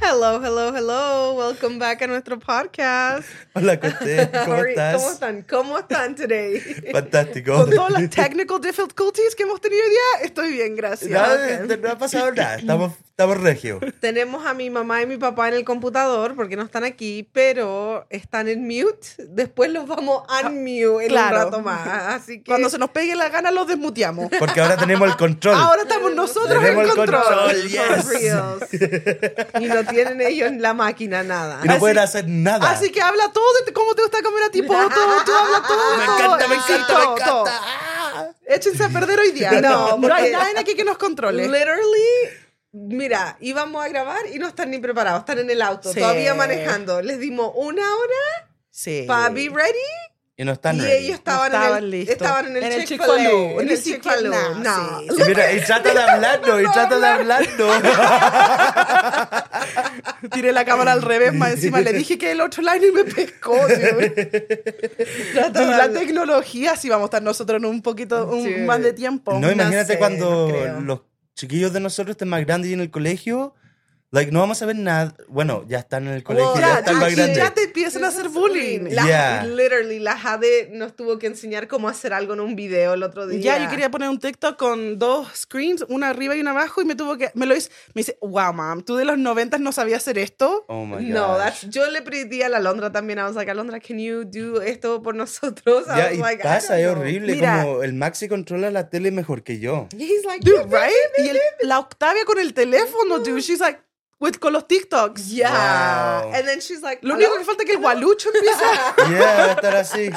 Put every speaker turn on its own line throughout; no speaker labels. Hello, hello, hello. Welcome back a nuestro podcast.
Hola, Coté. ¿Cómo
Sorry,
estás?
¿Cómo están? ¿Cómo están today?
Fantástico.
Con todas las technical difficulties que hemos tenido hoy día, estoy bien, gracias.
Nada,
Ok.
no, ha pasado nada. Estamos, estamos regio.
Tenemos a mi mamá y mi papá en el computador porque no están aquí, pero están en mute. Después los vamos
Ah,
a unmute en
claro.
un rato más. Así que
Cuando se nos pegue la gana, los desmuteamos.
Porque ahora tenemos el control.
ahora estamos nosotros en
Tenemos el
control.
control,
For
yes.
reals. Y no tienen ellos en la máquina nada.
y no pueden hacer
Ah,
nada.
Así que habla todo de cómo te gusta comer a ti, todo, tú habla todo.
me encanta, me
Sí,
encanta,
todo,
me
todo.
encanta. Ah.
Échense a perder hoy día.
No,
No, no
porque-
hay nadie aquí que nos controle.
Literally, mira, íbamos a grabar y no están ni preparados, están en el auto,
Sí.
todavía manejando. Les dimos una hora
Sí.
para be ready
Y no están
y
ready.
ellos estaban,
estaban
en el,
listos.
estaban en el,
En el
Chick-fil-A,
Chick-fil-A,
en
ni
el Chick-fil-A.
siquiera,
No.
sí.
Y mira, y trata de hablarnos, y trata de hablarnos.
Tiré la cámara al revés, más encima le dije que el otro line y me pescó. dude.
Trata de
Dude, la
hablar.
tecnología, sí vamos a estar nosotros en un poquito un,
Sí.
más de tiempo.
No, imagínate
sé,
cuando
no creo.
los chiquillos de nosotros estén más grandes y en el colegio. Like, no vamos a ver nada. Bueno, ya están en el colegio,
Wow,
ya,
ya,
están más
aquí
grandes.
ya te empiezan a hacer bullying.
La,
Yeah.
Literally, la Jade nos tuvo que enseñar cómo hacer algo en un video el otro día.
Ya, yo quería poner un TikTok con dos screens, una arriba y una abajo, y me tuvo que. Me lo hizo. Me dice, wow, mam, tú de los noventas no sabías hacer esto.
Oh my god.
No, that's- yo le pedí a la Londra también. I was like, Alondra, can you do esto por nosotros? I
Ya,
was
y
like, I don't
pasa, es
know.
horrible.
Mira.
Como el Maxi controla la tele mejor que yo.
Y he's like,
Dude, right? Y el- la Octavia con el teléfono, dude. She's like, with, con los TikToks.
Yeah.
Wow.
And then she's like,
Lo único
"Hello?"
que falta es que el gualucho empiece. a-
Yeah, va a estar así.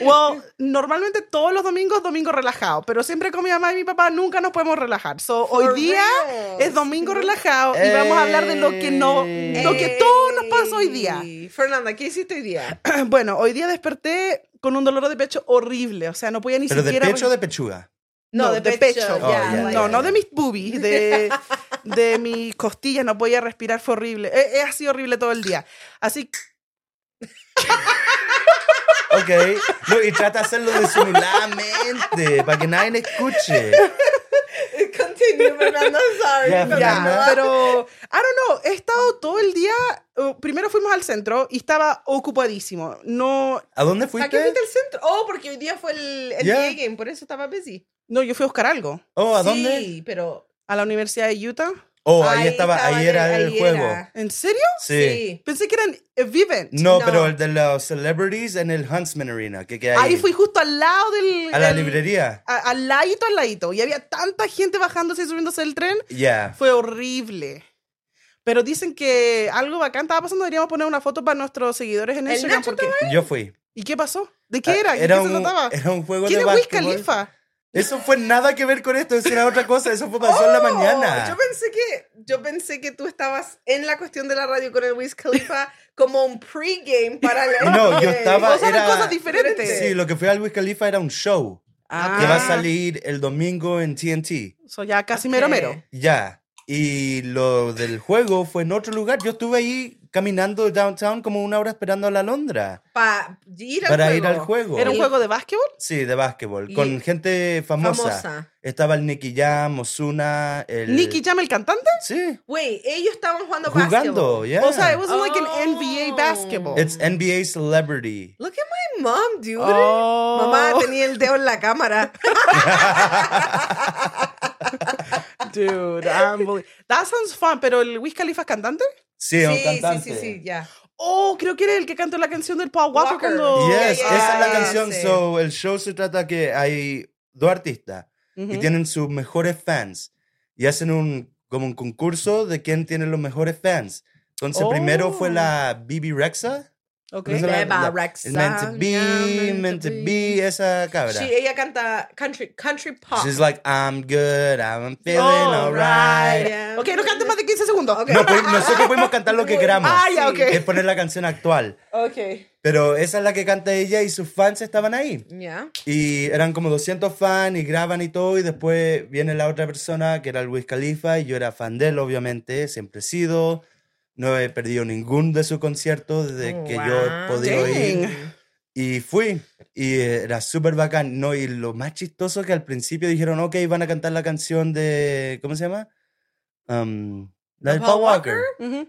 Well, normalmente todos los domingos, domingo relajado. Pero siempre con mi mamá y mi papá nunca nos podemos relajar. So,
For
hoy día
reals.
es domingo relajado y vamos a hablar de lo que no.
Ey.
Lo que todo nos pasa hoy día.
Ey. Fernanda, ¿qué hiciste hoy día?
Bueno, hoy día desperté con un dolor de pecho horrible. O sea, no podía ni
Pero de
siquiera.
pecho o de pechuga.
No, de, pecho.
Oh, yeah,
like-
No, no de mis boobies, de, de mis costillas. No podía respirar, fue horrible. Eh, He, he así horrible todo el día. Así que
Ok. No, y trata de hacerlo disimuladamente para que nadie le escuche.
Continue, Fernanda, sorry.
Ya,
Fernanda.
Fernanda.
ya, pero. I don't know, he estado todo el día. eh, Primero fuimos al centro y estaba ocupadísimo. No,
¿A dónde
¿A qué fuiste
fuiste?
al centro? Oh, porque hoy día fue el NBA
Yeah.
game, por eso estaba busy.
no, yo fui a buscar algo
Oh, ¿a dónde?
Sí, pero...
a la Universidad de Utah.
Oh, ahí estaba, ahí era el
ahí
juego.
era.
¿En serio?
Sí.
Sí.
Pensé que eran event.
No,
No.
pero el de los celebrities en el Huntsman Arena, que queda ahí.
Ahí fui justo al lado del.
A la
del-
librería.
a- al ladito, al ladito. Y había tanta gente bajándose y subiéndose del tren.
Ya.
Fue horrible. Pero dicen que algo bacán estaba pasando. Deberíamos poner una foto para nuestros seguidores en
¿El
Instagram.
Nacho
porque-
Yo fui.
¿Y qué pasó? ¿De qué
Ah,
era? ¿De qué se
un,
trataba?
era un juego
¿Quién
de
es Wiz
básquetbol.
Khalifa?
Eso fue nada que ver con esto, eso era otra cosa, eso fue pasó en la
Oh,
mañana.
Yo pensé que yo pensé que tú estabas en la cuestión de la radio con el Wiz Khalifa como un pregame para la
No, yo
NBA.
estaba-
O sea,
era-
eran cosas diferentes.
Sí, lo que fue al Wiz Khalifa era un show
Ah,
que va a salir el domingo en TNT.
So ya casi
Ok.
mero mero.
Ya. Y lo del juego fue en otro lugar. Yo estuve ahí caminando downtown como una hora esperando a la Londra
Pa- ir al
para
juego.
ir al juego.
¿Era un
Y-
juego de básquetbol?
Sí, de básquetbol,
Y-
con gente famosa.
Famosa.
Estaba el Nicky Jam, Ozuna, el...
¿Nicky Jam el cantante?
Sí,
Güey, ellos estaban jugando
jugando,
basketball.
ya.
O sea, it wasn't like an
Oh.
NBA basketball.
It's NBA Celebrity.
Look at my mom, dude.
Oh.
Mamá tenía el dedo en la cámara.
Dude, unbelievable. That sounds fun, pero el Wiz Khalifa es cantante?
Sí, es un cantante.
sí, sí, sí, ya.
Oh, creo que era el que cantó la canción del Paul Walker,
Walker.
cuando.
Yes,
Yeah,
esa es la
yeah,
canción.
sí.
So, el show se trata que hay dos artistas y
Ujú.
tienen sus mejores fans y hacen un como un concurso de quién tiene los mejores fans. Entonces, primero fue
Oh.
la BB Rexa.
Ok.
¿Cómo se llama?
Beba
La-
Rexha,
el Meant to be,
yeah,
meant, to be, esa cabra.
Sí, ella canta country, country pop.
She's like, I'm good, I'm feeling
Oh,
alright.
Yeah.
Ok, no cantes más de 15 segundos. ok.
No, pues, nosotros podemos cantar lo que queramos.
Ah, ya, ok.
Es poner la canción actual.
Ok.
Pero esa es la que canta ella y sus fans estaban ahí.
Ya.
Y eran como 200 fans y graban y todo. Y después viene la otra persona que era el Wiz Khalifa. Y yo era fan de él, obviamente. Siempre he sido. No he perdido ningún de sus conciertos desde que yo he
Wow.
podido ir.
Dang.
Y fui. Y era súper bacán. No, y lo más chistoso que al principio dijeron, ok, van a cantar la canción de. ¿Cómo se llama? Um, La de Paul Walker.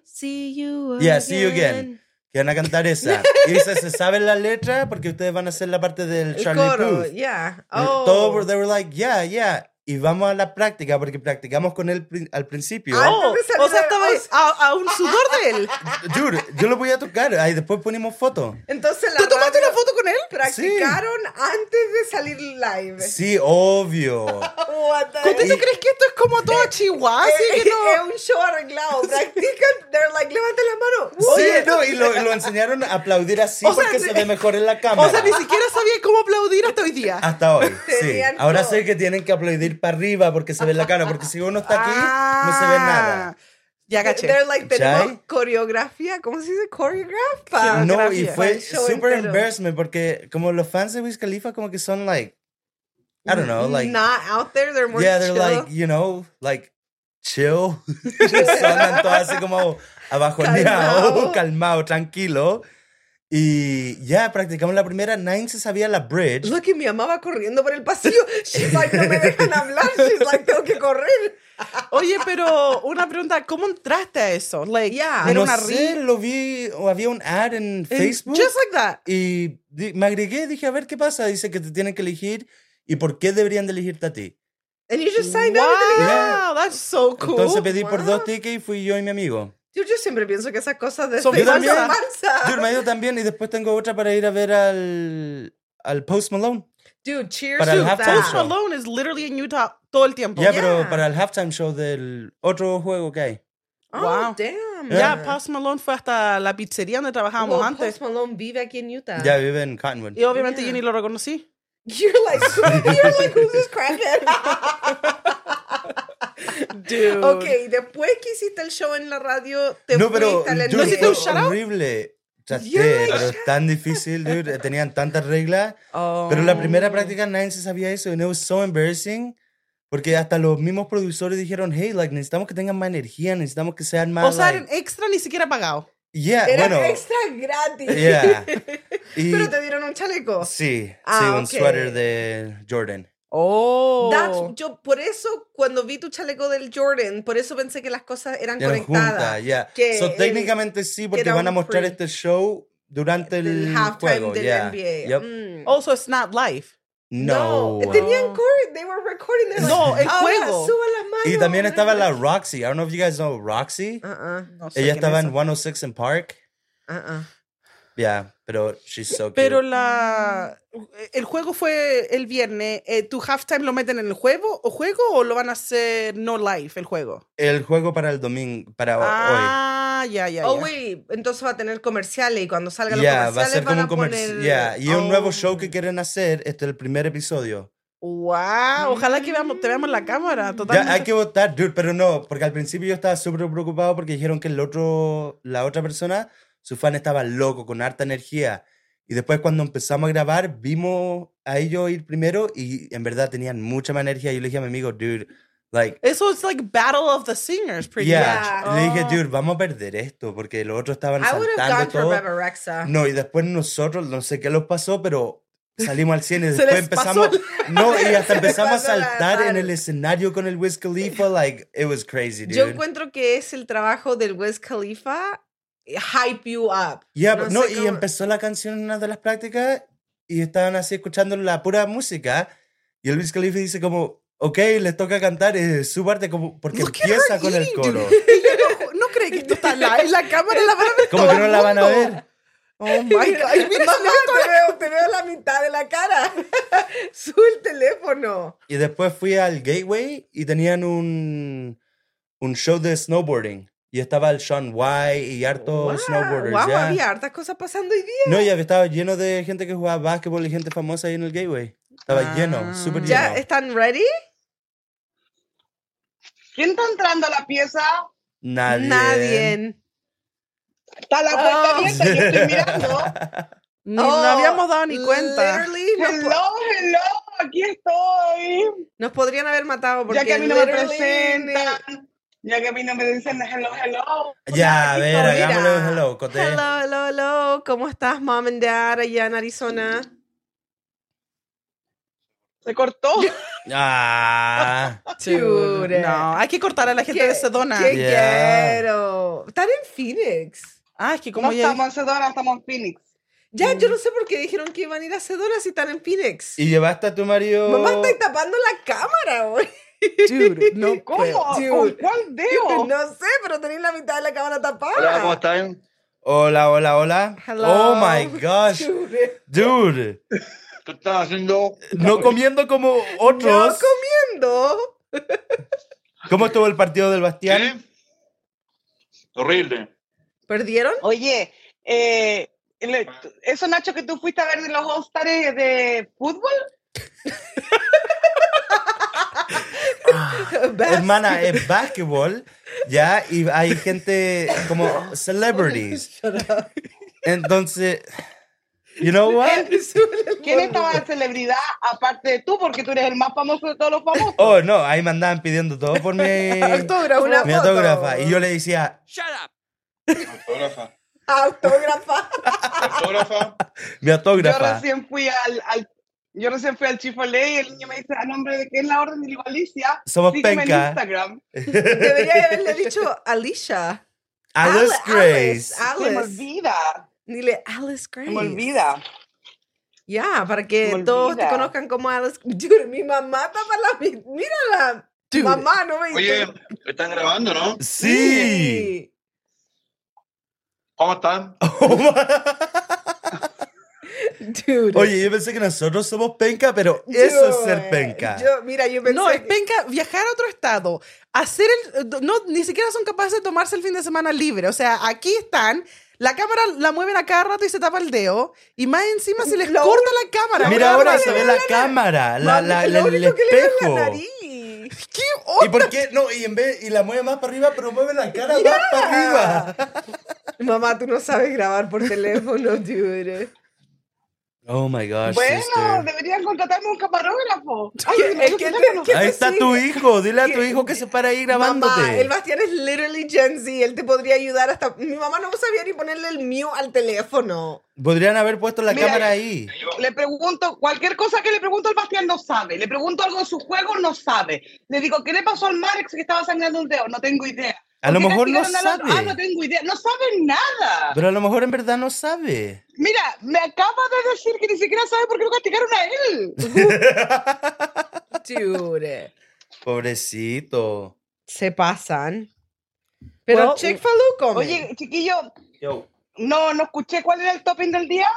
See you
Yeah, see you again. Que van a cantar esa. Y dice, ¿se saben la letra? Porque ustedes van a hacer la parte del
El
Charlie
coro,
Puth. Eh,
yeah.
Y
Oh.
Todos were- they were like, yeah, yeah. Y vamos a la práctica, porque practicamos con él pri- al principio.
Ah,
Oh,
Entonces,
o sea,
al
estaba
revés.
a, a un sudor de él.
Dude, yo lo voy a tocar. Ahí después ponemos fotos.
Entonces la
¿Tú tomaste
radio
una foto con él?
practicaron antes de salir live.
Sí, obvio.
What the-
¿Ustedes
Eh,
se creen que esto es como todo chihuahua? Así
eh,
Ah, que no.
Es un show arreglado. Practican, they're like, levanten la mano.
Oye, no, y lo, lo enseñaron a aplaudir así
O sea,
porque se
sí.
ve mejor en la cámara.
O sea, ni siquiera
ah,
sabía cómo aplaudir hasta hoy día.
Hasta hoy. Sí.
Tenían
Ahora
todo.
sé que tienen que aplaudir para arriba porque se ve la cara, porque si uno está aquí, no se ve nada.
Ah, Ya caché.
They're like,
¿Cachai?
tenemos coreografía. ¿Cómo se dice? Coreografa.
No, y
Coreografía.
fue
El Ah. show
super
entero.
embarrassment porque como los fans de Wiz Khalifa como que son like, I don't know, like,
Not out there, they're more
yeah, they're
chill.
like, you know, like, chill. Sonan todo así como abajoneado,
Calmao.
calmado, tranquilo. Y ya practicamos la primera, Nine se sabía la bridge.
Lo que mi mamá va corriendo por el pasillo. She's like, no me dejan hablar. She's like, tengo que correr.
Oye, pero una pregunta, ¿cómo entraste a eso? Like,
Yeah.
era
no
una
sé,
ri-
lo vi, o había un ad en
en-
Facebook.
Just like that.
Y di- me agregué, dije, a ver qué pasa. Dice que te tienen que elegir y por qué deberían de elegirte a ti.
And you just signed up.
wow,
Yeah.
that's so cool.
Entonces pedí por
wow.
dos tickets y fui yo y mi amigo.
Yo, yo siempre pienso que esas cosas de
Son
Facebook
falsas.
son falsas.
Yo me he ido también y después tengo otra para ir a ver al, al Post Malone.
Dude, cheers
Para el
to
halftime
that.
Post
show.
Malone is literally in Utah todo el tiempo.
Ya,
Yeah.
pero para el halftime show del otro juego que hay.
Oh,
Wow.
damn.
Ya,
Eh.
Post Malone fue hasta la pizzería donde trabajábamos
Well,
antes.
Post Malone vive aquí en Utah.
Ya vive en Cottonwood.
Y obviamente
Yeah.
yo ni lo reconocí.
You're like, you're like, who's this crackhead?
Dude.
ok, después que hiciste el show en la radio, te
No, pero
fuiste al
dude,
hiciste
fue
un shout-out?
horrible. Traté,
Yeah,
pero es tan difícil, dude. Tenían tantas reglas. Pero la primera
Oh.
práctica nadie se sabía eso. And it was so embarrassing. Porque hasta los mismos productores dijeron, hey, like, necesitamos que tengan más energía, necesitamos que sean más...
O sea, eran
like-
extra ni siquiera pagado.
yeah,
Era
bueno.
extra gratis.
Yeah. Y-
Pero te dieron un chaleco.
Sí, sí,
Ah,
un
ok.
suéter de Jordan.
Oh.
That's- yo por eso cuando vi tu chaleco del Jordan, por eso pensé que las cosas eran
Ya nos junta,
conectadas.
ya.
que
So,
el-
técnicamente sí, porque
era
van a
un
mostrar
pre-
este show durante
del
el
halftime
juego,
del
yeah.
NBA.
Yep.
Mm.
Also, it's not live.
No.
eh, Tenían core, they were recording. they're
No,
like,
el
"Ahora,
juego".
suban las manos.
Y también estaba la Roxy. I don't know if you guys know Roxy.
Ah,
No sé
Ella
quién
estaba
es
en
esa.
106 en Park.
ah, ah.
Yeah, pero she's so cute.
Pero la el juego fue el viernes. Eh, ¿Tu halftime lo meten en el juego o juego o lo van a hacer no live el juego?
El juego para el domingo, para ho-
ah, ya, ya,
Oh,
ya.
wait, entonces va a tener comerciales y cuando
hoy.
salgan los
Yeah, va a
comerciales
ser como
van
un comercial.
poner...
yeah, y es un nuevo
Oh.
show que quieren hacer. Este es el primer episodio.
Wow, ojalá que veamos, te veamos en la cámara.
Ya, hay
Totalmente.
que votar, dude, pero no, porque al principio yo estaba súper preocupado porque dijeron que el otro, la otra persona, su fan estaba loco, con harta energía. Y después cuando empezamos a grabar, vimos a ellos ir primero y en verdad tenían mucha más energía. Yo le dije a mi amigo, dude, like,
Eso es like Battle of the Singers, pretty
yeah.
much.
Le
Oh.
dije, dude, vamos a perder esto porque los otros estaban
I would have
saltando
gone for
todo.
Reverexa.
No, y después nosotros, no sé qué los pasó, pero salimos al cine y
Se
después
les pasó
empezamos. No, y hasta empezamos a
pasó la
saltar en
mano.
el escenario con el Wiz Khalifa. Like, it was crazy, dude.
Yo encuentro que es el trabajo del Wiz Khalifa eh, hype you up.
Yeah,
no
no,
sé
y
cómo-
empezó la canción en una de las prácticas y estaban así escuchando la pura música. Y el Wiz Khalifa dice, como, ok, les toca cantar eh, su parte, como, porque
Look at
empieza
her
con el
eating,
coro.
No, no cree que esto está live, la cámara la van a ver
Como
todo
que no
el
la van a
mundo.
ver.
Oh my god. Ay, mira,
Mamá, te veo, te veo la mitad de la cara. Su el teléfono.
Y después fui al Gateway y tenían un, un show de snowboarding. Y estaba el Sean White y harto
Wow,
Oh, snowboarders.
wow,
ya.
había hartas cosas pasando hoy día.
No, ya estaba lleno de gente que jugaba básquetbol y gente famosa ahí en el Gateway. Estaba
Ah.
lleno, súper
¿Ya
lleno.
están ready?
¿Quién está entrando a la pieza?
Nadie.
Nadie.
Está la puerta
Ah.
abierta, yo estoy mirando.
Ni, no habíamos dado ni
Oh,
cuenta.
literally, nos, po-
Hello, hello, aquí estoy.
nos podrían haber matado porque
Ya que a mí no me
literally
presentan, ya que a mí no me dicen hello, hello.
Ya, a ver,
Mira.
hagámoslo en hello, Cote.
Hello, hello, hello. ¿Cómo estás, mom and dad, allá en Arizona?
Se cortó.
Ah,
Chure.
No, hay que cortar a la gente de Sedona.
¿Qué
Yeah.
quiero? Están en Phoenix.
Ah, es que como
No
ya
estamos en Sedona, estamos en Phoenix.
Ya,
Mm.
yo no sé por qué dijeron que iban a ir a Sedona si están en Phoenix.
¿Y llevaste a tu marido?
Mamá está tapando la cámara, güey.
Dude, no
¿Cómo?
puedo.
¿Con
Dude.
cuál dedo?
No sé, pero tenéis la mitad de la cámara tapada.
Hola, ¿cómo están?
Hola, hola, hola.
Hello.
Oh my gosh.
Chure.
Dude.
¿Qué están haciendo?
No comiendo como
No
otros.
comiendo.
¿Cómo estuvo el partido del Bastián?
¿Qué? ¿Eh? Horrible.
¿Perdieron?
Oye, eh, le- eso Nacho que tú fuiste a ver de los All-Stars de fútbol,
Bas-
Hermana, es básquetbol, ¿ya? Y hay gente como celebrities. Entonces, you know what?
¿quién estaba de celebridad aparte de tú? Porque tú eres el más famoso de todos los famosos.
Oh, no, ahí me andaban pidiendo todo por mi,
Autógrafo. Una
mi
foto.
autógrafa. Y yo le decía,
Autógrafa.
Autógrafa.
Autógrafa.
mi
yo
autógrafa.
recién fui al, al- yo recién fui al Chipotle y el niño me dice, ¿a nombre de qué es la orden de Alicia?
Somos
Sígueme en
penca.
Instagram.
Debería haberle dicho Alicia.
Alice
Ale-
Grace.
Se me
Alice. Alice.
olvida,
Dile Alice Grace.
se me olvida.
Ya, para
Se
que
me
todos te
olvida.
conozcan como Alice. Dude, mi mamá está para la. mi- Mírala.
Dude.
Mamá, no me
Oye, están grabando, ¿no?
Sí.
¿Cómo están?
Dude.
Oye, yo pensé que nosotros somos penca, pero eso es ser
Dude.
penca.
Yo, mira, yo pensé.
No, es
que-
penca viajar a otro estado, hacer el... eh, No, ni siquiera son capaces de tomarse el fin de semana libre. O sea, aquí están, la cámara la mueven a cada rato y se tapa el dedo, y más encima se les
Lo
corta la cámara.
Mira
Una
ahora
cámara-
se ve la cámara, la,
Mami,
la,
lo
la- el
único que le veo es la
espejo.
nariz.
¿Qué Oh, onda?
¿Y por qué? No, y en vez y la mueve más para arriba, pero mueve la cara más para arriba.
Mamá, tú no sabes grabar por teléfono, dude.
Oh my gosh,
Bueno,
sister.
deberían contratarme un camarógrafo. Ay,
¿Qué-
me dio
es
su
que te-
teléfono.
qué-
Ahí está tu hijo, dile a tu hijo que se para ahí grabándote.
Mamá, el Bastián es literally Gen Z. Él te podría ayudar hasta. Mi mamá no sabía ni ponerle el mío al teléfono.
Podrían haber puesto la
Mira.
cámara ahí.
Le pregunto, cualquier cosa que le pregunto al Bastián no sabe. Le pregunto algo de su juego, no sabe. Le digo, ¿qué le pasó al Marex que estaba sangrando un dedo? No tengo idea.
A
¿Por
lo
qué
mejor no
castigaron al otro? Ah,
sabe.
no tengo idea. No sabe nada.
Pero a lo mejor en verdad no sabe.
Mira, me acaba de decir que ni siquiera sabe por qué lo castigaron a él.
Dude.
Pobrecito.
Se pasan. Pero
Well,
Chick fil come.
Oye, chiquillo,
Yo.
no, no escuché cuál era el topping del día.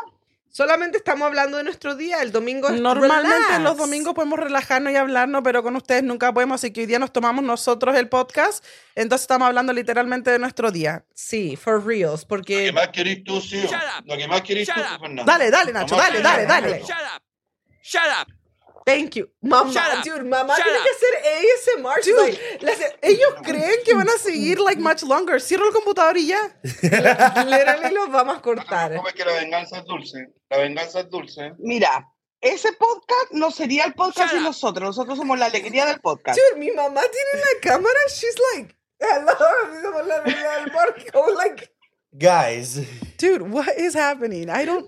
solamente estamos hablando de nuestro día. El domingo es
Normalmente
relax.
los domingos podemos relajarnos y hablarnos, pero con ustedes nunca podemos, así que hoy día nos tomamos nosotros el podcast, entonces estamos hablando literalmente de nuestro día.
Sí, for reals.
Lo
Porque
que más querés tú, sí. Lo que más querés tú, Fernando.
Dale, dale, Nacho,
Mamá,
dale, dale, dale.
Shut
Thank you. Mamá,
Shut up.
dude, mamá
Shut
tiene
up.
que hacer ASMR. She's
Dude.
like, las-
Ellos creen que van a
Mm.
seguir like much longer. Cierro el computador y ya.
literally los vamos a cortar.
¿Cómo es que la venganza es dulce? La venganza es dulce.
Mira, ese podcast no sería el podcast de nosotros. Nosotros somos la alegría del podcast.
Dude, mi mamá tiene la cámara. She's like, hello, somos la reina del barco. Like,
Guys.
Dude, what is happening? I don't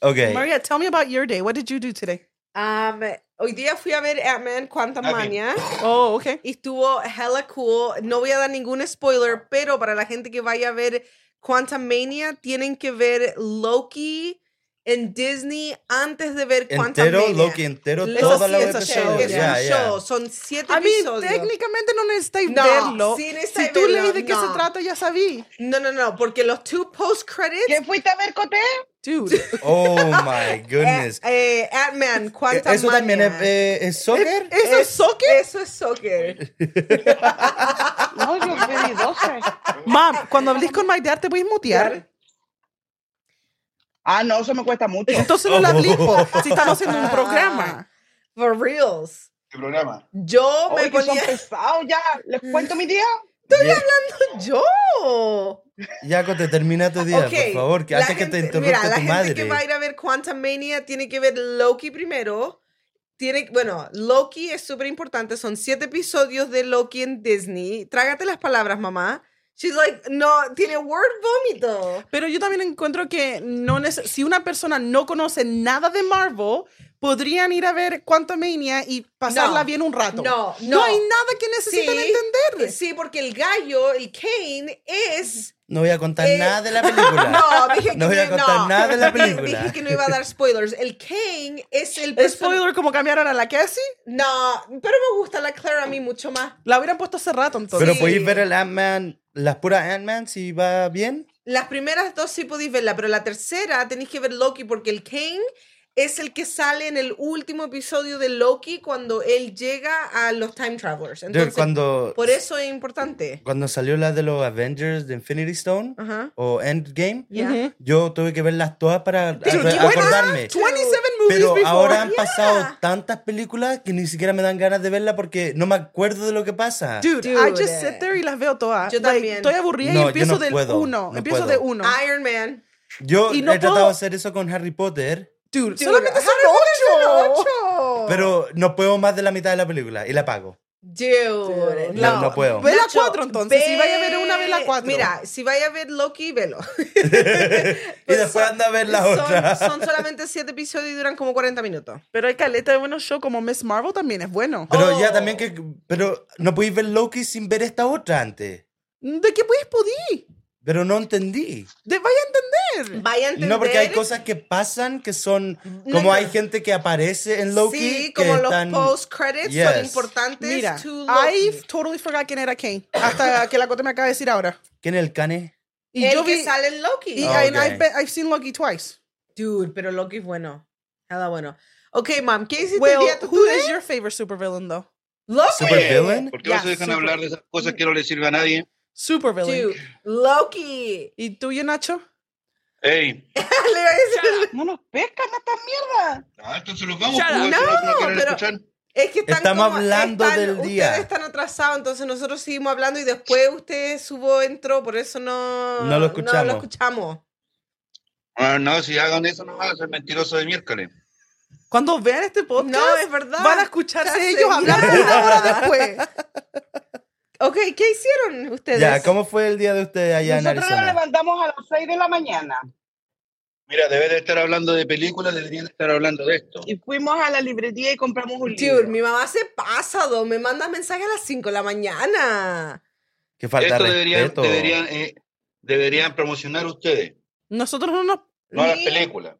Ok.
Maria, tell me about your day. What did you do today?
um, hoy día fui a ver Ant-Man Quantumania
Oh, okay.
y estuvo hella cool. No voy a dar ningún spoiler, pero para la gente que vaya a ver Quantumania, tienen que ver Loki en Disney antes de ver Quantumania.
Entero, Loki entero,
Eso
toda
sí,
la
es un show,
episodio.
es
este Yeah,
un
yeah.
show. Son siete
A mí
episodios.
técnicamente no necesitáis
No,
verlo.
sí necesitáis
si tú
verlo,
leí de qué
no.
se trata ya sabí.
No, no, no, porque los two eh, post
¿Qué
credits.
fuiste a ver, Coté?
Dude,
Oh my goodness.
Eh, eh, Ant-Man,
Eh,
Quantumania.
Eso también es, eh, es soccer.
¿eso es soccer?
Eso es soccer.
No, yo pedí 12.
eh,
Mam, cuando hablís con My Dad te puedes mutear.
Ah, no, eso me cuesta mucho.
Entonces no la hablís, po, si estamos haciendo un programa.
For reals.
¿Qué programa?
Yo me
Oye, que son
ponía.
pesados ya. ¿Les cuento mi día?
Ya-
Yo.
Yaco, te termina tu día,
Ok,
por favor, que
la
antes que te
gente-
interrumpa
Mira, la
tu
gente
madre.
que va a ir a ver Quantum Mania tiene que ver Loki primero. Tiene, bueno, Loki es súper importante. Son siete episodios de Loki en Disney. Trágate las palabras, mamá. She's like, no, tiene word vómito.
Pero yo también encuentro que no neces- si una persona no conoce nada de Marvel, podrían ir a ver Quantumania y pasarla
No,
bien un rato.
no,
No
no.
hay nada que necesiten
Sí, eh,
entender.
Sí, porque el gallo, el Kane, es.
No voy a contar
Eh,
nada de la película.
No, dije que
No voy a contar nada de la película.
Dije que no iba a dar spoilers. El Kane es el.
Es
perso-
Spoiler como cambiaron a la Cassie,
No, pero me gusta la Claire a mí mucho más.
la hubieran puesto hace rato entonces.
Pero
Sí.
podéis ver el Ant-Man, las puras Ant-Man, si va bien.
Las primeras dos sí podéis verla, pero la tercera tenéis que ver Loki porque el Kane es el que sale en el último episodio de Loki cuando él llega a los Time Travelers.
Dude,
Entonces,
cuando,
por eso es importante.
cuando salió la de los Avengers de Infinity Stone
Ajá.
o Endgame,
Ya.
Ujú.
yo tuve que verlas todas para
Pero
re-
qué buena.
acordarme.
27 movies
Pero
before.
ahora han
Yeah.
pasado tantas películas que ni siquiera me dan ganas de verla porque no me acuerdo de lo que pasa.
Dude, I
Dude.
just sit there y las veo todas.
Yo
Like,
también.
Estoy aburrida
No,
y
yo
empiezo
no
del
puedo,
uno.
no
empiezo
puedo.
de uno.
Iron Man.
Yo
y no
he tratado
puedo-
de hacer eso con Harry Potter,
Dude,
Dude,
solamente son
solamente
ocho.
Oh.
pero no puedo más de la mitad de la película y la pago.
Dude.
No, no puedo.
Ve la
Nacho,
cuatro, entonces. Si vaya a ver una, ve la cuatro.
Mira, si vaya a ver Loki, velo.
y después anda a ver la
son,
otra.
Son solamente siete episodios y duran como 40 minutos.
Pero hay caleta de buenos shows como Miss Marvel también es bueno.
Pero ya
Oh.
también que. Pero no podéis ver Loki sin ver esta otra antes.
¿De qué podéis pudí?
Pero no entendí.
De vaya a entender.
Vaya a entender.
No, porque hay cosas que pasan que son.
No,
Como
no.
hay gente que aparece en Loki.
Sí,
que
como los
están-
post credits son
Yes.
importantes.
Mira,
to
I
Loki.
totally forgot quién era Kane. Hasta que la Cote me acaba de decir ahora.
¿Quién es el Cane?
Y
el
yo
que
vi...
sale en Loki.
Y
Ah,
and
ok.
I've, been- I've seen Loki twice.
Dude, pero Loki es bueno. Nada bueno. Ok, mom, ¿qué hiciste
Well,
el día
who
today?
is your favorite supervillain, though?
Loki.
¿Supervillain?
¿Por qué no
Ya,
se dejan
súper.
hablar de esas cosas que no le sirve a nadie?
Supervillain.
Dude, Loki.
¿Y tú, yo, Nacho?
Ey.
Le iba a decir-
No nos pescan a esta mierda.
Ah, entonces los vamos.
Shut
pues,
up.
si no, no
No,
quieren
pero-
escuchar.
Es que están
Estamos
como-
hablando
están-
del día.
Ustedes están atrasados, entonces nosotros seguimos hablando y después usted subo, entró, por eso no,
No lo escuchamos.
escuchamos.
Ah, no, si hagan eso no van a ser mentirosos de miércoles.
Cuando vean este podcast,
No, es verdad.
van a escucharse
Casi.
ellos hablar una hora después.
Ok, ¿qué hicieron ustedes?
Ya, ¿cómo fue el día de ustedes allá en
Nosotros nos
Arizona?
levantamos a las 6 de la mañana
Mira, deben de estar hablando de películas, deberían estar hablando de esto.
y fuimos a la librería y compramos un libro.
Dude, mi mamá se pasa, do, me manda mensaje a las 5 de la mañana.
Que falta
esto deberían,
respeto.
deberían, eh, deberían promocionar ustedes,
Nosotros no nos...
no a las
Sí.
películas.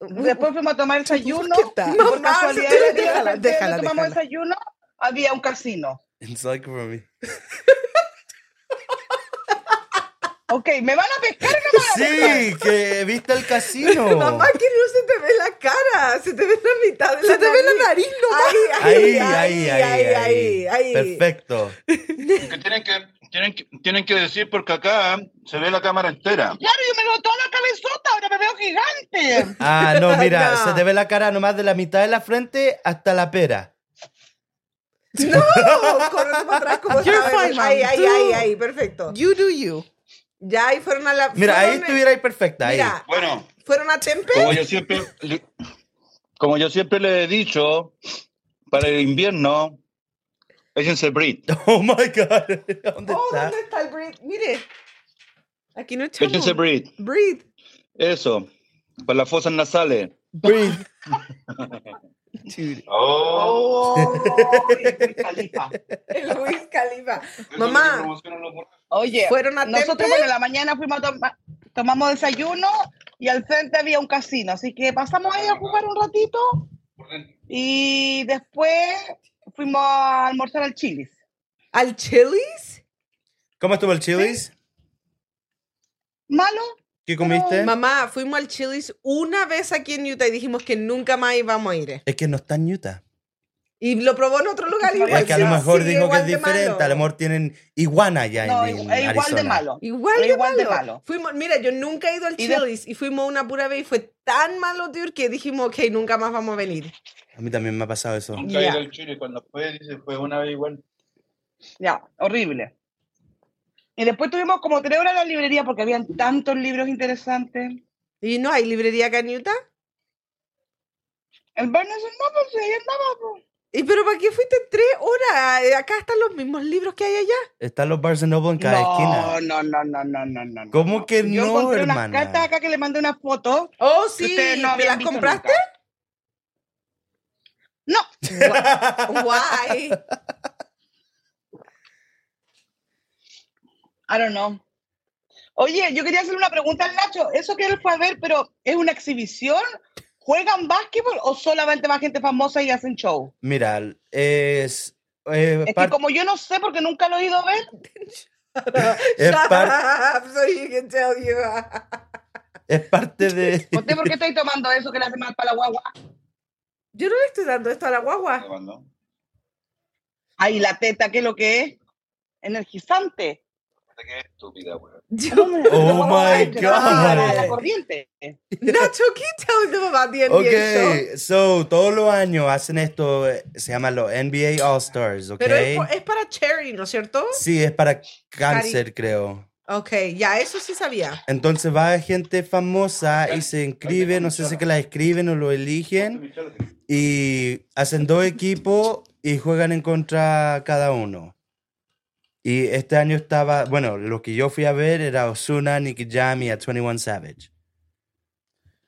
Mm. Después fuimos a tomar desayuno.
¿Qué tal?
Por
Mamá,
casualidad,
tú-
el día
déjala,
del desayuno,
déjala,
tomamos
déjala.
desayuno, había un casino.
It's like for me.
Ok, ¿me van a pescar o no me van a pescar?
Sí, que viste el casino.
Mamá, que no se te ve la cara, se te ve la mitad de la
Se te ve la nariz, no
Ahí, ahí, ahí, ahí, Perfecto.
Que tienen, que, tienen, que, tienen que decir porque acá se ve la cámara entera.
Claro, yo me veo toda la cabezota, ahora me veo gigante.
Ah, no, mira,
No.
se te ve la cara nomás de la mitad de la frente hasta la pera.
No, corre para atrás como
You're
sabemos.
fine, mom.
Ahí, ahí,
Tú-
ahí, ahí, perfecto.
You do you.
Ya ahí fueron a la.
Mira,
fueron
ahí
a-
estuviera ahí perfecta. Ahí.
Mira,
Bueno,
fueron a Tempe.
como yo siempre, le- como yo siempre le he dicho, para el invierno, échense Brit.
Oh my God. ¿Dónde
Oh,
está?
¿dónde está el Breed? Mire. Aquí no echamos.
Échense Brit.
Breed.
Eso, para las fosas nasales.
Breathe.
Oh.
Oh, Wiz Khalifa.
El Luis Califa. Mamá,
Oye,
Fueron a
nosotros
Tempe.
bueno, en la mañana fuimos a tomar, tomamos desayuno y al frente había un casino, así que pasamos ahí a jugar un ratito y después fuimos a almorzar al Chili's.
al Chili's.
¿Cómo estuvo el Chili's?
¿Malo?
¿Qué comiste?
Mamá, fuimos al Chili's una vez aquí en Utah y dijimos que nunca más íbamos a ir.
Es que no está en Utah.
Y lo probó en otro lugar. igual
Es que a lo
sigue-
mejor
sigue
dijo que es
igual de
diferente.
malo.
A lo mejor tienen iguana allá
No,
en,
igu-
en
es igual de
Arizona.
malo.
Igual,
Pero
de, malo.
igual de malo.
Fuimos, mira, yo nunca he ido al
Y de-
Chili's y fuimos una pura vez y fue tan malo, dude, que dijimos, ok, nunca más vamos a venir.
A mí también me ha pasado eso.
Nunca he
Ya.
ido al Chile, cuando fue, dice, fue una vez igual.
Ya, horrible. Y después tuvimos como tres horas en la librería porque habían tantos libros interesantes.
¿Y no hay librería acá en Utah?
El Barnes no, pues ahí andaba. pues.
¿Y pero para qué fuiste tres horas? Eh, Acá están los mismos libros que hay allá.
Están los Barnes Noble en cada
No,
esquina.
no, no, no, no, no, no.
¿Cómo que
Yo
no,
encontré unas
hermana?
cartas acá que le mandé una foto.
Oh,
que
sí.
ustedes no
¿Te
habían
las
visto
compraste?
nunca.
Guay.
No, I don't know. Oye, yo quería hacer una pregunta al Nacho. Eso que él fue a ver, pero ¿es una exhibición? ¿Juegan básquetbol o solamente va gente famosa y hacen show?
Mira, es, eh,
Es que
par-
como yo no sé porque nunca lo he ido a ver,
es
Shut
par-
up so you can tell you.
es parte de...
pues, ¿usted por qué estáis tomando eso que le hace mal para la guagua?
Yo no le estoy dando esto a la guagua.
Ay, la teta, ¿qué es lo que es? Energizante.
Qué estúpida, weón.
Yo-
Oh my
Que no va a la, la
God.
corriente.
Nacho, ¿qué tell them about the NBA show?
Ok, so todos los años hacen esto, eh, se llama los NBA All Stars, ¿ok?
Pero es, por- es para Cherry, ¿no es cierto?
Sí, es para cáncer, creo.
Ok, ya, eso sí sabía.
Entonces va gente famosa y se inscribe, no sé si que la escriben o lo eligen, y hacen dos equipos y juegan en contra cada uno. Y este año estaba, bueno, lo que yo fui a ver era Osuna, Nicky Jam y a 21 Savage.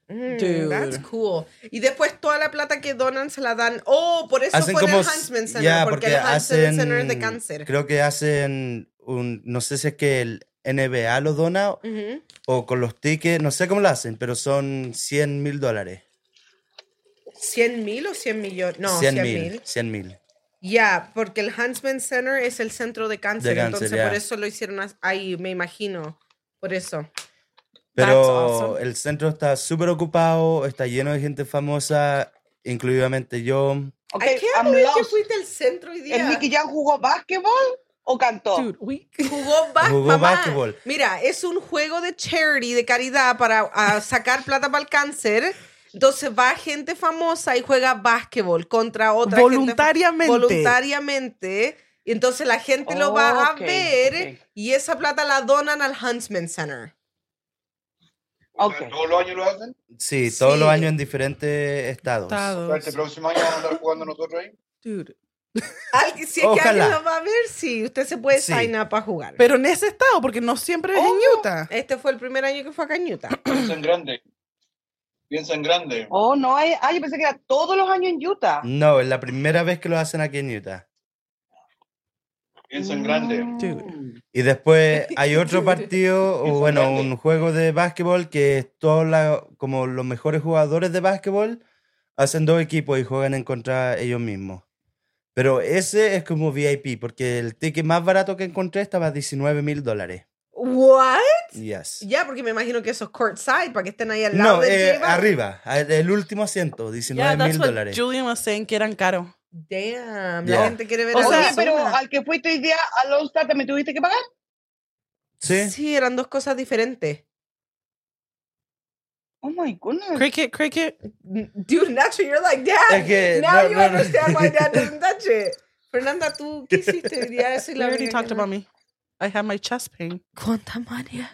Mm,
Dude.
that's cool. Y después toda la plata que donan se la dan. Oh, por eso
Hacen
fue en el
como...
Huntsman Center,
ya,
porque, el Huntsman Center es de cáncer.
Creo que hacen un, no sé si es que el NBA lo dona
Ujú.
o con los tickets, no sé cómo lo hacen, pero son 100 mil dólares.
100 mil o 100 millones? No,
100
100 mil.
mil. 100 mil.
Ya, porque el Huntsman Center es el centro de cáncer,
De cáncer,
entonces
ya.
por eso lo hicieron as- ahí, me imagino. Por eso.
Pero
That's awesome.
el centro está súper ocupado, está lleno de gente famosa, incluidamente yo.
Ok,
I can't
I'm
believe que
lost.
fuiste al centro hoy día.
¿El Nicky Jam jugó básquetbol o cantó?
Dude, we-
Jugó, bas-
Jugó
mamá.
básquetbol.
Mira, es un juego de charity, de caridad, para ah, sacar plata para el cáncer. Entonces va gente famosa y juega básquetbol contra otra gente fa-
Voluntariamente.
voluntariamente. Y entonces la gente lo va a
Ok,
ver
ok.
y esa plata la donan al Huntsman Center.
Ok.
¿Todos los años lo hacen?
Sí, todos los
Sí.
años en diferentes estados.
¿Este próximo año vamos a andar jugando nosotros ahí?
Dude.
Alguien- si es que
Ojalá.
alguien lo va a ver, sí, usted se puede
Sí.
sign up a jugar.
Pero en ese estado, porque no siempre es en Utah.
este fue el primer año que fue acá en Utah.
Piensa en grande. Piensa en grande.
Oh, no, hay, ah, yo pensé que era todos los años en Utah.
No, es la primera vez que lo hacen aquí en Utah.
Piensa en grande.
Mm.
Y después hay otro partido, o bueno,
grande.
un juego de básquetbol que es todos la- como los mejores jugadores de básquetbol hacen dos equipos y juegan en contra ellos mismos. Pero ese es como VIP, porque el ticket más barato que encontré estaba 19 mil dólares.
What?
Yes.
Ya, porque me imagino que eso es courtside para que estén ahí al lado
No,
de
eh,
J-Bone.
arriba, a- el último asiento, 19 mil dólares.
Julian was saying, que eran caros.
Damn,
Yeah.
la gente quiere ver
O
a
sea,
Oye,
Ozuna.
pero
Mm.
al que fuiste hoy día al All Star también tuviste que pagar.
Sí.
Sí, eran dos cosas diferentes.
Oh my goodness.
Cricket, cricket.
Dude, Nacho, you're like, dad,
Es que
now
no,
you
no, no.
understand why dad doesn't touch it. Fernanda, ¿tú qué hiciste hoy día? Soy
We
la
already
única
talked
que
about
no-
me. I had my chest pain.
¿Cuánta manía?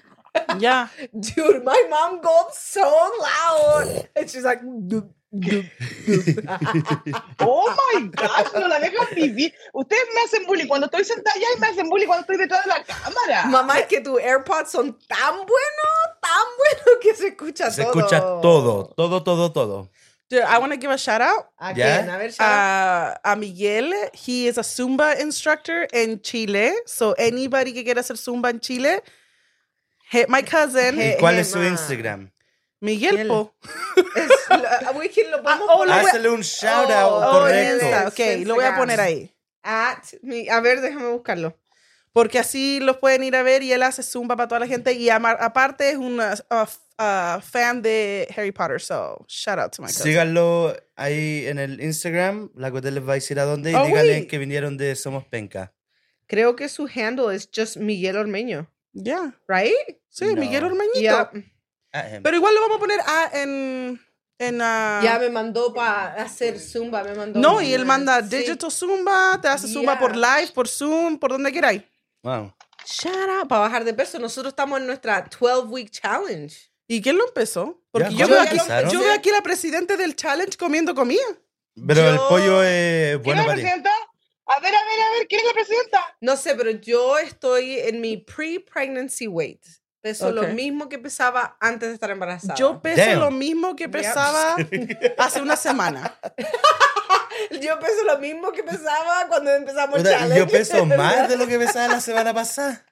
Yeah.
Dude, my mom goes so loud. And she's like, "Dup, dup, dup."
Oh my gosh, no la dejan vivir. Ustedes me hacen bullying cuando estoy sentada allá y me hacen bullying cuando estoy detrás de la
Ah,
cámara.
Mamá, es que tus AirPods son tan buenos, tan buenos que se escucha
Se
todo.
escucha todo, todo, todo, todo.
Dude, I want to give a shout out
¿A
¿Ya?
quién? A ver, Shara.
uh, a Miguel. He is a Zumba instructor in Chile. So anybody que quiera hacer Zumba en Chile, hit my cousin,
Eh,
¿Y cuál es su
Gemma.
Instagram?
Miguel.
Miguel.
po.
Es la- a Wiki lo vamos
Ah,
a poner.
hola.
Hazle un shout out,
Oh,
Oh, en
correcto.
Insta.
yes.
Ok, lo voy a
Instagram.
poner ahí.
At mi- a ver, déjame buscarlo.
Porque así los pueden ir a ver y él hace Zumba para toda la gente. Y ama- aparte es un fan de Harry Potter. So shout out to Oh my cousin.
Síganlo ahí en el Instagram, la que les va a decir a dónde y
Oh,
díganle
oui.
que vinieron de Somos Penca.
Creo que su handle es just Miguel Ormeño,
Yeah.
right?
Sí,
No.
Miguel Ormeñito.
Ya,
Ah, em.
Pero igual lo vamos a poner ah, en. en ah,
mm, ya me mandó para hacer Zumba, me mandó.
No, y él
una-
manda
sí.
Digital Zumba, te hace Zumba por
Yeah.
live, por Zoom, por donde queráis.
Wow.
Shara, para bajar de peso. Nosotros estamos en nuestra 12 week challenge.
¿Y quién lo empezó?
Ya,
Porque yo,
¿cuándo
veo
lo
aquí,
empezaron?
yo veo aquí la presidente del challenge comiendo comida.
Pero el
Yo-
pollo es
¿Quién
bueno
es la
para ti.
presidenta? A ver, a ver, a ver, ¿quién es la presidenta?
No sé, pero yo estoy en mi pre-pregnancy weight. Peso lo
Ok.
mismo que pesaba antes de estar embarazada.
Yo peso
Damn.
lo mismo que
Yep.
pesaba hace una semana.
Yo peso lo mismo que pesaba cuando empezamos el
Puta,
challenge.
Yo peso más de lo que pesaba la semana pasada.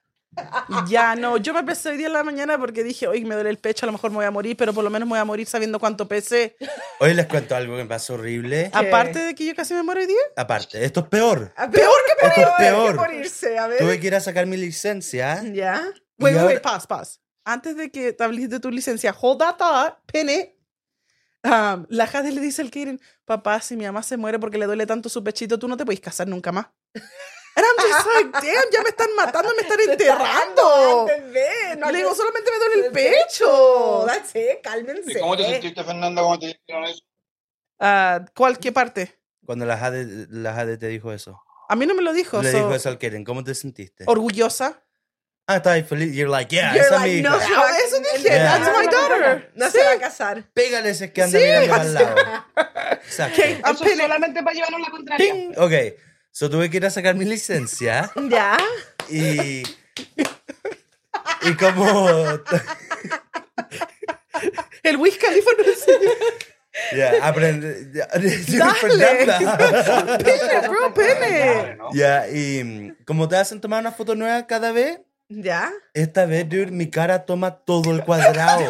Ya no, yo me pesé hoy día en la mañana porque dije, hoy me duele el pecho, a lo mejor me voy a morir, pero por lo menos me voy a morir sabiendo cuánto pesé.
Hoy les cuento algo que me pasó horrible.
¿Qué?
Aparte de que yo casi me muero hoy día.
Aparte, esto es peor.
Ah, Peor que
Esto es
morir,
peor.
que morirse, a ver.
Tuve que ir a sacar mi licencia.
Ya.
Y
Wait, wait,
ahora-
wait, pause, pause. Antes de que te hables de tu licencia, hold that thought, pin it. Um, la Jade le dice al Kirin, papá, si mi mamá se muere porque le duele tanto su pechito, tú no te puedes casar nunca más. And I'm just like, damn, ya me están matando, me están enterrando.
Antes de, no
le digo, solamente me
antes
duele el
del pecho.
pecho.
That's it, cálmense.
¿Y cómo te sentiste, Fernanda, cuando te dijeron eso?
Ah, ¿Cuál, qué parte?
Cuando la Jade, la Jade te dijo eso.
A mí no me lo dijo.
Le
so-
dijo eso al Keren. ¿Cómo te sentiste?
Orgullosa.
Ah, estaba ahí feliz. You're like, yeah,
You're
esa es mi
like,
hija.
no, se va a-
Eso dije,
no,
that's
no,
my
no, no,
daughter.
No, no se va a casar.
Pégale si es que anda mirando al lado. Exacto.
¿Qué?
Eso es
Apenas-
solamente para llevarnos la contraria.
Ting. Ok. So tuve que ir a sacar mi licencia
Ya.
y. Y como.
El Wiz Khalifa no es
Ya, aprende. Ya,
Dale.
Fernanda.
Pene, bro, pene.
¿no?
Ya, y mm, como te hacen tomar una foto nueva cada vez,
Ya.
esta vez, dude, mi cara toma todo el cuadrado.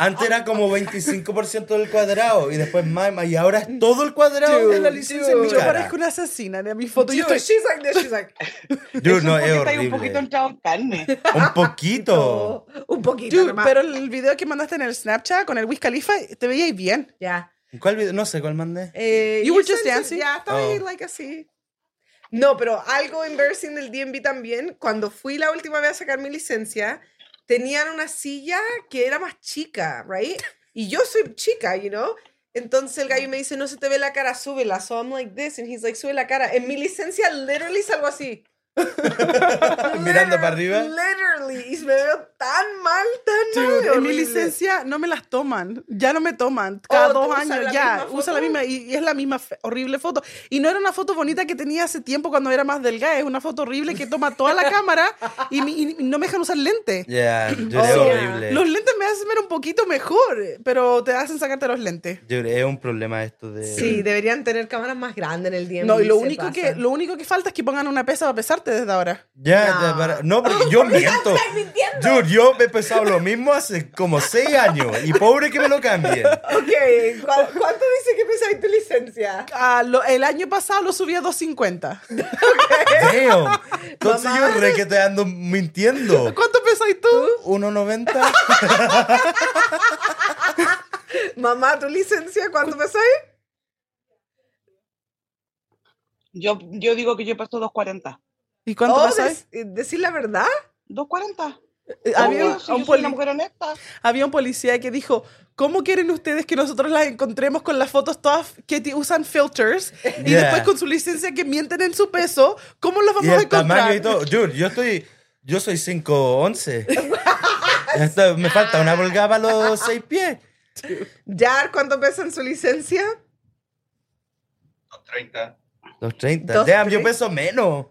Antes era como 25% del cuadrado y después más, más, y ahora es todo el cuadrado de la licencia en mi
Yo
cara.
parezco una asesina de mi foto. Yo
Dude,
estoy...
she's like this, she's like.
Dude, no, es
Está ahí un poquito
horrible.
entrado en carne.
Un poquito.
"Oh, Un poquito.
Dude,
nomás.
pero el video que mandaste en el Snapchat con el Wiz Khalifa, te veías bien.
Ya.
¿Cuál video? No sé cuál mandé.
Eh,
You were just
sent it-
dancing?
Ya, estaba ahí,
Oh.
like así. No, pero algo embarrassing del DMV también. Cuando fui la última vez a sacar mi licencia, tenían una silla que era más chica, ¿right? Y yo soy chica, you know? Entonces el gallo me dice, no se te ve la cara, súbela. So I'm like this, and he's like, sube la cara. En mi licencia, literally salgo así.
Mirando para arriba.
Literally. Y me veo tan mal, tan mal.
Dude, en mi
horrible.
licencia no me las toman. Ya no me toman. Cada
Oh, ¿tú
dos
usas
años
la
ya.
misma
Usa
foto?
la misma y, y es la misma fe- horrible foto. Y no era una foto bonita que tenía hace tiempo cuando era más delgada. Es una foto horrible que toma toda la cámara y, mi- y no me dejan usar lentes.
Ya, dude,
Oh,
es
yeah.
horrible.
Los lentes me hacen ver un poquito mejor, pero te hacen sacarte los lentes.
Dude, es un problema esto de.
Sí, deberían tener cámaras más grandes en el DMV.
No, y lo
se
único, que,
pasan.
lo único que falta es que pongan una pesa para pesarte desde ahora.
Ya,
No.
ya, para- no, porque yo miento. Dude, yo me he pesado lo mismo hace como seis años y pobre que me lo cambien.
Ok, ¿cu- ¿cuánto dice que pesa en tu licencia?
Ah, lo- el año pasado lo subí a 250.
Damn. Entonces
Mamá.
yo re que te ando mintiendo.
¿Cuánto pesáis tú?
1.90.
Mamá, ¿tu licencia cuánto pesa ahí?
Yo, yo digo que yo paso 2.40.
¿Y cuánto
Oh,
pesáis?
des- eh, decir la verdad.
2.40.
Eh,
Obvio,
Había,
Oh, si
un
yo soy
poli-
una mujer honesta.
había un policía que dijo, ¿cómo quieren ustedes que nosotros las encontremos con las fotos todas que ti- usan filters y
Yeah.
después con su licencia que mienten en su peso? ¿Cómo las
y
vamos a
el tamaño
encontrar?
y todo. Dude, yo estoy. Yo soy 5'11. Esto- me falta una volgada para los seis pies.
Jar, ¿cuánto pesa en su licencia?
30.
Los 30.
Dos,
Damn, yo
tres.
peso menos.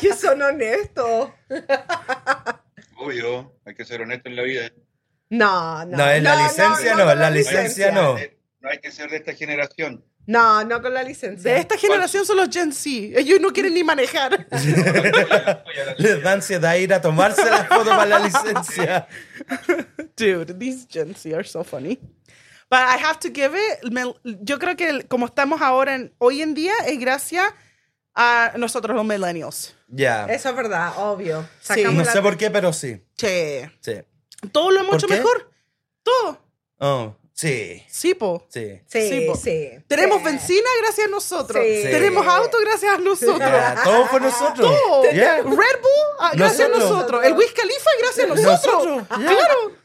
que son honestos.
Obvio, hay que ser honesto en la vida. ¿eh?
No, no.
No, en la licencia no,
con
en la licencia no.
No hay que ser de esta generación.
No, no con la licencia.
De esta generación son los Gen Z. Ellos no quieren ni manejar.
Les da ansiedad ir a tomarse la foto para la licencia.
Dude, these Gen Z are so funny. But I have to give it. me- yo creo que el- como estamos ahora, en- hoy en día, es gracias a nosotros los millennials.
Ya.
Eso es verdad, obvio.
Sí.
Sacamos
No
la-
sé por qué, pero sí.
Che.
Sí.
Todo lo hemos
¿Por
hecho
qué?
mejor. Todo.
Oh, sí.
Sí, po.
Sí.
Sí,
Sí,
sí.
po. Tenemos
Sí.
benzina gracias a nosotros.
Sí.
Tenemos auto gracias a nosotros.
Ya, todo fue nosotros.
Todo.
Ya.
Red Bull ah, gracias a
Nosotros.
nosotros. El Wiz Khalifa gracias a nosotros.
Nosotros, ya.
Claro.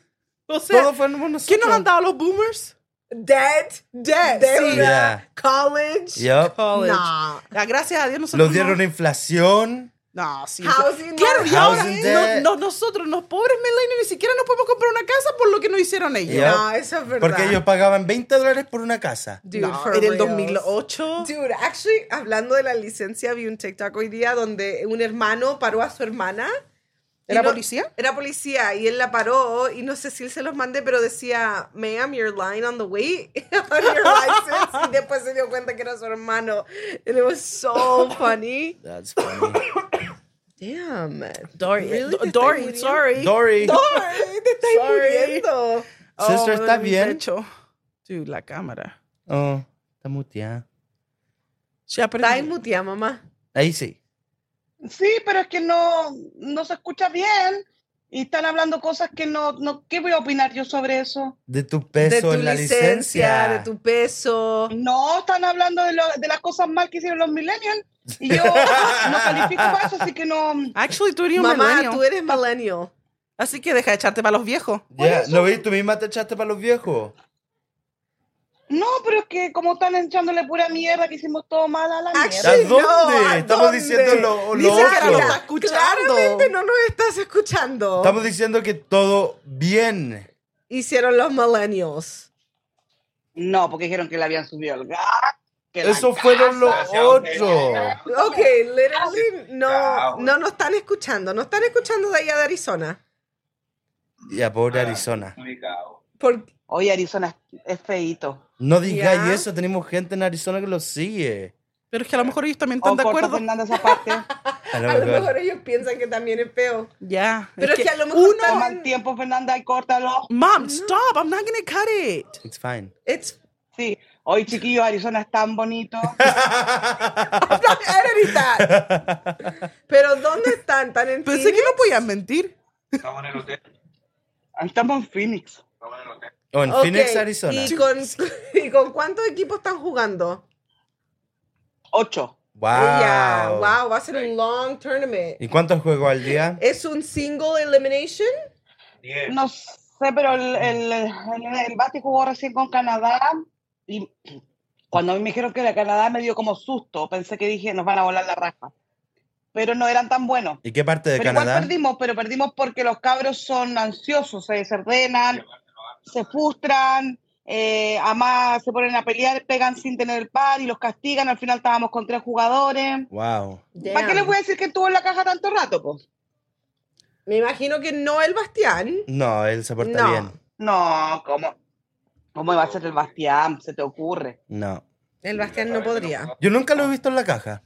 O sea,
Todo fue nosotros.
¿qué nos han dado los boomers?
Dead.
Dead,
Deuda.
sí.
Yeah.
College.
Yup.
Nah.
Ah, Gracias a Dios nosotros
Los dieron
Oh, no-
inflación.
No, sí.
Housing
claro, y
debt.
ahora
Housing
no-
debt.
no- nosotros, los pobres Melania, ni siquiera nos podemos comprar una casa por lo que nos hicieron ellos.
Yeah.
No, eso es verdad.
Porque ellos pagaban 20 dólares por una casa.
Dude,
No,
for
en el
reals.
2008. Dude, actually, hablando de la licencia, vi un TikTok hoy día donde un hermano paró a su hermana. y
¿Era
no-
policía?
Era policía y él la paró y no sé si él se los mandé, pero decía, ma'am, you're lying on the way on your license. Y después se dio cuenta que era su hermano. And it was so funny.
That's funny.
Damn.
Dory,
Really, te estás
Dory,
muriendo.
sorry.
Dory.
Dory, te estás
Sorry.
muriendo.
Sister,
me
¿está
duele mi
bien?
pecho. Oh, Dude, la cámara.
Oh, está muteada.
Ya, pero-
Estás muteada, mamá.
Ahí sí.
Sí, pero es que no, no se escucha bien y están hablando cosas que no, no. ¿Qué voy a opinar yo sobre eso?
De tu peso
de tu
en la licencia.
licencia, de tu peso.
No, están hablando de, lo- de las cosas mal que hicieron los millennials y yo no califico para eso, así que no.
Actually, tú eres un
Mamá,
millennial.
tú eres millennial.
Así que deja de echarte para los viejos.
Ya, ¿no vi? Tú misma te echaste para los viejos.
No, pero es que como están echándole pura mierda que hicimos todo mal a la
¿A
Ah,
mierda.
Actually,
dónde?
no, ¿a
Estamos
dónde?
diciendo lo, lo
Dice que
otro.
no lo está escuchando.
Claramente no nos estás escuchando.
Estamos diciendo que todo bien.
Hicieron los millennials.
No, porque dijeron que le habían subido el gas. que la
Eso fueron los
casa,
otro.
Ok, literally no, no nos están escuchando. No están escuchando de allá de Arizona.
Ya, pobre Arizona.
Por-
Oye, Arizona es feíto.
No digáis
Ya.
eso, tenemos gente en Arizona que lo sigue.
Pero es que a lo mejor ellos también
O
están de
Oh, corta
acuerdo.
Fernández aparte.
A lo
a lo
mejor.
mejor ellos piensan que también es feo.
Ya.
Pero es que, a lo mejor
Uno.
también-
mal tiempo, Fernanda, y córtalo.
Mom, stop. I'm not gonna cut it.
It's fine.
It's
Sí. Hoy, chiquillos, Arizona es tan bonito.
I'm not editing that. Pero ¿dónde están? ¿Están en
Pensé que
Phoenix?
no podías mentir.
Estamos en Phoenix.
O en
Ok,
Phoenix, Arizona.
¿Y con, ¿Y con cuántos equipos están jugando?
Ocho.
Wow.
Ya, wow, Eh, va a ser un long tournament.
¿Y cuántos juegos al día?
¿Es un single elimination?
No sé, pero el, el, el, el Bati jugó recién con Canadá y cuando a mí me dijeron que era Canadá me dio como susto. Pensé que dije, nos van a volar la raja. Pero no eran tan buenos.
¿Y qué parte de
Pero
Canadá?
igual perdimos, pero perdimos porque los cabros son ansiosos, se desordenan, se frustran, eh, además se ponen a pelear, pegan sin tener el par y los castigan. Al final estábamos con tres jugadores.
Wow.
¿Para qué les voy a decir que estuvo en la caja tanto rato? Pues?
Me imagino que no el Bastián.
No, él se porta
No.
bien.
No, ¿cómo? ¿Cómo iba a ser el Bastián? ¿Se te ocurre?
No.
El Bastián no podría.
Yo nunca lo he visto en la caja.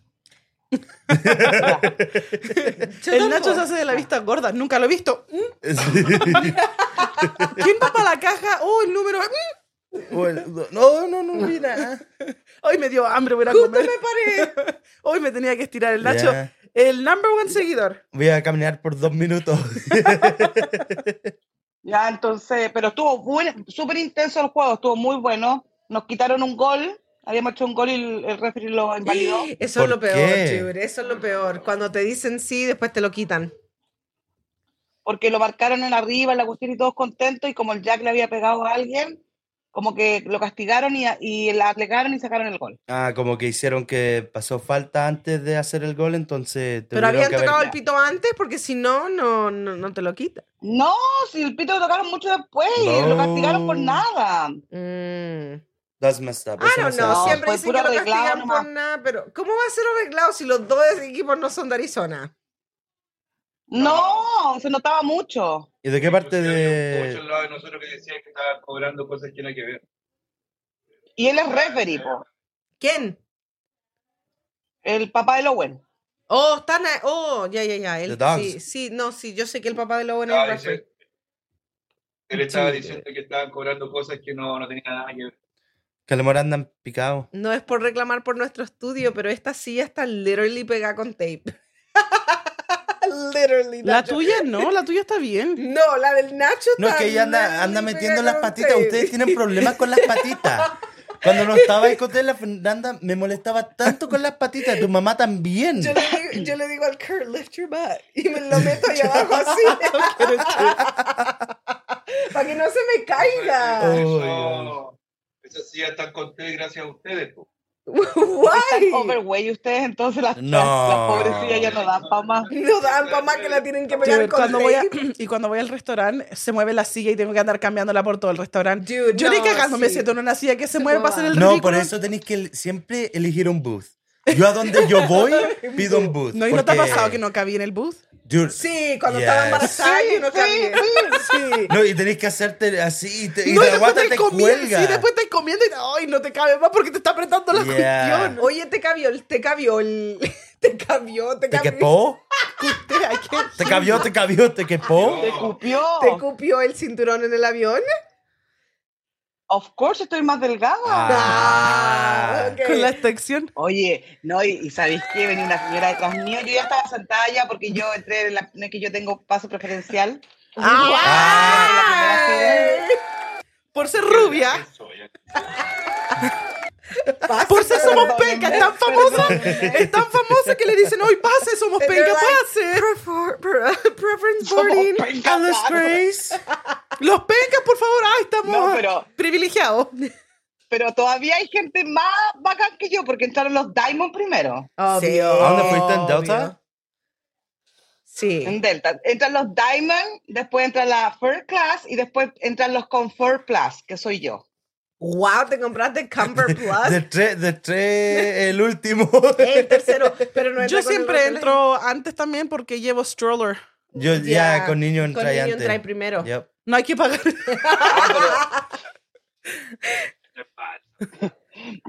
El Nacho se hace de la vista gorda. Nunca lo he visto. Mm, ¿Quién va para la caja? Oh, el número. mm.
Bueno, no, no, no vi nada.
Hoy me dio hambre, voy a
Justo
comer.
me paré.
Hoy me tenía que estirar el Nacho.
Ya.
El number one seguidor.
Voy a caminar por dos minutos.
Ya, entonces, pero estuvo buen- súper intenso el juego, estuvo muy bueno. Nos quitaron un gol, habíamos hecho un gol y el, el referee lo invalidó.
Eso es
¿Por
lo peor,
qué?
Jude, Eso es lo peor. Cuando te dicen sí, después te lo quitan.
porque lo marcaron en arriba, en la cuestión y todos contentos, y como el Jack le había pegado a alguien, como que lo castigaron y, y la alegaron y sacaron el gol.
Ah, como que hicieron que pasó falta antes de hacer el gol, entonces
Pero
tuvieron
habían
que haber-
tocado el pito antes porque si no, no, no, no te lo quitan.
No, si el pito lo tocaron mucho después y lo castigaron por
No.
nada.
Mm.
That's messed up.
I
eso Ah, no
don't
se
know.
hace.
No,
Siempre
fue
dicen
puro
que lo
arreglado
castigan por
nomás.
nada, pero ¿cómo va a ser arreglado si los dos equipos no son de Arizona?
No, se notaba mucho.
¿Y de qué parte
Había un coach al
de...?
lado de nosotros que decía que estaba cobrando cosas que no hay que ver.
Y él es referee, po,
¿Quién?
el papá de Owen.
Oh, están. a- Oh, ya, ya, ya. él-
The Dogs.
sí, sí, no, sí. Yo sé que el papá de Lobo es
Estaba
el referee.
diciendo- él estaba diciendo que estaban cobrando cosas que no, no tenían nada que ver.
Que a lo mejor andan picado.
No es por reclamar por nuestro estudio, pero esta silla está literally pegada con tape. literally.
La
Nacho.
tuya no, la tuya está bien.
No, la del Nacho
No, es
está
que ella anda,
literally
anda metiendo
pegada
las
con
patitas.
tape.
Ustedes tienen problemas con las patitas. Cuando no estaba ahí con ustedes, la Fernanda me molestaba tanto con las patitas. Tu mamá también.
Yo le, digo, yo le digo al Kurt, lift your butt. Y me lo meto ahí abajo así. Para que no se me caiga.
Oh.
Eso, esas sillas están con ustedes pues. gracias a ustedes. po.
Están
Guay.
overweight ustedes, entonces las,
No.
las- las pobrecillas ya no dan para más.
No dan para más que la tienen que pegar
Dude,
con
cuando voy a-
tape.
y cuando voy al restaurante, se mueve la silla y tengo que andar cambiándola por todo el restaurante.
Dude,
Yo ni
no,
cagando me
sí.
siento en una silla que se,
Se
mueve para hacer
mueva.
el
No,
ridículo.
por eso tenéis que el- siempre elegir un booth. Yo a donde yo voy, pido un booth.
No, ¿y no te ha
porque-
pasado que no cabí en el booth?
Dude,
Sí, cuando estaba
Yes.
embarazada yo no cambié. Sí.
No, y tenéis que hacerte así y, te, y
no,
la
después
guata
te
te
comi-
cuelga.
Sí, después estás comiendo y ay, no te cabe más porque te está apretando la
Yeah.
cuestión.
Oye, te cabió, el- te cabió, el- te cabió, te
¿Te
cabió.
quepó? ¿Te cabió, te cabió, te quepó?
Te cupió.
¿Te cupió el cinturón en el avión?
Of course, estoy más delgada.
Ah,
Ah.
ok.
Con la extensión.
Oye, no, y, y ¿sabéis qué? Venía una señora detrás mío. Yo ya estaba sentada ya porque yo entré en la. No es que yo tengo paso preferencial.
Ah.
Ah. La
Por ser rubia,
Pasa,
por ser somos
perdón,
penca, es tan famosa, es tan famosa que le dicen, hoy pase, somos
Pero
penca,
like-
pase.
Prefer- pre- preference
Somos
boarding.
pencas, Alice claro.
Grace.
Los pencas, por favor, ay, estamos
No, pero-
privilegiados.
Pero todavía hay gente más bacán que yo porque entraron los Diamond primero.
Oh,
¿A dónde fuiste en Delta?
Sí.
En Delta. Entran los Diamond, después entra la First Class y después entran los Comfort Plus, que soy yo.
Wow, te compraste Comfort
Ah,
De
Plus.
tres, de tres, el último.
El tercero, pero no entra
Yo
con el
siempre
otro.
entro antes también porque llevo stroller.
Yo ya
Ya,
con niño entré
Con niño
antes.
entra primero.
Yep.
No hay que pagar.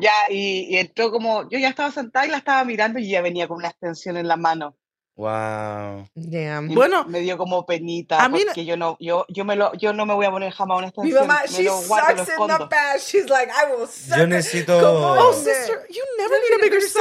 Ya, y, y entró como. Yo ya estaba sentada y la estaba mirando y ya venía con una extensión en la mano.
Wow.
Damn.
Y
Bueno,
me dio como penita
a mí no-
porque yo no yo yo me lo yo no me voy a poner jamás una
Mi
extensión.
mamá,
me
she
lo guardo, lo
sucks in
escondo.
the past. She's like, I will suck
Yo
it.
necesito.
¿Cómo?
oh,
Sí.
sister, you never
You
need a bigger size.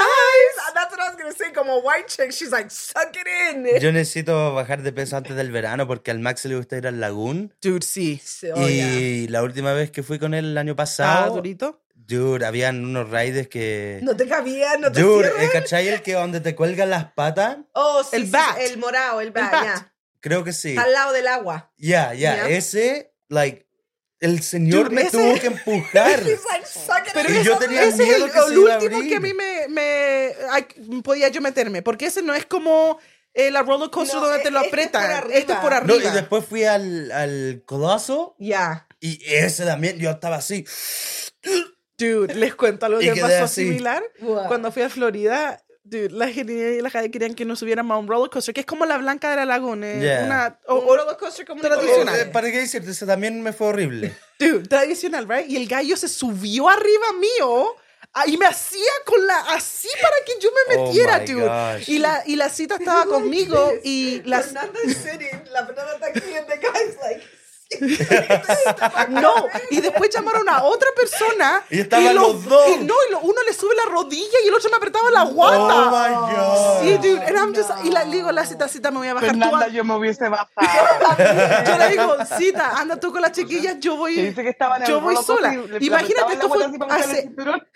And that's what I was gonna say, como white chick. She's like, suck it in.
Yo necesito bajar de peso antes del verano porque al Max le gusta ir al lagoon.
Dude, sí.
Oh, yeah.
y la última vez que fui con él el año
Ah,
pasado,
durito.
dude, habían unos raides que.
No te cabía, no te
dude,
cierra.
eh, ¿cachai el que donde te cuelgan las patas?
Oh, sí,
El
sí,
bat.
el morado, el bat,
bat.
ya.
Creo que sí.
Al lado del agua.
Ya, ya,
Ya.
ese, like, el señor
Dude,
me
ese-
tuvo que empujar.
She's like, suck it
Pero
in.
Y yo tenía
ese
miedo
es el,
que
el
se iba a
último
abrir.
que a mí me, me- ay, podía yo meterme, porque ese no es como eh, la roller coaster
No,
donde te lo
este es por
apretan.
arriba.
este es por
No,
arriba.
y después fui al, al coloso
Ya.
y ese también, yo estaba así.
Dude, les cuento algo
Y
que me
quedé
pasó
así.
similar.
Wow.
Cuando fui a Florida, dude, la gente y la Jade querían que nos subiéramos a un roller coaster, que es como la Blanca de la Laguna. eh,
Yeah.
Una, o-
Un
o-
roller coaster como
Tradicional.
Oh, eh, ¿Para qué decirte? Ese también me fue horrible.
dude, tradicional, right? Y el gallo se subió arriba mío ah, y me hacía con la así para que yo me
Oh
metiera,
my
dude.
gosh.
Y la, y la cita estaba conmigo y
La
las
Fernanda is sitting, la Fernanda está aquí and the guy's like,
No, y después llamaron a otra persona.
Y estaban los dos.
Y no, y lo- uno le sube la rodilla y el otro me apretaba la guata.
Oh my God.
sí, dude. and I'm just- y la, le digo, la cita, cita, me voy a bajar tú.
Fernanda,
a-
yo me hubiese bajado.
Yo le digo, cita, anda tú con las chiquillas, yo voy.
Que dice que estaba en el
yo voy
roller coaster
sola.
y le- le
Imagínate,
apretaban la
esto fue
guata así para buscarle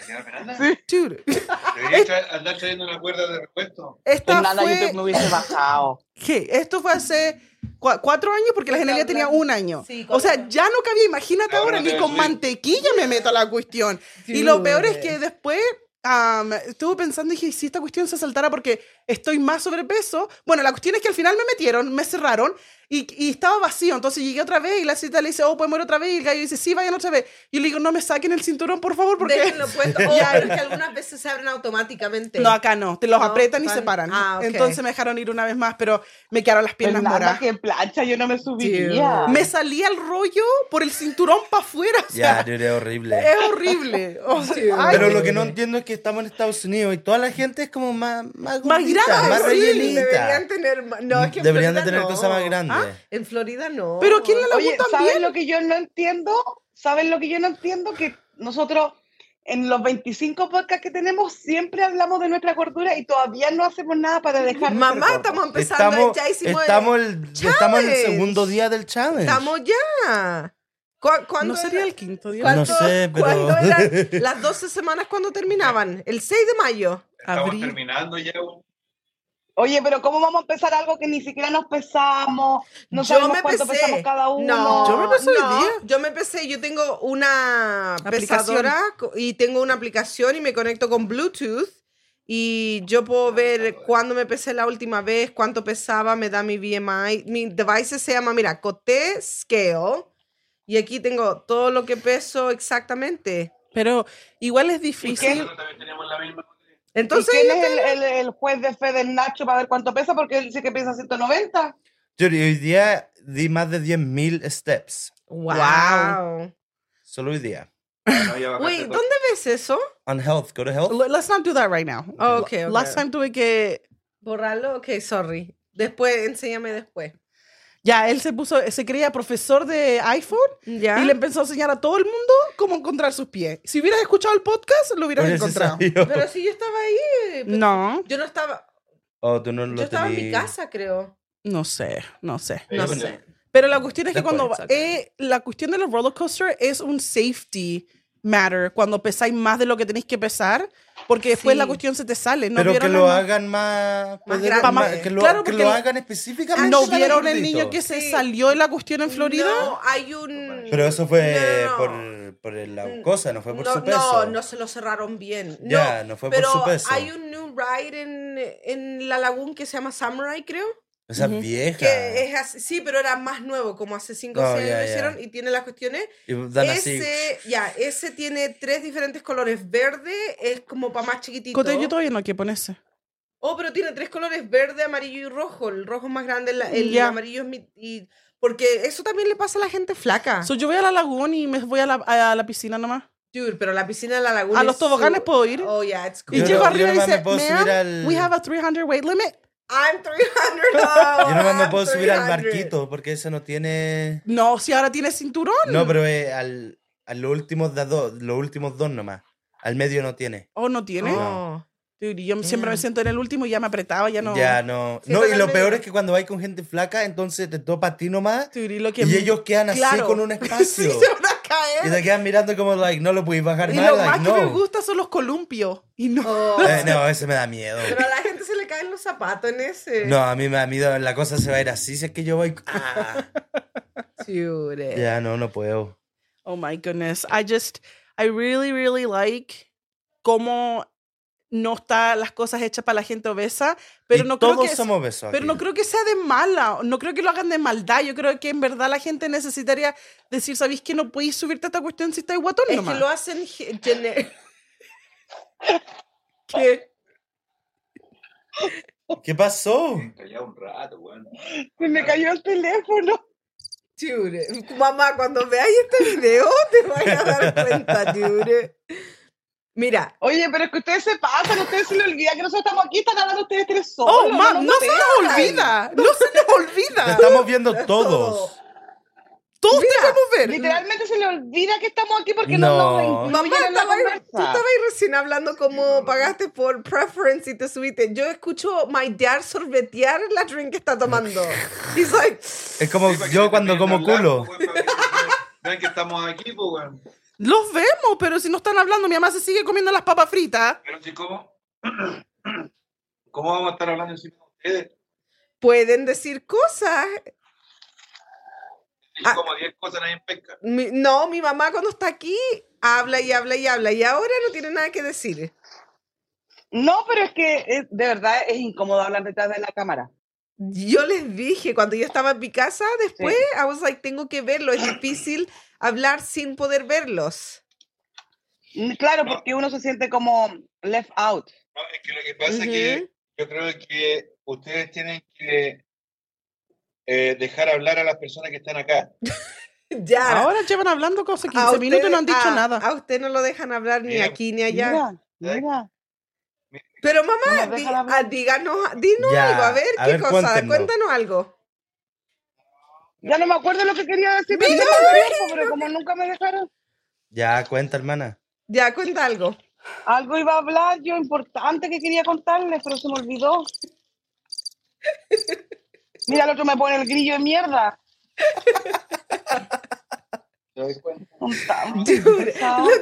el
hace.
cinturón.
Dude,
Deberías tra- andar trayendo una cuerda de repuesto.
esta
Fernanda, yo
fue.
te- me hubiese bajado.
¿qué? Esto fue hace cua- cuatro años porque la Genelia tenía un año.
Sí,
o sea,
correcto.
ya no cabía, imagínate ahora,
Ahora no
ni
te
con
ves.
mantequilla me meto a la cuestión. Y lo
Dude.
peor es que después am, estuve pensando y dije, "¿Y si esta cuestión se saltara porque estoy más sobrepeso. Bueno, la cuestión es que al final me metieron, me cerraron y, y estaba vacío. Entonces llegué otra vez y la cita le dice, oh, podemos ir otra vez. Y el gallo dice, sí, vayan otra vez. Y yo le digo, no me saquen el cinturón, por favor, porque...
déjenlo puesto. Oh, pero que algunas veces se abren automáticamente.
No, acá no, te los
No,
apretan y
van-
se paran.
Ah, ok.
Entonces me dejaron ir una vez más, pero me quedaron las piernas
Fernanda,
moradas.
que plancha, yo no me subiría.
Me salía el rollo por el cinturón para afuera. o
Ya,
sea,
dude, es horrible.
es horrible. O sea,
Dude.
ay,
Pero lo que no entiendo es que estamos en Estados Unidos y toda la gente es como más más,
Más
gordita,
grande,
más
sí,
rellenita.
Deberían tener, ma- no, es que en
Deberían de
Florida
tener
no. Ah,
cosas más grandes.
En Florida no.
pero ¿quién la
Oye,
laguna
¿saben
también?
lo que yo no entiendo? ¿Saben lo que yo no entiendo? Que nosotros en los 25 podcasts que tenemos siempre hablamos de nuestra gordura y todavía no hacemos nada para dejar de ser
Mamá,
gordos.
estamos empezando,
Estamos,
ya hicimos el-
estamos, el- estamos en el
challenge.
segundo día del challenge.
Estamos ya. ¿Cu- ¿Cuándo
No sería
era-
el quinto día.
cuánto-
No sé, pero-
cuándo eran las 12 semanas cuando terminaban? El 6 de mayo.
Estamos
Abril.
terminando ya. un-
Oye, pero ¿cómo vamos a empezar algo que ni siquiera nos pesamos? No
Yo
sabemos
me
cuánto
pesé.
pesamos cada uno.
No,
Yo me pesé hoy
no,
día.
Yo me pesé, yo tengo una
Aplicador.
pesadora co- y tengo una aplicación y me conecto con Bluetooth y yo puedo ver cuándo me pesé la última vez, cuánto pesaba, me da mi BMI. Mi device se llama, mira, Coté Scale y aquí tengo todo lo que peso exactamente.
Pero igual es difícil.
Nosotros también tenemos la misma.
Entonces,
¿Y
yo
quién es el,
tengo-
el- el juez de fe del Nacho para ver cuánto pesa? Porque él dice que pesa 190.
Yo hoy día di más de 10.000 steps.
wow.
Solo hoy día.
Bueno, ya bajaste
Wait,
todo.
¿dónde ves eso?
On health, go to health.
L- Let's not do that right now.
Oh, okay, okay.
Last time tuve que.
Borrarlo, ok, sorry. Después, enséñame después.
Ya, él se puso, se creía profesor de iPhone
¿Ya?
y le empezó a enseñar a todo el mundo cómo encontrar sus pies. Si hubieras escuchado el podcast, lo hubieras
Hubiese
encontrado.
sabido.
Pero si yo estaba ahí. eh,
No,
Yo no estaba.
Oh, tú no lo
Yo estaba en mi
tenías.
casa, creo.
no sé, no sé.
Sí,
No
bueno.
sé.
Pero la cuestión es que
Después,
cuando
exacto.
eh, la cuestión de los roller coaster es un safety matter cuando pesáis más de lo que tenéis que pesar, porque después
Sí.
la cuestión se te sale. ¿No
Pero que
vieron
lo
el-
hagan más... poder-
grande.
más- que lo,
Claro,
que
porque
lo
el-
hagan específicamente.
¿No
para
vieron el
gorditos.
niño que se
Sí.
salió de la cuestión en Florida?
No, hay un.
Pero eso fue
No, no, no.
por, por el- la cosa, no fue por
no,
su peso.
No, no se lo cerraron bien. No,
Ya, no fue por
pero
su peso.
Hay un new ride en, en la laguna que se llama Samurai, creo.
Esa
Ujú.
vieja.
Que es así, sí, pero era más nuevo, como hace 5 o
Oh,
6 años
ya,
lo
ya.
hicieron y tiene las cuestiones.
Y dan así.
ese, ya, ese tiene tres diferentes colores. Verde es como para más chiquitito.
Cote, yo todavía no quiero ponerse.
Oh, pero tiene tres colores, verde, amarillo y rojo. El rojo es más grande, el, el
Ya.
amarillo es mi... y- porque eso también le pasa a la gente
Ah.
flaca.
So, yo voy a la laguna y me voy a la, a la piscina nomás.
Dude, pero la piscina de la laguna...
A
es
los toboganes
su-
puedo ir.
Oh, yeah, it's cool.
Y
Yo no-
llego
yo
arriba y
nomás me
dice,
puedo subir
"Ma'am,
al-
we have a 300 weight limit.
I'm 300 now.
Yo nomás me
I'm
puedo subir al
300.
barquito porque ese no tiene.
No, si ahora tiene cinturón.
No, pero eh, al, a los últimos da- dos, los últimos dos nomás. Al medio no tiene.
Oh, no tiene.
Oh.
Dude, yo siempre me
Damn.
siento en el último y ya me apretaba, ya no.
Ya no.
Sí,
no,
pero
y
al
lo
medio
peor
no.
es que cuando vais con gente flaca, entonces te topa a ti nomás
Dude, y lo que
y ellos quedan así
Claro.
con un espacio.
Sí, se van a
y
caer.
te quedan mirando como, like, no lo podéis bajar
Y
más.
lo
like,
más
no.
que me gusta son los columpios. Y no.
Oh,
Eh, no, ese me da miedo.
Pero a la gente se le caen los zapatos en ese.
No, a mí me da miedo. La cosa se va a ir así si es que yo voy. Ah.
Dude.
ya no, no puedo.
Oh my goodness. I just, I really, really like cómo no están las cosas hechas para la gente obesa, pero
Y
no creo
todos
que
somos besos.
pero no creo que sea de mala, no creo que lo hagan de maldad, yo creo que en verdad la gente necesitaría decir, ¿sabéis que no podéis subirte a esta cuestión si estáis guatón
Es que
nomás?"
lo hacen... ge- gener-
¿Qué?
¿Qué pasó?
Callado un rato, bueno.
Se me cayó el teléfono.
Dude, mamá, cuando veas este video te vas a dar cuenta, dude. Mira,
Oye, pero es que ustedes se pasan, ustedes se les olvida que nosotros estamos aquí, están hablando ustedes tres solos.
Oh, ma, no,
nos
se
pegan.
nos olvida, no se nos
Te
olvida.
estamos viendo todos.
Todos te podemos ver.
Literalmente se les olvida que estamos aquí porque no,
No.
nos
Mamá,
incluyen en la
estaba ahí- tú
conversa.
estabas ahí recién hablando cómo pagaste por preference y te subiste. Yo escucho my dad sorbetear la drink que está tomando. He's like,
Es como
Sí, para que
yo
se
cuando
te
como
vean
culo.
blanco, weón, para que Vean que estamos aquí, pues, weón.
Los vemos, pero si no están hablando, mi mamá se sigue comiendo las papas fritas.
Pero si, ¿cómo? ¿Cómo vamos a estar hablando encima de ustedes?
pueden decir cosas.
Y
Ah.
como 10 cosas nadie pesca.
Mi- no, mi mamá cuando está aquí habla y habla y habla y ahora no tiene nada que decir.
No, pero es que es- de verdad es incómodo hablar detrás de la cámara.
Yo les dije cuando yo estaba en mi casa, después, I was like, tengo que verlo. Es difícil hablar sin poder verlos.
Mm, Claro,
No.
porque uno se siente como left out.
No, es que lo que pasa es que yo creo que ustedes tienen que eh, dejar hablar a las personas que están acá.
Ya.
Ahora llevan hablando cosas 15
a
minutos y no han dicho
a-
nada.
A usted no lo dejan hablar ni
Mira,
aquí ni allá.
Mira, mira.
Pero mamá,
No,
di-
déjala hablar.
ah, díganos, dinos
Ya,
algo, a ver
a
qué
ver,
cosa,
cuéntenos.
cuéntanos algo.
Ya no me acuerdo lo que quería decir,
Mira,
pero, pero como nunca me dejaron.
Ya, cuenta, hermana.
Ya, cuenta algo.
Algo iba a hablar yo importante que quería contarles, pero se me olvidó. Mira, el otro me pone el grillo de mierda.
¿Te das cuenta?
Dude, look,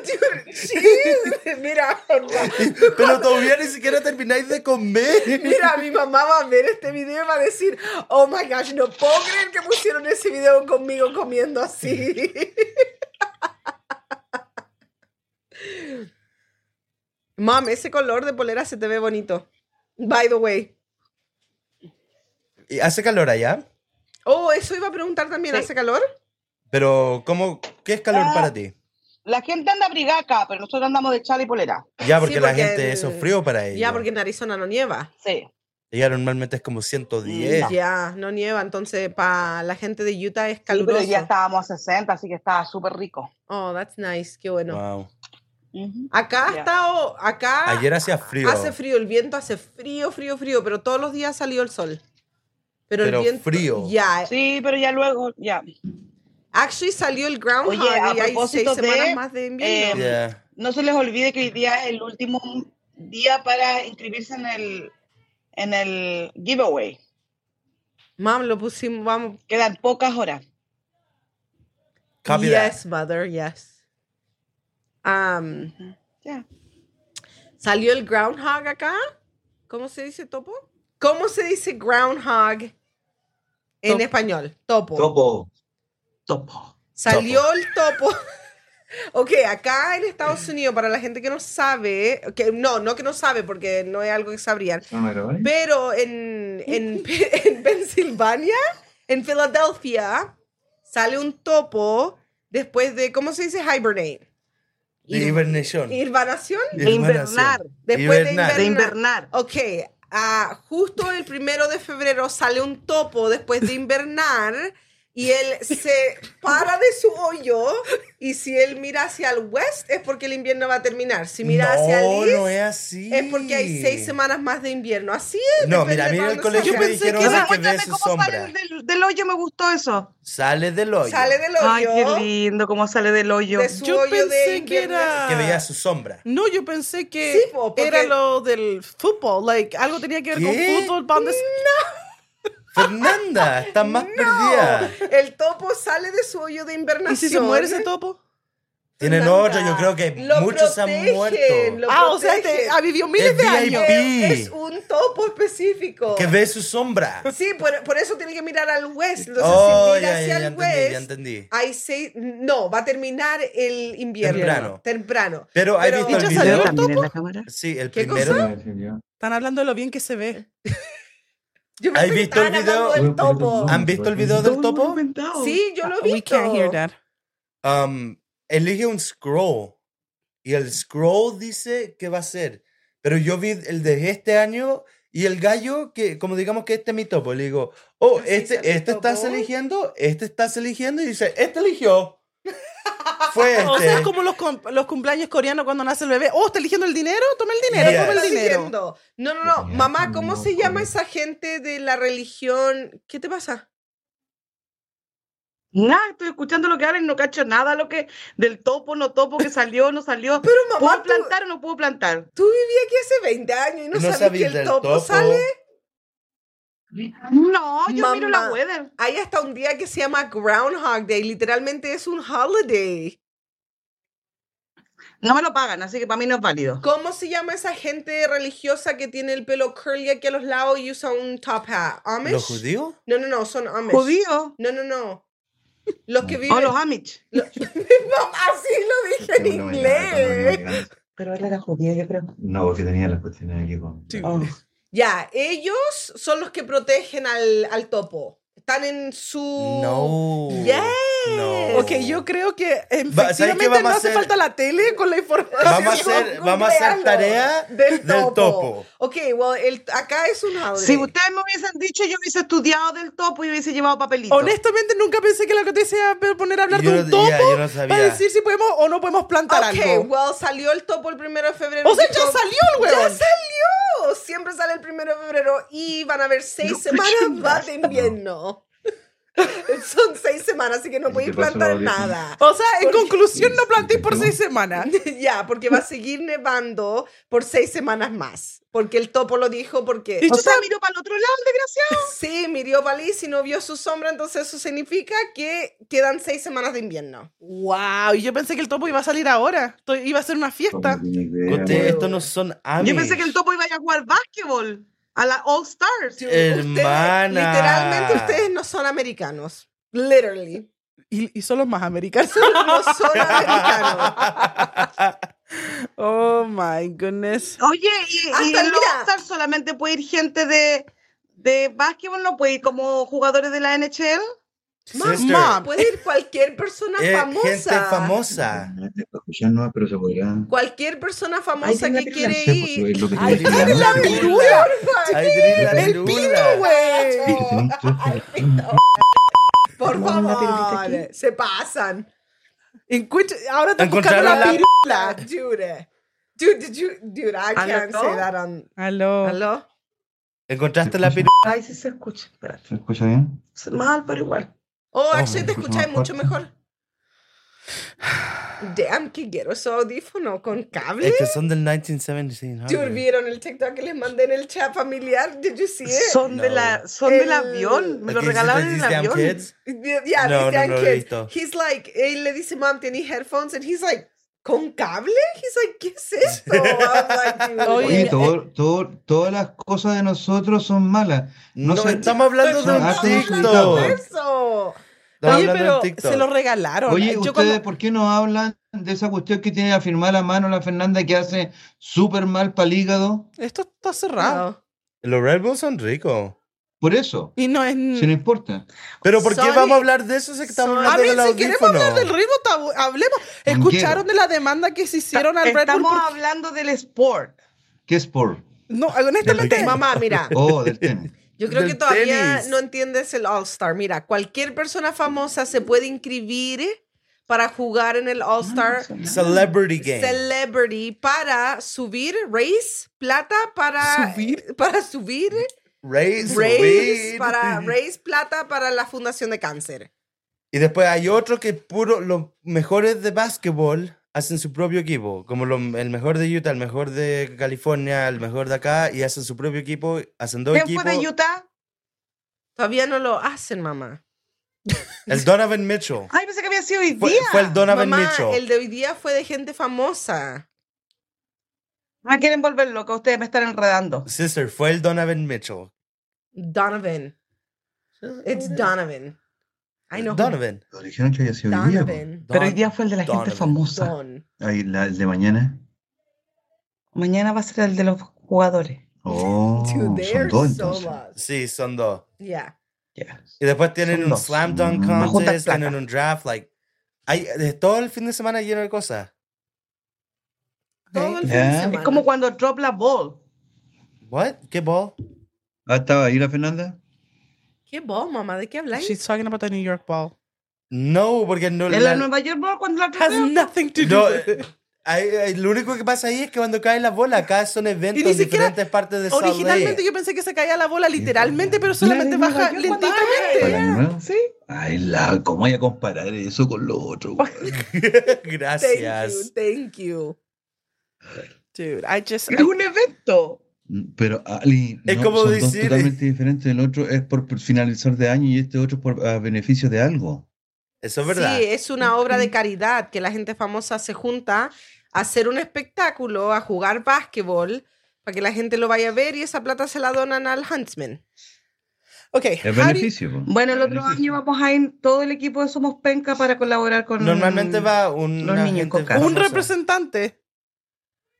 dude, jeez. mira,
Pero todavía ni siquiera termináis de comer.
mira, mi mamá va a ver este video y va a decir, oh my gosh, no puedo creer que pusieron ese video conmigo comiendo así. Mam, ese color de polera se te ve bonito. By the way.
Y hace calor allá,
Oh, eso iba a preguntar también,
Sí.
¿hace calor?
pero ¿cómo, ¿qué es calor
Ah.
para ti?
La gente anda abrigada acá, pero nosotros andamos de chal y polera.
Ya, porque, la
porque
gente, eso
el-
es frío para ellos.
Ya, porque en Arizona no nieva.
Sí.
Ella normalmente es como 110.
No.
Mm, Ya, no nieva, entonces para la gente de Utah es
Sí,
caluroso.
pero ya estábamos a 60, así que estaba súper rico.
Oh, that's nice, qué bueno.
Wow.
Ujú.
Acá ha
Ya.
estado, acá
Ayer hacía frío.
Ah, hace frío, el viento hace frío, frío, frío, pero todos los días salió el sol. Pero,
Pero
el viento,
frío.
Ya,
Sí, pero ya luego, ya.
actually salió el groundhog
Oye, a
y hay seis
propósito de,
semanas más de invierno.
eh,
Yeah.
No se les olvide que hoy día es el último día para inscribirse en el, en el giveaway.
Mam, lo pusimos, vamos.
Quedan pocas horas.
Copy that.
yes, mother, yes. Um,
Ya.
salió el groundhog acá. ¿Cómo se dice topo? ¿Cómo se dice groundhog en
Topo.
español? Topo.
Topo. Topo.
Salió el topo. Ok, acá en Estados Unidos, para la gente que no sabe, que no, no que no sabe, porque no es algo que sabrían, pero en, en, Pe- en Pensilvania, en Filadelfia, sale un topo después de, ¿cómo se dice? Hibernate.
De hibernación.
¿Hibernación?
De invernar.
Después
Hibernar.
de
De
invernar.
invernar.
Ok, ah, justo el primero de febrero sale un topo después de invernar y él se para de su hoyo y si él mira hacia el west es porque el invierno va a terminar. Si mira
no,
hacia el east
no es así.
es porque hay seis semanas más de invierno. Así es.
No,
depende
mira, a mí
de
en el
cuándo
colegio
salga.
me
Yo
dijeron
pensé
que ve su
cómo
sombra.
sale del, del hoyo, me gustó eso.
Sale del
que
hoyo.
sale del hoyo.
Ay, qué lindo cómo sale del hoyo.
de su
Yo
hoyo de
pensé que
invierno.
era-
Que veía su sombra.
No, yo pensé que
Sí, po, porque-
era lo del fútbol, like algo tenía que ver
¿Qué?
con fútbol, bandas.
Fernanda, está más perdida.
El topo sale de su hoyo de invernación.
¿Y si se muere ese topo?
Tienen
Fernanda,
otro, yo creo que
lo
muchos han
protegen,
muerto.
Lo
ah, o sea,
protege.
este, ha vivido miles
Es
de
VIP.
años.
Eh, Es un topo específico.
Que ve su sombra.
Sí, por, por eso tiene que mirar al West. Entonces,
Oh,
si mira
ya, ya,
hacia
ya
el
entendí, ya
West,
entendí.
hay seis. No, va a terminar el invierno.
Temprano.
Temprano.
Pero hay
Pero-
visto el
¿Y ya salió
video.
el topo?
en la cámara?
Sí, el
¿Qué
primero.
Están hablando de lo bien que se ve.
Yo
¿Has
pensé que
visto el
estaban hablando
video?
del topo.
¿Han visto el video del topo?
Sí, yo lo he
We
visto.
can't hear that.
Um, elige un scroll. Y el scroll dice que va a ser. Pero yo vi el de este año y el gallo, que como digamos que este es mi topo, le digo, oh,
Así
este,
sale el
este estás
topo.
eligiendo, este estás eligiendo, y dice, este eligió. Fue este.
O sea, es como los, cum- los cumpleaños coreanos cuando nace el bebé. Oh, ¿está eligiendo el dinero? Toma el dinero,
Yes.
¿Cómo
toma
lo
el dinero.
diciendo? No, no, no. Mamá, ¿cómo se llama esa gente de la religión? ¿Qué te pasa?
Nada, estoy escuchando lo que hablan y no cacho nada lo que del topo, no topo, que salió, no salió.
Pero mamá,
¿Puedo
tú,
plantar o no puedo plantar?
tú vivías aquí hace 20 años y no,
No
sabes
sabía
que el
del
topo,
topo.
sale.
No, Oh, yo miro
Mamá.
la weather.
Hay hasta un día que se llama Groundhog Day. Literalmente es un holiday.
No me lo pagan, así que para mí no es válido.
¿Cómo se llama esa gente religiosa que tiene el pelo curly aquí a los lados y usa un top hat? ¿Amish?
¿Los judíos?
No, no, no, son Amish.
¿Judío?
No, no, no. Los
Oh,
que
O
viven.
los Amish.
Mamá, sí lo dije en inglés.
Pero él era judío, yo creo. Oh.
No, porque tenía las cuestiones aquí con.
Ya, ellos son los que protegen al, al topo. Están en su.
No.
Yes.
No.
Ok, yo creo que
Va- ¿sabes qué
efectivamente no
vamos a
hace
hacer?
falta la tele con la información.
Vamos a hacer, vamos a hacer tarea
Del
del
topo.
topo.
Ok, well, el, acá es un holiday.
Si ustedes me hubiesen dicho, yo hubiese estudiado del topo y hubiese llevado papelitos.
Honestamente, nunca pensé que la que se iba a poner a hablar
Yo
de
no-
un topo
ya, yo no
para
sabía.
decir si podemos o no podemos plantar
Ok,
algo.
well, salió el topo el primero de febrero.
O sea, ya
Dijo,
salió el
¡Ya
weón.
salió! Siempre sale el primero de febrero y van a haber seis semanas más de invierno. Son seis semanas, así que no
¿Y
podéis
qué pasó,
plantar
Gabriel?
nada.
O sea, en
Porque-
conclusión, no plantéis por
¿No?
seis semanas.
Ya, porque va a seguir nevando por seis semanas más. Porque el topo lo dijo, porque
Y
O
yo
sea, miro para el otro lado, el desgraciado.
sí, miró Baliz y no vio su sombra, entonces eso significa que quedan seis semanas de invierno.
Wow, y yo pensé que el topo iba a salir ahora. To- Iba a ser una fiesta.
Usted,
bueno.
estos no son amigos.
Yo pensé que el topo iba a ir a jugar básquetbol a la All Stars.
Hermana.
Ustedes- literalmente ustedes no son americanos. Literally.
Y, y son los más americanos.
No son americanos.
Oh my goodness.
Oye, y,
Hasta
y en los
mira.
All Stars solamente puede ir gente de, de básquetbol, no puede ir como jugadores de la NHL.
Sister,
Mom.
Puede ir cualquier persona
eh,
famosa.
gente
Ah.
famosa.
Escucharnos, pero se podrá.
Cualquier persona famosa
tiene
que
la
quiere
Sí, pues,
ir.
es lo que
Ahí
tengo que
tiene
hacer.
la
Sí,
virtud. Ahí tenés la pirula.
que tengo que hacer. eh,
Por
Vamos a una
favor, se pasan.
Encuentra- ahora están buscando
Encontraron
la
la-
pirula.
La dude. Dude, did you- dude, I
¿Aló?
can't say that on.
Aló.
¿Aló?
¿Encontraste la pirula?
Ay, sí se escucha. espera.
¿Se escucha bien?
Mal, pero igual.
Oh,
Oh,
actually te
me escucho
escucháis
más
mucho
fuerte.
mejor. Damn, que quiero esos audífonos con cable.
Es que son del 1917.
Dude,
Harvey.
¿vieron el TikTok que les mandé en el chat familiar? Did you see it?
Son, de
No.
la, son
El-
del avión. Me lo
Aquí
regalaron en
existen
el
these damn
avión.
kids.
Yeah, yeah,
No,
these
no
young
lo he
kids.
visto.
He's like, él le dice, mom, ¿tienes headphones? And he's like, ¿con cable? He's like, ¿qué es esto? I was like, dude.
Oye,
Oye,
eh,
todo, todo, todas las cosas de nosotros son malas.
No,
No sé-
estamos hablando de
Son
un
actos
TikTok.
de
injustificados.
eso.
Estamos
Oye,
hablando de
pero
un TikTok.
se lo regalaron.
Oye,
Yo
¿ustedes
cuando-
por qué no hablan de esa cuestión que tiene afirmada la mano la Fernanda que hace súper mal para el hígado?
Esto está cerrado.
Los Red Bulls son ricos.
Por eso,
Y no es.
si no importa.
Pero ¿por qué
Sorry.
vamos a hablar de eso si estamos
Sorry.
A
hablando
ver,
de los
si queremos hablar del
audífonos?
ritmo, tabu- hablemos.
quiero.
¿Escucharon de la demanda que se hicieron al Red Bull?
Estamos
por-
hablando del sport.
¿Qué es por?
No, honestamente,
Mamá, mira,
Oh, del tenis.
yo creo
Del
que todavía
tenis.
no entiendes el All-Star. Mira, cualquier persona famosa se puede inscribir para jugar en el
Ah,
All-Star
Celebrity Game.
Celebrity para subir, race, plata para
Subir.
para subir,
Raise,
raise,
weed.
para raise plata para la Fundación de Cáncer.
Y después hay otro que puro, los mejores de básquetbol hacen su propio equipo. Como lo- el mejor de Utah, el mejor de California, el mejor de acá, y hacen su propio equipo, hacen dos
¿Quién fue
equipos.
de Utah?
Todavía no lo hacen, mamá.
El Donovan Mitchell.
Ay, pensé que había sido hoy día.
Fue, fue el Donovan
Mamá,
Mitchell.
el de hoy día fue de gente famosa.
Me Ah, quieren volver loca. Ustedes me están enredando.
Sister, fue el Donovan Mitchell.
Donovan. It's Donovan. I know who
Donovan.
Lo dijeron que había sido hoy día, po.
Donovan.
Pero hoy
Don-
día fue el de la
Donovan.
gente famosa.
Don.
Ahí, la, el de mañana.
Mañana va a ser el de los jugadores.
Oh,
Dude,
son
they're
dos
so
entonces.
lost.
Sí, son dos.
Yeah.
Ya.
Y después tienen
Son
un
dos.
slam dunk
Mm, va a
juntar
contest,
plata.
tienen un draft, like hay de todo el fin de semana lleno de cosas.
Todo el fin de
Yeah.
semana.
Es como cuando drop la ball.
What? ¿Qué ball?
Ah, estaba ahí la Fernanda.
¿Qué vos, mamá? ¿De qué habláis?
she's talking about the New York ball.
No, porque no
En
la-
la Nueva York Ball cuando la
Has
trajeron.
nothing to do
No,
with it.
hay- hay- lo único que pasa ahí es que cuando caen las bolas, acá son eventos en
siquiera-
diferentes partes de Salt Lake.
Originalmente yo pensé que se caía la bola literalmente, pero solamente
Nueva
baja
York cuando
lentamente.
¿Para nuevo?
Sí.
Ay, la, ¿cómo voy a comparar eso con lo otro? weón?
Thank
Gracias.
you, thank you.
Dude, I just.
Es un evento.
Mm, Pero Ali,
Es
no,
como
son dos
decir-
totalmente diferentes. El otro es por por finalizar de año y este otro es por ah, beneficio de algo.
Eso es verdad. Mm,
Sí, es una obra de caridad que la gente famosa se junta a hacer un espectáculo, a jugar básquetbol, para que la gente lo vaya a ver y esa plata se la donan al Huntsman.
Okay,
Es
how do you-
beneficio. po.
Bueno, el otro
Beneficio.
año vamos a ir todo el equipo de Somos Penca para colaborar con.
Normalmente va un
Los niños coca.
un representante.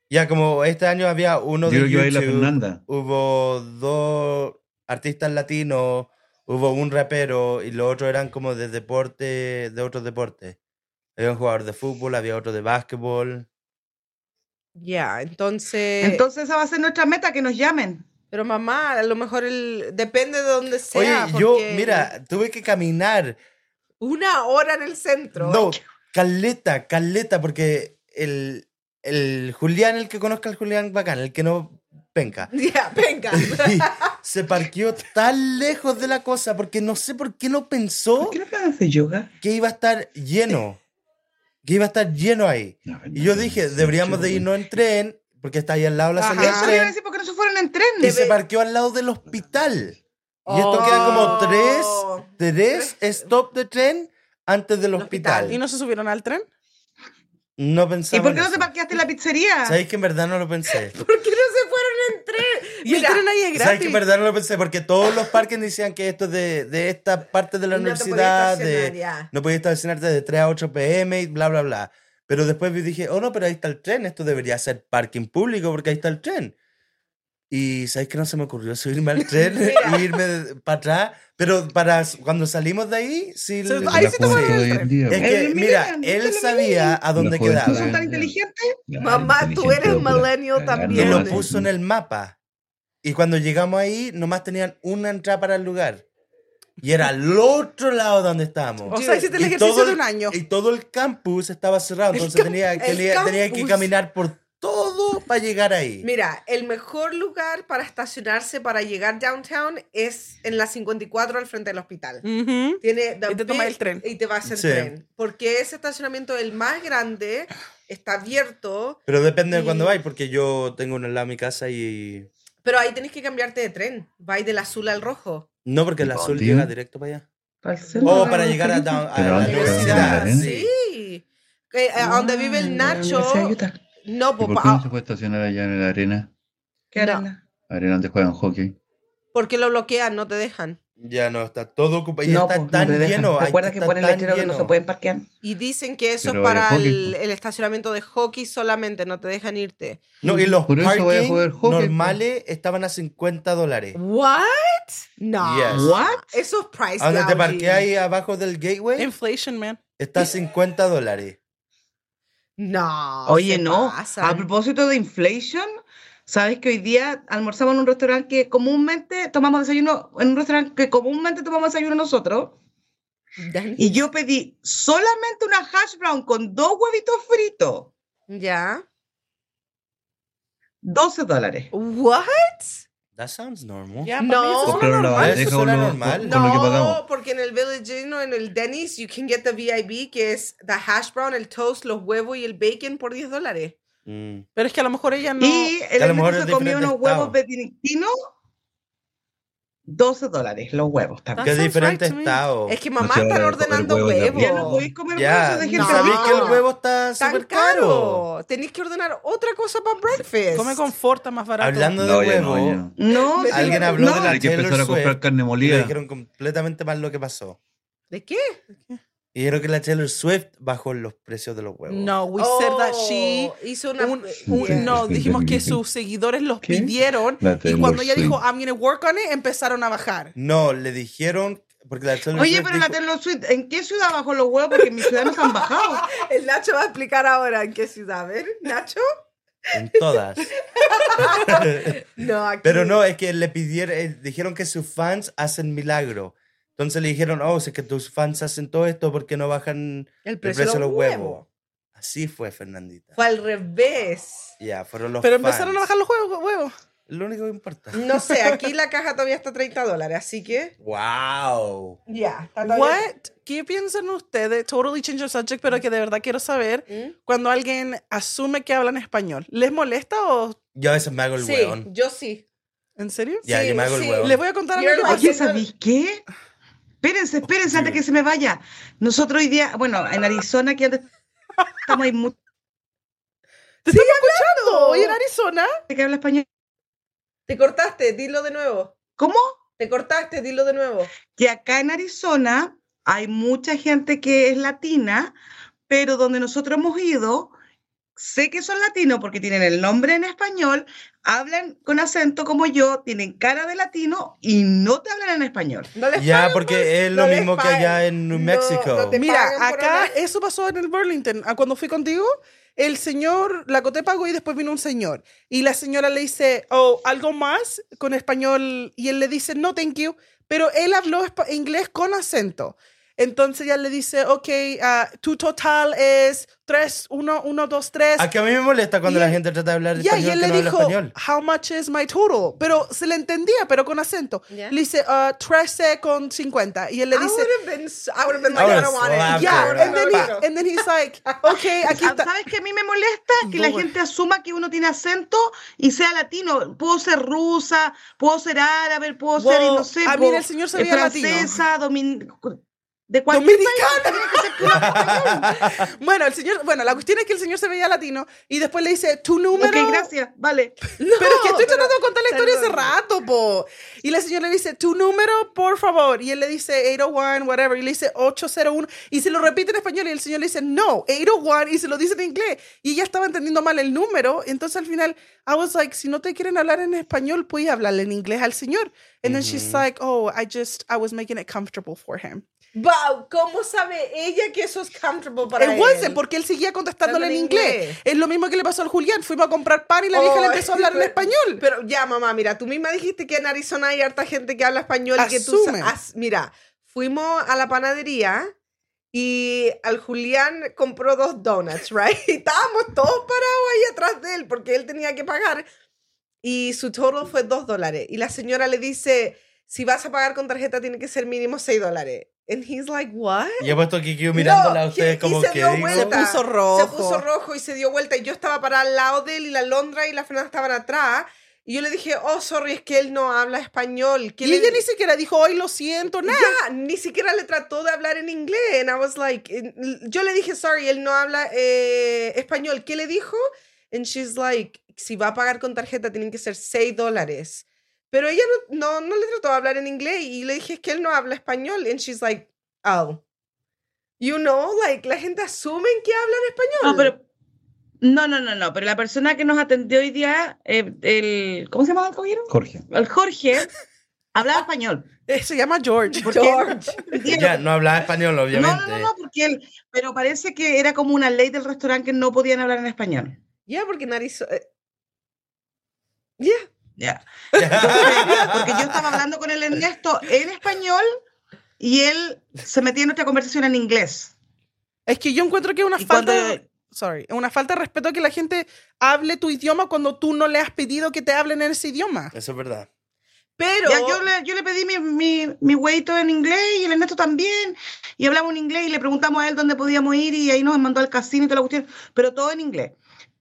Ya como este año había uno
Yo creo
de
que va a ir la
YouTube,
Fernanda.
hubo dos artistas latinos, hubo un rapero y los otros eran como de deporte, de otros deportes. Había un jugador de fútbol, había otro de básquetbol.
Ya, entonces,
Entonces, esa va a ser nuestra meta, que nos llamen.
Pero mamá, a lo mejor el, depende de dónde sea.
Oye, yo,
porque
mira, tuve que caminar.
Una hora en el centro.
No, caleta, caleta, porque el, el Julián, el que conozca al Julián bacán, el que no penca.
Ya, venga.
se parqueó tan lejos de la cosa porque no sé por qué no pensó
¿Por qué no pueden hacer yoga?
que iba a estar lleno. Que iba a estar lleno ahí.
No, no,
Y yo
no,
dije,
no,
deberíamos
no,
de irnos en tren porque está ahí al lado la
Ajá.
salida
Eso
del
le iba a
tren.
decir porque no se fueron en
Y
tren.
se parqueó al lado del hospital. Y esto queda
Oh.
como tres, tres stop de tren antes del
El hospital.
hospital.
¿Y no se subieron al tren?
No
¿Y
pensaba.
por qué
en
no te
eso.
parqueaste en la pizzería?
¿Sabéis que en verdad no lo pensé?
¿Por qué no se fueron en tren?
Y
Mira,
el tren ahí es
¿Sabes que en
gratis.
verdad no lo pensé? Porque todos los parques decían que esto es de, de esta parte de la
no te podías
universidad,
estacionar,
de,
ya.
no podías estacionarte de 3 a 8 pm y bla, bla, bla. Pero después vi- dije, oh no, pero ahí está el tren, esto debería ser parking público porque ahí está el tren. Y ¿sabes que no se me ocurrió subirme al tren
Mira.
e irme para atrás? Pero para s- cuando salimos de ahí, sí.
Se-
le-
ahí
La
sí tomaron
juventud hoy
el
en
tren.
día,
Es
güey.
que,
El
mira,
millennial,
él
el
sabía a dónde
La juventud
quedaba.
hoy en
¿Eh? ¿Son tan
día.
inteligentes?
Claro,
Mamá, tú
inteligente,
eres
pura
millennial
cagada,
y
también.
lo
nomás.
puso en el mapa. Y cuando llegamos ahí, nomás tenían una entrada para el lugar. Y era al otro lado donde estábamos.
O sea, hiciste el
Y
ejercicio
todo
de
el-
un
Oh.
año.
Y todo el campus estaba cerrado,
El
entonces
camp-
tenía,
el
tenía, tenía que
campus.
caminar por todo para llegar ahí.
Mira, el mejor lugar para estacionarse para llegar downtown es en la 54 al frente del hospital.
Ujú.
Tiene the
Mm. Y te tomas
big-
el tren.
Y te vas en
Sí.
tren. Porque ese estacionamiento, el más grande, está abierto,
Pero depende de cuándo
Y-
vais, porque yo tengo uno al lado de mi casa y...
pero ahí tenés que cambiarte de tren. Vais del azul al rojo.
No, porque el
¿Y
azul
dónde?
llega directo para allá.
Para el centro
O
de
para
la
llegar a,
República.
down- a
Pero
la
antes de
universidad.
llegar, ¿eh?
sí.
Sí. Que, eh, a donde vive
Ah,
el
la Universidad de
Nacho.
Utah.
No,
¿Y por
po-
qué no
ah,
se puede estacionar allá en la arena?
¿Qué
No.
arena?
Arena donde juegan hockey.
porque lo bloquean, no te dejan.
Ya no, está todo ocupado. Y
No,
está
pues, no
tan
te dejan.
lleno. ahí
Recuerda que
está
ponen
tan
letrero que no se
lleno.
pueden parquear.
Y dicen que eso
Pero
es
vaya
para
hockey,
el,
po.
el estacionamiento de hockey solamente, no te dejan irte.
No, y los
Por eso voy a
parking
jugar hockey, po.
normales estaban a 50 dólares.
¿What? No.
Yes.
¿What? Eso es Ah, price
A donde te
gouging.
parqué ahí abajo del gateway,
Inflation, man.
está a 50 dólares.
No.
Oye,
se
no. Ah,
pasan.
A propósito de inflation, sabes que hoy día almorzamos en un restaurante que comúnmente tomamos desayuno, en un restaurante que comúnmente tomamos desayuno nosotros.
Dan-
Y yo pedí solamente una hash brown con dos huevitos fritos.
Ya.
12 dólares.
¿What?
That sounds normal.
Ya,
No.
Oh,
para mí eso suena
Compraron la
normal.
bandeja
Eso
con
suena
lo,
normal.
con- con lo que pagamos.
No, porque en el Village Inn o en el Denny's you can get the VIB, que es the hash brown, el toast, los huevos y el bacon por 10 dólares.
Mm.
Pero es que a lo mejor ella no.
Y el
a lo mejor
Ernesto
es
se comió
diferente
unos huevos
estado.
benedictinos. 12 dólares los huevos también.
Qué
sounds
diferente
right to me.
estado.
Es que mamá
se vale
están
comer
ordenando
huevo en la
huevos.
vida.
Ya no podéis comer
Ya,
huevos de
¿y
gente
No.
sabéis que el
rica.
huevo
Tan
está súper caro?
caro. Tenéis que ordenar otra cosa para breakfast.
Come con forta más barato.
Hablando de
No, ya no,
huevo,
ya no.
No,
Me
sí,
alguien
no.
habló de la
Hay que
Taylor
empezar a comprar
Swift
carne
y le
molida.
dijeron completamente mal lo que pasó.
¿De qué?
Y dijeron que la Taylor Swift bajó los precios de los huevos.
No, we said that she.
Oh, hizo una.
un-
eh,
un-
yeah.
no, dijimos que sus seguidores los
¿Qué?
pidieron
La
y
Taylor
cuando ella dijo ah,
Swift.
I'm gonna work on it, empezaron a bajar.
No, le dijeron, porque la Taylor
Oye,
Swift
pero la
dijo-
Taylor Swift, ¿en qué ciudad bajó los huevos? Porque en mi ciudad nos han bajado.
El Nacho va a explicar ahora en qué ciudad. A ver, Nacho.
en todas.
No, aquí.
Pero no, es que le pidieron, eh, dijeron que sus fans hacen milagro. Entonces le dijeron, oh, si es que tus fans hacen todo esto, ¿por qué no bajan
El
el precio de los huevos? Así fue, Fernandita.
Fue al revés.
Ya, fueron los
Pero empezaron
fans.
a bajar los huevos. huevos.
Lo único que importa.
No sé, aquí la caja todavía está 30 dólares, así que.
¡Wow!
Ya, está todavía-
What? ¿Qué piensan ustedes? Totally change the subject, pero que de verdad quiero saber
¿Mm?
cuando alguien asume que hablan español, ¿les molesta o
Yo a veces me hago el
Sí,
hueón.
yo sí.
en serio?
Ya,
sí,
yo me hago
sí.
el hueón.
Les voy a contar algo
You're
que
like-
pasó.
Oye, ¿sabéis qué? Espérense, espérense antes que se me vaya. Nosotros hoy día, bueno, en Arizona, que antes estamos ahí mucho
¿Te están escuchando? Oye, en Arizona.
que habla español.
Te cortaste, dilo de nuevo.
¿Cómo?
Te cortaste, dilo de nuevo.
Que acá en Arizona hay mucha gente que es latina, pero donde nosotros hemos ido, sé que son latinos porque tienen el nombre en español, hablan con acento como yo, tienen cara de latino y no te hablan en español.
No les
Ya,
pagan por-
porque es lo
no les
mismo que
pagan.
allá en New
No,
Mexico.
no te-
Mira,
pagan por
acá
hablar.
eso pasó en el Burlington. Ah, Cuando fui contigo, el señor, la coté pagó y después vino un señor. Y la señora le dice, oh, algo más con español. Y él le dice, no, thank you. Pero él habló espa- inglés con acento. Entonces ya le dice, ok, ah, tu total es 3, 1, 1, 2, 3.
A Ah, que a mí me molesta cuando
Y
la
él-
gente trata de hablar
Ya,
español
y él
que
le
no habla
dijo,
español.
how much is my total? Pero se le entendía, pero con acento.
Ya.
Le dice, ah, 13 con 50. Y él le
I
dice,
would've been so- I would've been
I
like, I
would've
don't want it.
slapped
I
yeah.
her.
would've
And then, he-
been like,
and then he's like, ok, aquí
Ah,
está.
¿Sabes que a mí me molesta? Que la
Boomer.
gente asuma que uno tiene acento y sea latino. Puedo ser rusa, puedo ser árabe, puedo ser,
Wow,
no sé,
a mí
po,
el señor se
eh,
veía latino.
francesa, domin- de cualquier país,
Dominicana.
tiene que ser pura español.
Bueno, el señor, bueno, la cuestión es que el señor se veía latino y después le dice, tu número.
Ok, gracias, vale.
Pero es que estoy tratando de contar la historia hace
perdón.
rato, po. Y la señora le dice, tu número, por favor. Y él le dice 801, whatever. Y le dice 801. Y se lo repite en español. Y el señor le dice, no, 801. Y se lo dice en inglés. Y ella estaba entendiendo mal el número. Entonces al final, I was like, si no te quieren hablar en español, puedes hablarle en inglés al señor. And then she's like, oh, I just, I was making it comfortable for him.
Wow, ¿cómo sabe ella que eso es comfortable para
el
él?
Wansen, porque él seguía contestándole en
Dándole
inglés.
inglés.
Es lo mismo que le pasó al Julián. Fuimos a comprar pan y la vieja
Oh,
le empezó a hablar en
pero-
español.
Pero ya, mamá, mira, tú misma dijiste que en Arizona hay harta gente que habla español y que tú...
Asume.
sa- as- mira, fuimos a la panadería y al Julián compró dos donuts, right? Y estábamos todos parados ahí atrás de él porque él tenía que pagar y su total fue dos dólares. Y la señora le dice, si vas a pagar con tarjeta tiene que ser mínimo seis dólares. And he's like, what?
Y he puesto aquí yo mirándola a
No,
ustedes
que-
como
y se
que
dio
digo,
vuelta.
Se puso rojo.
Se puso rojo y se dio vuelta. Y yo estaba parada al lado de él y la Londra y la Fernanda estaban atrás. Y yo le dije, oh, sorry, es que él no habla español.
Y
que le-
ella ni siquiera dijo, hoy lo siento, nada.
Ya, ni siquiera le trató de hablar en inglés. And I was like, eh, yo le dije, sorry, él no habla eh, español. ¿Qué le dijo? And she's like, si va a pagar con tarjeta tienen que ser 6 dólares. Pero ella no, no, no le trató de hablar en inglés y le dije, es que él no habla español. And she's like, oh. You know, like, la gente asume que hablan español.
No, pero, no, no, no, no, pero la persona que nos atendió hoy día, eh, el, ¿cómo se llama el caballero?
Jorge.
El Jorge, hablaba español.
Eh, Se llama George.
porque-
Ya, no hablaba español,
No,
obviamente.
no, no, no, porque él, pero parece que era como una ley del restaurante que no podían hablar en español.
Yeah, porque en Arizo- eh, Yeah.
Ya. Porque yo estaba hablando con el Ernesto en español y él se metía en nuestra conversación en inglés.
Es que yo encuentro que es una
Y
falta
cuando-
de... Sorry, es una falta de respeto que la gente hable tu idioma cuando tú no le has pedido que te hablen en ese idioma.
Eso es verdad.
Pero,
Ya, yo, le, yo le pedí mi, mi, mi huevito en inglés y el Ernesto también, y hablamos en inglés y le preguntamos a él dónde podíamos ir y ahí nos mandó al casino y toda la cuestión, pero todo en inglés.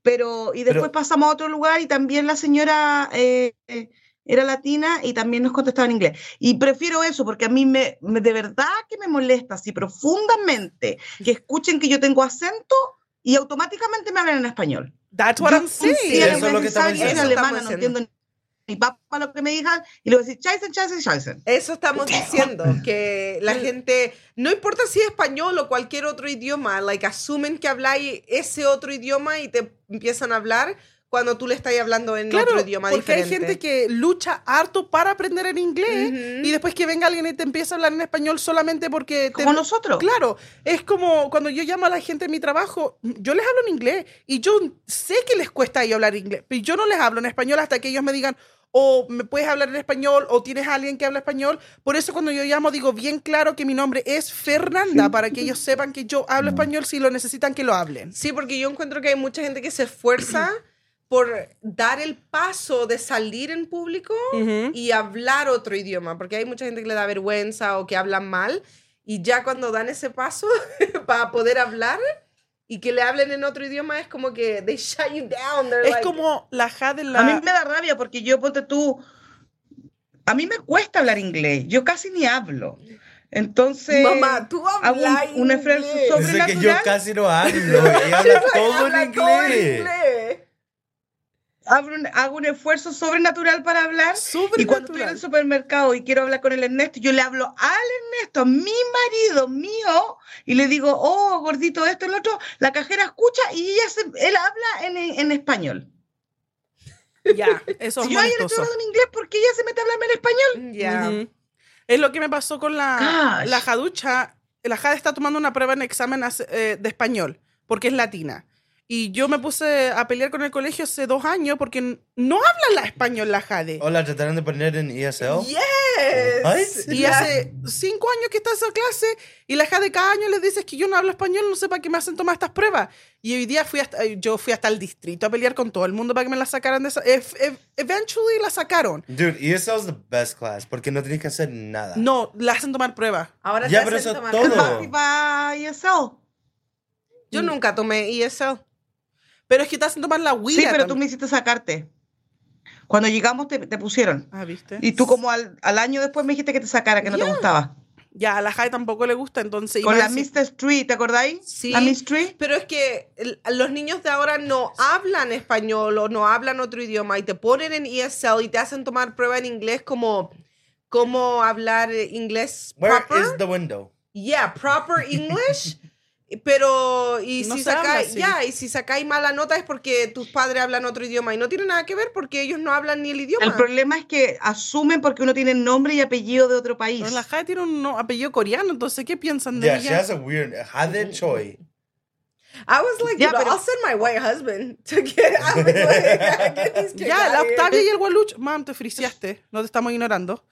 Pero, y después
Pero-
pasamos a otro lugar y también la señora eh, eh, era latina y también nos contestaba en inglés. Y prefiero eso porque a mí me, me- de verdad que me molesta así profundamente que escuchen que yo tengo acento y automáticamente me hablan en español.
That's what
Yo
I'm
sí,
saying.
a
eso
los
es lo que
franceses
estamos
saben, yo soy
diciendo.
alemana,
Estamos
no entiendo ni papá lo que me digan, y le voy a decir, Chaisen, Chaisen, Chaisen.
Eso estamos diciendo, que
Mm.
la gente, no importa si es español o cualquier otro idioma, like, asumen que habláis ese otro idioma y te empiezan a hablar cuando tú le estás hablando en
Claro,
otro idioma
porque hay
diferente.
gente que lucha harto para aprender en inglés
Ujú.
y después que venga alguien y te empieza a hablar en español solamente porque... te-
Como nosotros.
Claro, es como cuando yo llamo a la gente en mi trabajo, yo les hablo en inglés y yo sé que les cuesta a ellos hablar inglés, pero yo no les hablo en español hasta que ellos me digan, o me puedes hablar en español, o tienes a alguien que habla español. Por eso cuando yo llamo digo bien claro que mi nombre es Fernanda, para que ellos sepan que yo
Mm.
hablo español si lo necesitan que lo hablen.
Sí, porque yo encuentro que hay mucha gente que se esfuerza por dar el paso de salir en público y hablar otro idioma, porque hay mucha gente que le da vergüenza o que hablan mal, y ya cuando dan ese paso para poder hablar y que le hablen en otro idioma es como que they shut you down. they're
Es
like-
como la ja de la...
A mí me da rabia porque yo, ponte tú, a mí me cuesta hablar inglés, yo casi ni hablo. Entonces,
Mamá, tú
hago un-
hablas
un esfuerzo
inglés.
sobre-
Dice que yo
Sobrenatural.
casi no hablo. Y habla todo en
Habla todo en
inglés.
inglés.
abro un- hago un esfuerzo sobrenatural para hablar. Y cuando estoy en el supermercado y quiero hablar con el Ernesto, yo le hablo al Ernesto, mi marido mío, y le digo, oh, gordito, esto, el otro. La cajera escucha y ella se- él habla en, en español.
Ya, eso es
Si yo a ella le estoy
molestoso.
hablando en inglés, ¿por qué ella se mete a hablarme en español?
Ya.
Ujú. Es lo que me pasó con la,
Gosh.
la Jaducha. La Jade está tomando una prueba en examen hace- eh, de español, porque es latina. Y yo me puse a pelear con el colegio hace dos años porque n- no habla la español la Jade.
¿O la trataron de poner en ESL?
pues.
Ay,
Yes.
Y
Ya.
hace cinco años que está esa clase y la Jade cada año les dice "Es que yo no hablo español, no sé para qué me hacen tomar estas pruebas. Y hoy día fui hasta, yo fui hasta el distrito a pelear con todo el mundo para que me la sacaran de esa... ev- ev- Eventually la sacaron.
Dude, E ESL es the best class porque no tenés que hacer nada.
No, la hacen tomar pruebas.
Ahora
Ya,
se
pero
hacen
eso es
tomar-
todo.
Basti va ESL.
Yo nunca tomé ESL. Pero es que te hacen tomar la Ouija.
Sí, pero tú
también.
me hiciste sacarte. Cuando llegamos te, te pusieron.
Ah, ¿viste?
Y tú como al, al año después me dijiste que te sacara, que no te gustaba.
Ya, a la Jade tampoco le gusta, entonces... y
Con
más
la
enci-
Mr. Street, ¿te acordáis?
Sí.
La Miss Street.
Pero es que el- los niños de ahora no hablan español o no hablan otro idioma y te ponen en ESL y te hacen tomar prueba en inglés como cómo hablar inglés
Where
proper.
is the window?
Yeah, proper English. Pero, y
No
si
se habla
sacáis,
así.
ya, y si sacáis mala nota es porque tus padres hablan otro idioma y no tiene nada que ver porque ellos no hablan ni el idioma.
El problema es que asumen porque uno tiene nombre y apellido de otro país.
Pero la Jade tiene un no- apellido coreano, entonces ¿qué piensan de
Yeah, she
ella?
has a weird. Hade Choi.
I was like,
Ya,
"Dude,
pero-
I'll send my white husband to get, I was like, get these kids
Ya,
out
la
of here.
Octavia y el Gualucho. Mam, te friciaste. No te estamos ignorando.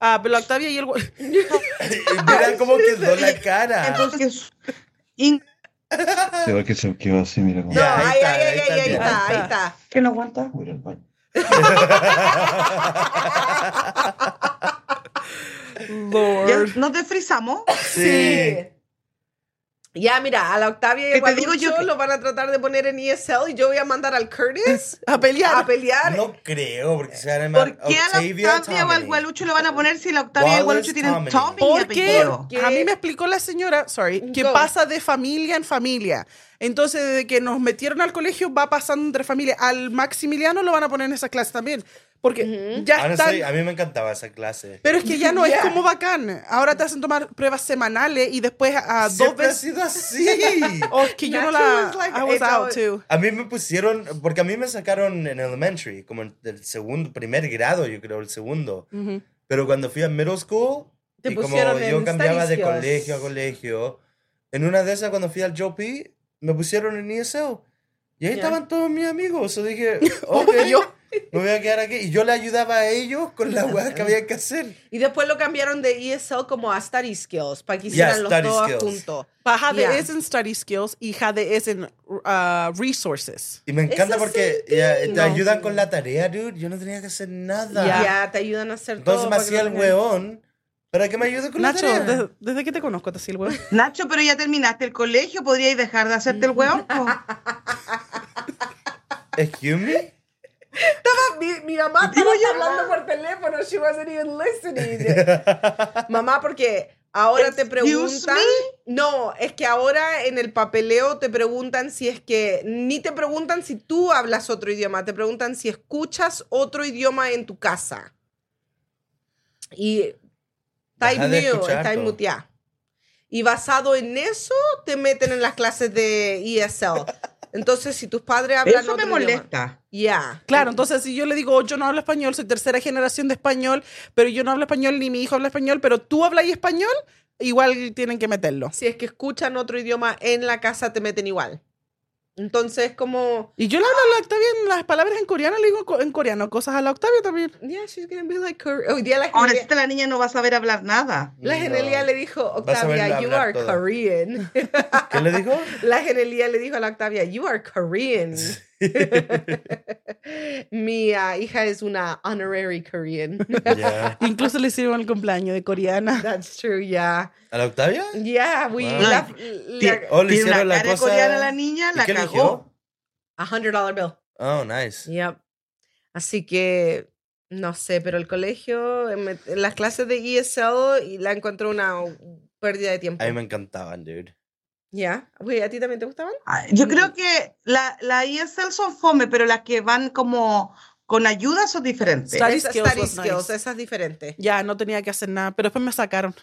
Ah, pero la Octavia y el Gualucho.
Y Mira cómo quedó la cara.
Entonces, in-
Se ve que se quedó así, mira cómo.
No,
Ya,
ahí,
ahí está,
ahí, ahí,
ahí está,
ahí, ahí
ya.
está, ahí está.
que no aguanta.
Mira el baño.
Ya,
Lord.
nos desfrizamos.
sí.
Ya, mira, a la Octavia y
Que
el
te digo yo
Gualucho
que-
lo van a tratar de poner en ESL y yo voy a mandar al Curtis
A
a
pelear.
pelear.
No creo, porque se llama
¿Por qué a la
Octavia
Octavia o al
Tomini.
Gualucho le van a poner si la Octavia y
Wallace
el Gualucho tienen
Tomini.
Tommy y
¿Por qué?
apellido?
¿Qué?
A mí me explicó la señora, sorry, que
Go.
pasa de familia en familia. Entonces, desde que nos metieron al colegio, va pasando entre familias. Al Maximiliano lo van a poner en esa clase también. Porque ya están...
Honestly, a mí me encantaba esa clase.
Pero es que ya no es
Yeah.
como bacán. Ahora te hacen tomar pruebas semanales y después a dos
Siempre ha
veces.
sido así.
Oh, es que yo no
Nacho
la.
was like,
I was
it's
out
all-
too.
A mí me pusieron, porque a mí me sacaron en elementary, como en el segundo, primer grado, yo creo, el segundo.
Ujú.
Pero cuando fui a middle school,
Te
y como
pusieron en
yo cambiaba de
estadísticos.
colegio a colegio, en una de esas cuando fui al Joe P, me pusieron en ESL. Y ahí
Ya.
estaban todos mis amigos. Yo dije, ok, me voy a quedar aquí. Y yo le ayudaba a ellos con la weá que había que hacer.
Y después lo cambiaron de ESL como a Study Skills, para que
Yeah,
hicieran los
study
dos
skills.
juntos.
Baja de
Yeah.
es en study skills y jade es en uh, resources.
Y me encanta
Eso
porque
sentí.
ya, te
No.
ayudan con la tarea, dude. Yo no tenía que hacer nada.
Ya, te ayudan a hacer todo.
Entonces me
para que
hacía
no
el
tengan-
weón para que me ayude con
Nacho,
la tarea.
des- desde que te conozco, te silbo.
Nacho, pero ya terminaste el colegio, ¿podríais dejar de hacerte el hueón? po?
Excuse me?
Mi, mi mamá estaba
"Ah".
hablando por teléfono, she wasn't even listening. mamá, porque ahora te preguntan. No, es que ahora en el papeleo te preguntan si es que. Ni te preguntan si tú hablas otro idioma, te preguntan si escuchas otro idioma en tu casa. Y. Type
Deja de
new,
escuchar
type
todo.
mutear. Y basado en eso, te meten en las clases de ESL. Entonces, si tus padres hablan
Eso me
otro idioma.
molesta.
Ya.
Claro, entonces si yo le digo, yo no hablo español, soy tercera generación de español, pero yo no hablo español ni mi hijo habla español, pero tú hablas español, igual tienen que meterlo.
si es que escuchan otro idioma en la casa, te meten igual. Entonces, como,
Y yo le hablo a la Octavia en las palabras en coreano, le digo co- en coreano cosas a la Octavia también.
yeah, she's gonna be like Korean. Hoy día la
Ahora
Genelia,
esta la niña no va a saber hablar nada.
la Genelia
No.
le dijo,
Vas a verla
Octavia, you
hablar
are
toda.
Korean.
¿Qué le dijo?
la Genelia le dijo a la Octavia, you are Korean. Mi ah, hija es una honorary Korean.
Ya.
Incluso le sirvo el cumpleaños de coreana.
That's true, yeah.
¿A la Octavia?
Yeah, we
Wow.
la-
Tiene-
la-
Oh, le
tiene una
hicieron la
cara
cosa-
coreana la niña,
¿Y
la
qué
cagó.
eligió?
a hundred dollar bill.
Oh, nice.
Yep. Así que no sé, pero el colegio, en me- en las clases de ESL y la encontró una pérdida de tiempo.
A mí
Ya,
me encantaban, dude.
Güey, ¿a ti también te gustaban?
Ah, Yo
Mm.
creo que la, la ESL son fome, pero las que van como con ayuda son diferentes.
Study
Esa-
skills
study
was nice.
skills, esa es diferente.
Ya, no tenía que hacer nada, pero después me sacaron.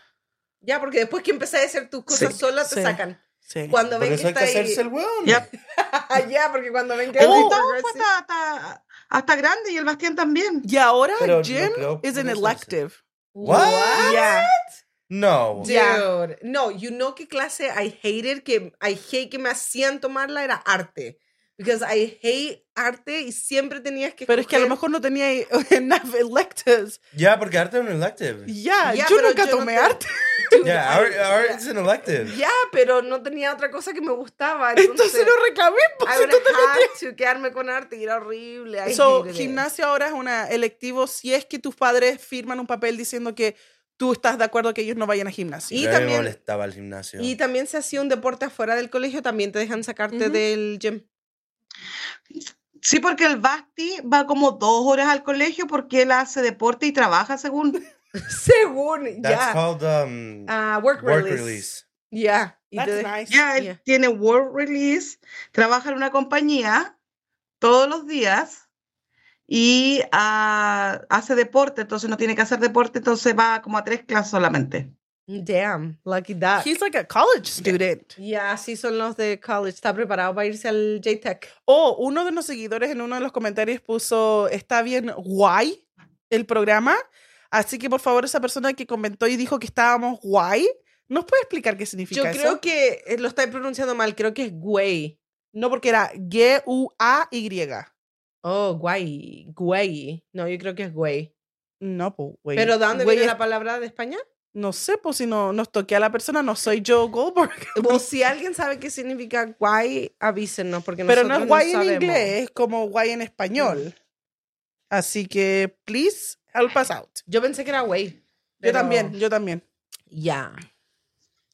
Ya, porque después que empecé a hacer tus cosas
Sí,
sola, te
sí.
sacan.
Sí.
Cuando
Por
ven
eso
que
hay que
está ahí. Ah,
¡Oh! hacerse el weón.
Ya.
ya, porque cuando ven que
El
está
Gustavo fue
progressive-
hasta, hasta- hasta grande y el Bastián también.
Y ahora
Pero no
Jim
creo
es an
que eso
elective.
What?
Yeah.
No.
Dude, no, you know qué clase I hated que I hate que me hacían tomarla era arte. because I hate arte y siempre tenías que
Pero es que a lo
escoger-
mejor no tenía enough electives.
Ya, porque arte es un elective. Ya,
Ya,
Ya,
yo
pero
nunca
yo no
tomé
te-
arte.
ahora ahora es un elective.
Ya, pero no tenía otra cosa que me gustaba. Entonces,
Entonces no reclamé. po,
I
si
would
tú-
have to quedarme con arte y era horrible. I
So,
hated it.
gimnasio ahora es una electivo si es que tus padres firman un papel diciendo que tú estás de acuerdo que ellos no vayan a gimnasio.
Y
Ya me
también-
molestaba el gimnasio.
Y también se hacía un deporte afuera del colegio, también te dejan sacarte
Ujú.
del gym.
Sí, porque el Basti va como dos horas al colegio porque él hace deporte y trabaja según.
Según,
That's
ya.
called um,
Ah, work,
work
release.
release.
Ya. y te
That's
de-
nice.
Ya él
Yeah.
tiene world release, trabaja en una compañía todos los días y ah, hace deporte, entonces no tiene que hacer deporte, entonces va como a tres clases solamente.
Damn, lucky that.
He's like a college student.
Ya, así son los de college. Está preparado para irse al JTEC.
Oh, uno de los seguidores en uno de los comentarios puso, está bien guay el programa. Así que por favor, esa persona que comentó y dijo que estábamos guay, ¿nos puede explicar qué significa
Yo
eso?
creo que eh, lo estáis pronunciando mal. Creo que es güey.
No, porque era G-U-A-Y.
Oh, guay. Güey. No, yo creo que es güey.
No, pues, güey.
¿Pero de dónde
Güey
viene
es-
la palabra de España?
No sé, pues si no nos toqué a la persona, no soy Joe Goldberg.
O si alguien sabe qué significa guay, avísenos. Porque
Pero no Mm.
nosotros
es guay en
sabemos.
inglés, es como guay en español. Así que, please, help us out.
Yo pensé que era güey.
Yo
pero-
también, yo también.
Ya.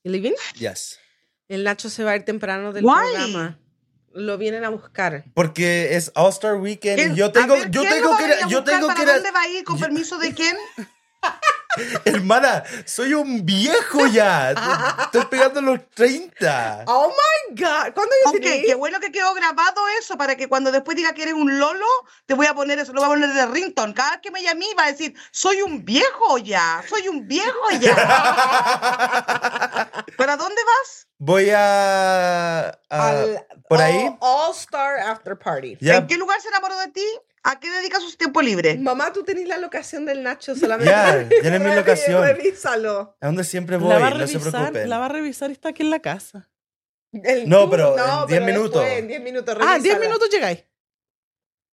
¿Y Living?
Yes.
El Nacho se va a ir temprano del
Guay.
programa. Lo vienen a buscar.
Porque es All Star Weekend y
¿Quién-
yo
a
tengo,
ver,
yo
quién lo
tengo
va a
que,
venir
ir a-
a
yo
buscar?
tengo
¿Para
que ir a-
dónde va a ir? ¿Con permiso de quién?
hermana, soy un viejo ya. Estoy pegando los 30.
Oh my God. ¿Cuándo yo
Ok, qué bueno que quedó grabado eso para que cuando después diga que eres un lolo, te voy a poner eso, lo voy a poner de rington. Cada vez que me llamé va a decir, soy un viejo ya, soy un viejo ya. ¿Para dónde vas?
Voy a, a-
Al- oh,
por
All-
ahí.
All Star After Party.
Ya,
¿En qué lugar se enamoró de ti? ¿A qué dedicas su tiempo libre?
Mamá, tú tenés la locación del Nacho solamente.
ya, ya es mi
Revi-
locación.
Revísalo.
A donde siempre voy,
La va a
no se
revisar,
preocupen.
la va a revisar y está aquí en la casa.
El
No,
tú-
pero en 10
después,
minutos.
En 10 minutos.
Ah, 10
revísala.
minutos llegáis.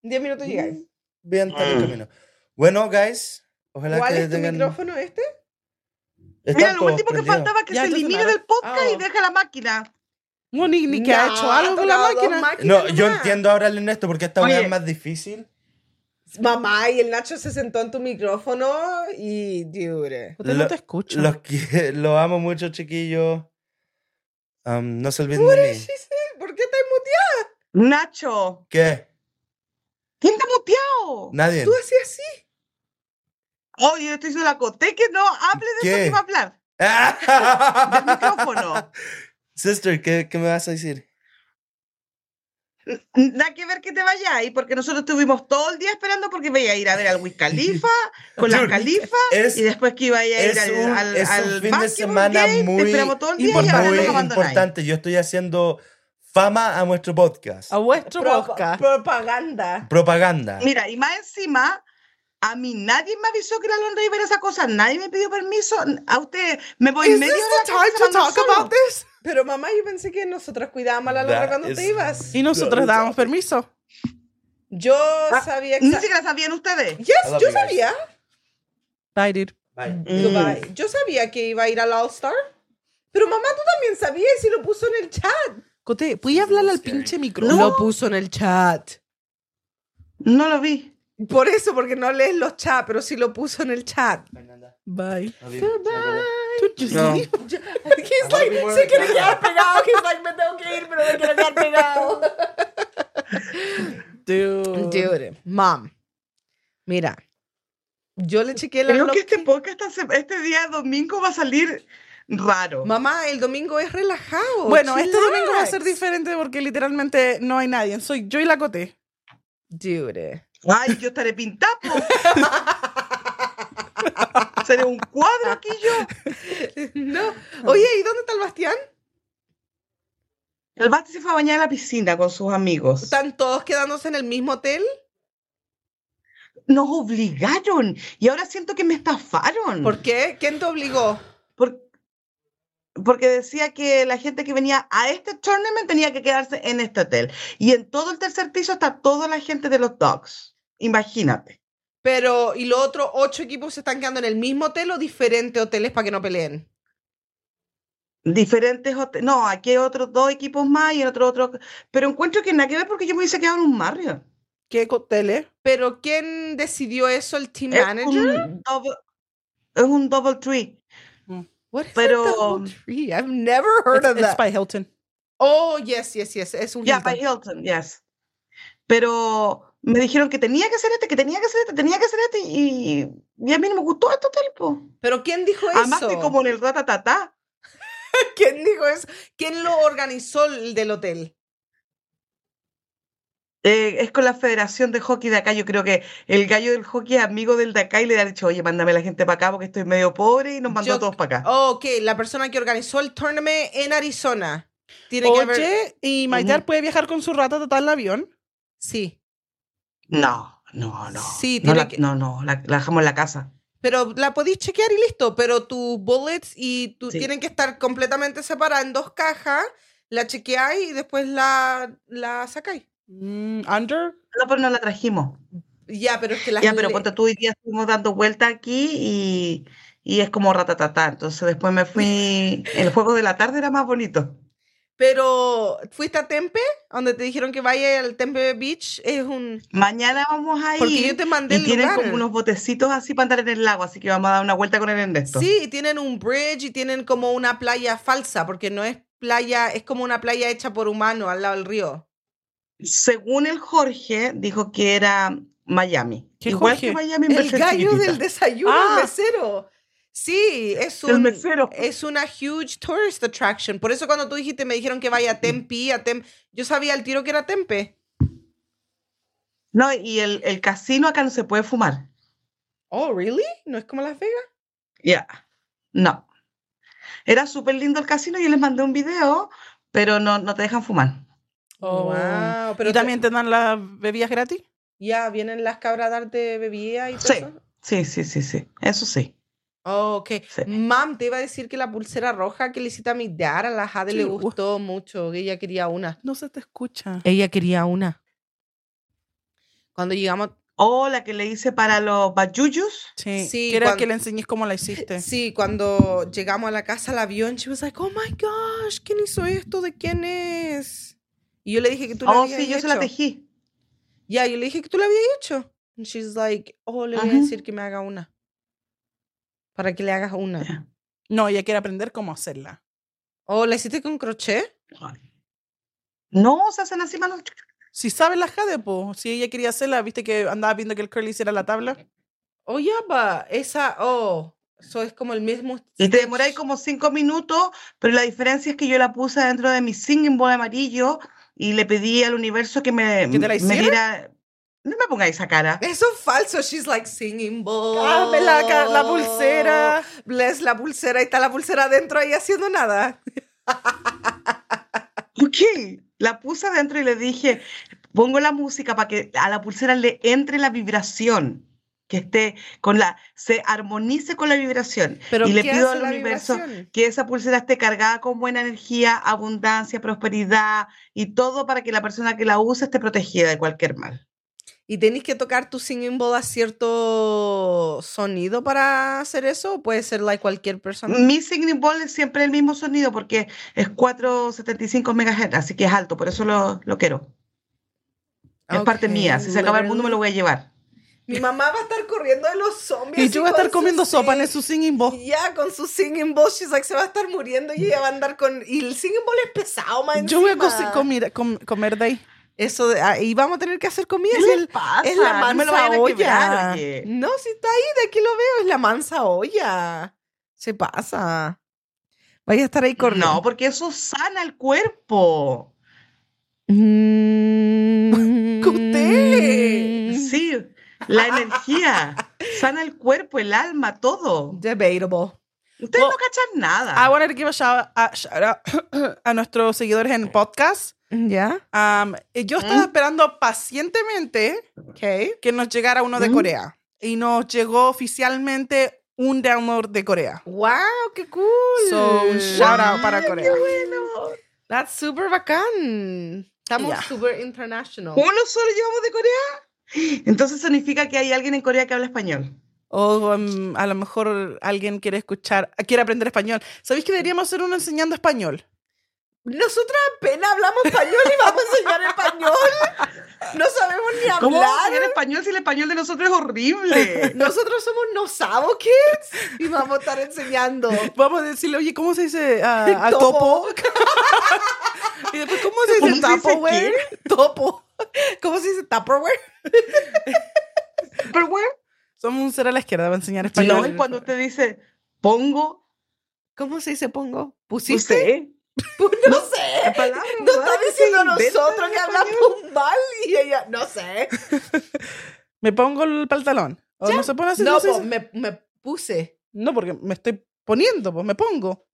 10 minutos llegáis.
Vean tal el camino. Bueno, guys, ojalá
¿Cuál
que
es tu
tengan.
micrófono este?
Están
Mira, lo
todos
último que
prendidos.
faltaba que
Ya,
se
entonces
elimine
ahora-
del podcast y
Ah.
deja la máquina.
No, ni, ni que ha hecho
No,
algo con la
tocado dos
máquina.
máquinas
No, yo
nomás.
entiendo ahora al Ernesto porque esta
Oye.
weá es más difícil.
Mamá, y el Nacho se sentó en tu micrófono y dure.
Puta, no
Lo-
te escucho.
Los que los amo mucho, chiquillos. Am, no se olviden de mí.
¿Por qué estás muteado?
Nacho,
¿Qué?
¿quién te ha muteado?
Nadie.
Tú hacías así.
Oye, yo estoy diciendo a la Coté que no hable de eso
¿Qué?
que va a hablar. Del micrófono.
Sister, ¿qué, ¿qué me vas a decir?
Nada que ver que te vaya y porque nosotros estuvimos todo el día esperando porque iba a ir a ver al Wiz Khalifa con las
Dude,
califas
es-
Ah, y después que iba a ir
es
al,
un-
al,
es un
al
fin de
basketball
semana
game, te
muy
esperamos todo el día y
Impor-
ahora nos
muy
abandonáis.
importante. Yo estoy haciendo fama a nuestro podcast.
A vuestro
Pro-
podcast.
propaganda.
Propaganda.
Mira, y más encima, a mí nadie me avisó que era Londres iba a ver esa cosa, nadie me pidió permiso. A usted me voy
¿Is
media
this
hora a
the
la casa
time
y se
to
mandó
talk
solo.
about this?
Pero mamá, yo pensé que nosotras cuidábamos a la
That
Londra cuando
is-
te ibas.
Y nosotros dábamos permiso. Ah,
Yo sabía
Ni
exa-
siquiera sabían ustedes.
I
Yes,
love
yo
you guys.
sabía.
Excited.
Bye.
Goodbye. Yo sabía que iba a ir al All Star. Pero mamá, tú también sabías y lo puso en el chat.
Cote, ¿puedes hablarle al pinche micrófono?
Lo puso en el chat.
No lo vi.
Por eso, porque no lees los chats, pero sí lo puso en el chat.
Bye.
Bye. Tú, you see?
He's like, se quiere quedar pegado. He's like, me tengo que ir, pero me quiero quedar pegado.
Dude.
Dude, mom. Mira, yo le chequeé la
Creo
lo-
que este podcast esta se- este día domingo va a salir raro.
Mamá, el domingo es relajado.
Bueno, este domingo va a ser
Oh, chillax.
diferente porque literalmente no hay nadie. Soy yo y la Cote.
Dude.
Ay, yo estaré pintapo. Seré un cuadro aquí yo.
No.
Ah.
Oye, ¿y dónde está el Bastián?
El Basti se fue a bañar a la piscina con sus amigos.
¿Están todos quedándose en el mismo hotel?
Nos obligaron y ahora siento que me estafaron.
¿Por qué? ¿Quién te obligó?
Por- porque decía que la gente que venía a este tournament tenía que quedarse en este hotel. Y en todo el tercer piso está toda la gente de los dogs. Imagínate.
Pero, ¿y los otros ocho equipos se están quedando en el mismo hotel o diferentes hoteles para que no peleen?
Diferentes hoteles. No, aquí hay otros dos equipos más y en otro otro. Pero encuentro que nada que ver porque yo me hubiese quedado en un Marriott.
¿Qué hotel es?
¿Pero quién decidió eso? ¿El team
Es
manager?
un double, es un double tree.
What is
pero-
that double tree? I've never heard
It's-
of
it's
that.
by Hilton.
Oh, yes, yes, yes. Es un
Ya,
Hilton.
by Hilton, yes. Pero me dijeron que tenía que hacer este, que tenía que hacer este, tenía que hacer este y, y a mí no me gustó este hotel, po.
¿Pero quién dijo eso?
Además, estoy como en el ratatatá.
¿Quién dijo eso? ¿Quién lo organizó el del hotel?
Eh, es con la Federación de Hockey de acá. Yo creo que el gallo del hockey es amigo del de acá y le ha dicho, oye, mándame la gente para acá porque estoy medio pobre y nos mandó
Yo-
a todos para acá.
Oh, ok, la persona que organizó el tournament en Arizona. Tiene que haber...
Oye, ¿y Maitar
Ujú.
puede viajar con su rata total en avión?
Sí,
No, no, no.
Sí,
no,
tiene
la-
que-
no, no, la, la dejamos en la casa.
pero la podéis chequear y listo, pero tus bullets y tú
Sí.
tienen que estar completamente separadas en dos cajas, la chequeáis y después la, la sacáis.
Mm, ¿Under?
No, pero no la trajimos.
Ya, pero es que las
Ya, pero
le-
ponte tú hoy día estuvimos dando vuelta aquí y, y es como ratatatá. Entonces después me fui. El juego de la tarde era más bonito.
Pero, ¿fuiste a Tempe? Donde te dijeron que vaya al Tempe Beach. Es un...
Mañana vamos a
Porque
ir
yo te mandé
y
el
tienen
lugar.
como unos botecitos así para andar en el lago, así que vamos a dar una vuelta con el Ernesto.
Sí, y tienen un bridge y tienen como una playa falsa, porque no es playa, es como una playa hecha por humano al lado del río.
Según el Jorge, dijo que era Miami.
¿Qué
Igual que
Jorge?
Miami en
El
versión
gallo
chiquitita.
del desayuno,
Ah.
el mesero. Sí, es
El
un,
mesero.
es una huge tourist attraction. Por eso cuando tú dijiste, me dijeron que vaya a Tempe, a Tempe, yo sabía al tiro que era Tempe.
No, y el, el casino acá no se puede fumar.
Oh, really? ¿No es como Las Vegas?
Ya. No. Era súper lindo el casino, yo les mandé un video, pero no, no te dejan fumar.
Wow, pero
Oh.
te-
¿Y también te dan las bebidas gratis?
Ya, vienen las cabras a darte bebida y todo
Sí.
eso.
Sí, sí, sí, sí. Eso sí.
Oh, ok.
Sí.
Mam, te iba a decir que la pulsera roja que le hiciste a mi dad, a la Jade le
Sí, uh.
gustó mucho, que ella quería una.
No se te escucha.
Ella quería una. Cuando llegamos,
O Oh, la que le hice para los bayuyus.
Sí.
Sí,
Quiero
cuan-
que le enseñes cómo la hiciste.
sí, cuando llegamos a la casa al avión, she was like, oh my gosh, ¿quién hizo esto? ¿De quién es? Y yo le dije que tú la
Oh,
habías
sí, yo
hecho.
se la tejí.
Ya, yo le dije que tú la habías hecho. And she's like, oh, le voy a
Ajá.
decir que me haga una. Para que le hagas una.
Ya.
No, ella quiere aprender cómo hacerla.
Oh, ¿la hiciste con crochet?
No, se hacen así manos.
Si sabes la jade, po. Si ella quería hacerla, viste que andaba viendo que el curly hiciera la tabla.
Oh, ya va. Esa, oh, eso es como el mismo.
Y te
stitch.
demoráis como cinco minutos, pero la diferencia es que yo la puse dentro de mi singing bowl amarillo y le pedí al universo que me,
¿Que te la
me
hiciera?
diera. No me pongáis esa cara.
Eso es falso. She's like singing bowl.
¡Dame la, ca- la pulsera!
Bless la pulsera. Ahí está la pulsera adentro ahí haciendo nada.
¿Por qué? La puse adentro y le dije, pongo la música para que a la pulsera le entre la vibración, que esté con la, se armonice con la vibración. y le
¿qué
pido
hace
al
la
universo
vibración?
que esa pulsera esté cargada con buena energía, abundancia, prosperidad y todo para que la persona que la usa esté protegida de cualquier mal.
¿Y tenéis que tocar tu singing bowl a cierto sonido para hacer eso? ¿O puede ser like cualquier persona?
Mi Signing Ball es siempre el mismo sonido porque es 475 MHz, así que es alto, por eso lo, lo quiero. Mm, Es parte mía,
Ok,
si se acaba el mundo me lo
literally.
voy a llevar.
Mi mamá va a estar corriendo de los zombies.
Y
así
yo voy a
con
estar
su
comiendo sopa en
sing-
su singing bowl.
Ya, con su singing bowl, she's like, se va a estar muriendo y ella va a andar con... Y el singing bowl es pesado, man.
Yo voy a
encima.
cose- comer, com- comer de ahí.
Eso, de- ah, y vamos a tener que hacer comida.
¿Mm?
¿Qué
Es,
le
el-
pasa?
es la
No
mansa
me lo vayan a
olla.
quebrar, oye.
No, si está ahí, de aquí lo veo, es la mansa olla. Se pasa. Vaya a estar ahí corriendo.
pues,
No, porque eso sana el cuerpo.
Mm.
Con usted.
Sí, la energía. Sana el cuerpo, el alma, todo.
Debatable.
Ustedes
Well,
no cachan
I
Ah.
nada.
wanted to give a shout, a, shout out a nuestros seguidores en podcast.
¿Ya?
Um, eh, yo estaba
¿Mm?
esperando pacientemente
Ok.
que nos llegara uno de
¿Mm?
Corea. Y nos llegó oficialmente un download de Corea.
¡Wow! ¡Qué cool!
So, un shout out para Corea.
Ah, That's super bacán. Estamos
Yeah.
super international.
¿Uno solo llevamos de Corea? Entonces significa que hay alguien en Corea que habla español.
O um, a lo mejor alguien quiere escuchar, quiere aprender español. ¿Sabéis que deberíamos hacer uno enseñando español?
Nosotras apenas hablamos español y vamos a enseñar español. No sabemos ni hablar.
¿Cómo vamos a hablar español si el español de nosotros es horrible?
Nosotros somos no sabo kids y vamos a estar enseñando.
Vamos a decirle, oye, ¿cómo se dice ah, a topo? Y después, ¿cómo se
¿Cómo
dice
se dice
tapo, güey?
qué?
Topo. ¿Cómo se dice Tupperware?
Pero bueno,
Somos un ser a la izquierda para enseñar
no,
español.
y cuando usted dice, pongo,
¿Cómo se dice pongo?
no
¿Pusiste? Pues
sé,
No sé.
palabra,
No está
¿verdad?
diciendo
Que se
nosotros
inventan
que
en
hablamos mal y ella, no sé.
Me pongo el pantalón. O no se pone así. No,
No,
se
pues
dice-
me, me puse.
no, porque me estoy poniendo, pues me pongo.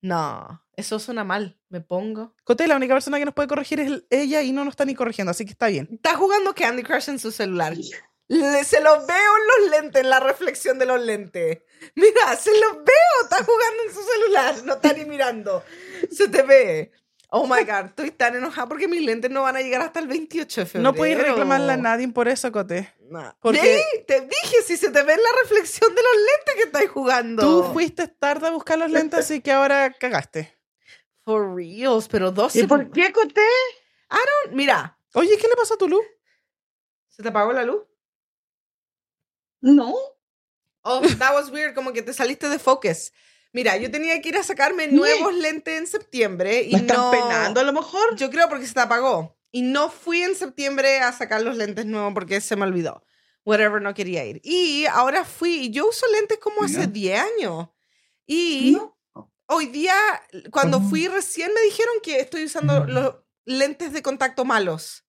No, eso suena mal. Me pongo.
Cote, la única persona que nos puede corregir es el- ella y no nos está ni corrigiendo, así que está bien.
Está jugando Candy Crush en su celular. Le- se lo veo en los lentes, en la reflexión de los lentes. Mira, se lo veo. Está jugando en su celular. No está ni mirando. Se te ve. Oh my God, estoy tan enojada porque mis lentes no van a llegar hasta el 28 de febrero.
No puedes reclamarle a nadie por eso, Cote.
No.
Porque-
Ve, Te dije, si se te ve en la reflexión de los lentes que estáis jugando.
Tú fuiste tarde a buscar los lentes, así que ahora cagaste.
For reals, pero 12.
¿Y por qué conté?
Mira,
Oye, ¿qué le pasó a tu luz?
¿se te apagó la luz?
No,
Oh, that was weird, como que te saliste de focus. Mira, yo tenía que ir a sacarme nuevos lentes en septiembre y
me están
no.
penando a lo mejor.
Yo creo porque se te apagó. Y no fui en septiembre a sacar los lentes nuevos porque se me olvidó. Whatever, no quería ir. Y ahora fui, y yo uso lentes como hace 10 años. Y
Oh.
hoy día, cuando fui recién, me dijeron que estoy usando
Mm.
los lentes de contacto malos.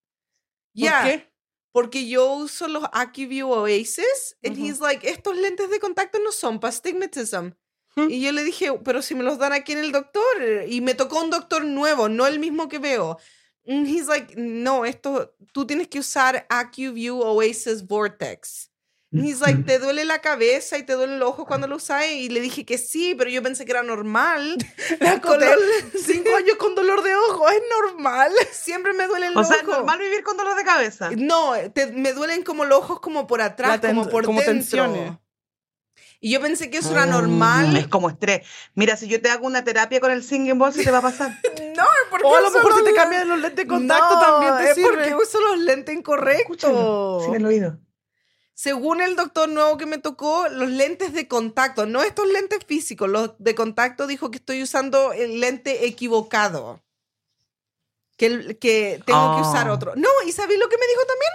¿Por
Ya.
qué?
Porque yo uso los AccuView Oasis and
Ujú.
he's like, estos lentes de contacto no son para astigmatism.
Hmm.
Y yo le dije, pero si me los dan aquí en el doctor. eh, Y me tocó un doctor nuevo, no el mismo que veo. And he's like, no, esto, tú tienes que usar AccuView Oasis Vortex. And he's like, ¿te duele la cabeza y te duele el ojo cuando lo usas? Y le dije que sí, pero yo pensé que era normal.
La
Con
Cote,
el-
cinco años con dolor de ojo, es normal.
Siempre me duele el
O
ojo.
sea, es normal vivir con dolor de cabeza.
No, eh, te- me duelen como los ojos como por atrás,
La ten-
como por
como
dentro.
tensiones.
Y yo pensé que eso
Ah.
era
Mm, Es
normal.
como estrés. Mira, si yo te hago una terapia con el singing voice, te va a pasar.
No, porque
O a lo mejor si te cambian los lentes de contacto también te
es porque
sirve.
uso los lentes
Escúchalo,
incorrectos.
sin el oído.
Según el doctor nuevo que me tocó, los lentes de contacto, no estos lentes físicos, los de contacto dijo que estoy usando el lente equivocado. Que, el- que tengo que usar
Ah.
otro. No, ¿y sabéis lo que me dijo también?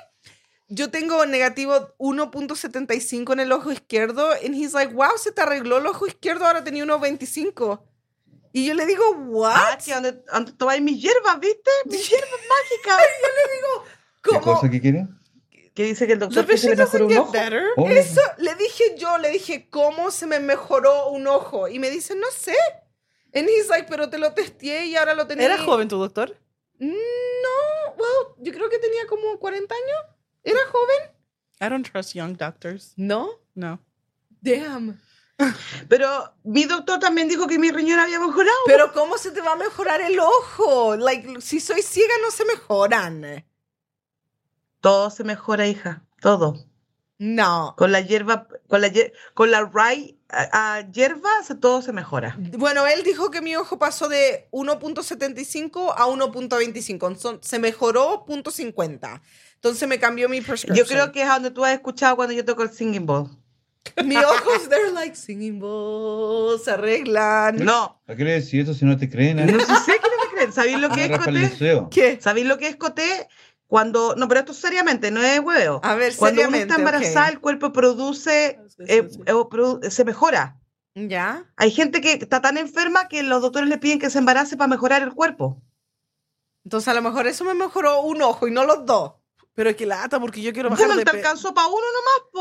Yo tengo negativo 1.75 en el ojo izquierdo. And he's like, wow, se te arregló el ojo izquierdo, ahora tenía 1.25. Y yo le digo,
Ah,
what?
que donde, donde tomáis mis hierbas, ¿viste? Mis hierbas mágicas.
¿Qué
¿Cómo?
cosa que quieren?
Que dice que el doctor
Does
pues, que se
it
le
doesn't
mejoró un
get
ojo.
better?
Oh,
Eso le dije yo, le dije, ¿cómo se me mejoró un ojo? Y me dice, no sé. And he's like, pero te lo testé y ahora lo tenía. Mm,
¿Era joven tu doctor?
No, wow, yo creo que tenía como 40 años. ¿Era joven?
I don't trust young doctors.
No.
No.
Damn.
Pero mi doctor también dijo que mi riñón había mejorado.
Pero ¿cómo se te va a mejorar el ojo? Like, si soy ciega no se mejoran.
Todo se mejora, hija. Todo.
No.
Con la hierba, con la, hier- con la ray, a, a hierba, se- todo se mejora.
Bueno, él dijo que mi ojo pasó de 1.75 a 1.25. Son- Se mejoró 0.50. Entonces me cambió mi prescription.
Yo creo que es a donde tú has escuchado cuando yo toco el singing bowl.
Mis ojos, they're like singing balls, se arreglan.
No,
¿Para qué le decís eso si no te creen?
no
¿eh?
sé, sé que no me creen. ¿Sabéis
Ah,
lo que es coté?
¿Qué?
¿Sabéis lo que es coté? Cuando, no, pero esto seriamente, no es huevo.
A ver,
Cuando uno
Ah, seriamente,
está embarazada,
ok.
el cuerpo produce,
Sí, sí,
eh,
sí.
eh, o produ- se mejora.
¿Ya?
Hay gente que está tan enferma que los doctores le piden que se embarace para mejorar el cuerpo.
Entonces a lo mejor eso me mejoró un ojo y no los dos.
Pero es que lata, porque yo quiero bajar
Bueno,
de
te
peso.
alcanzó para uno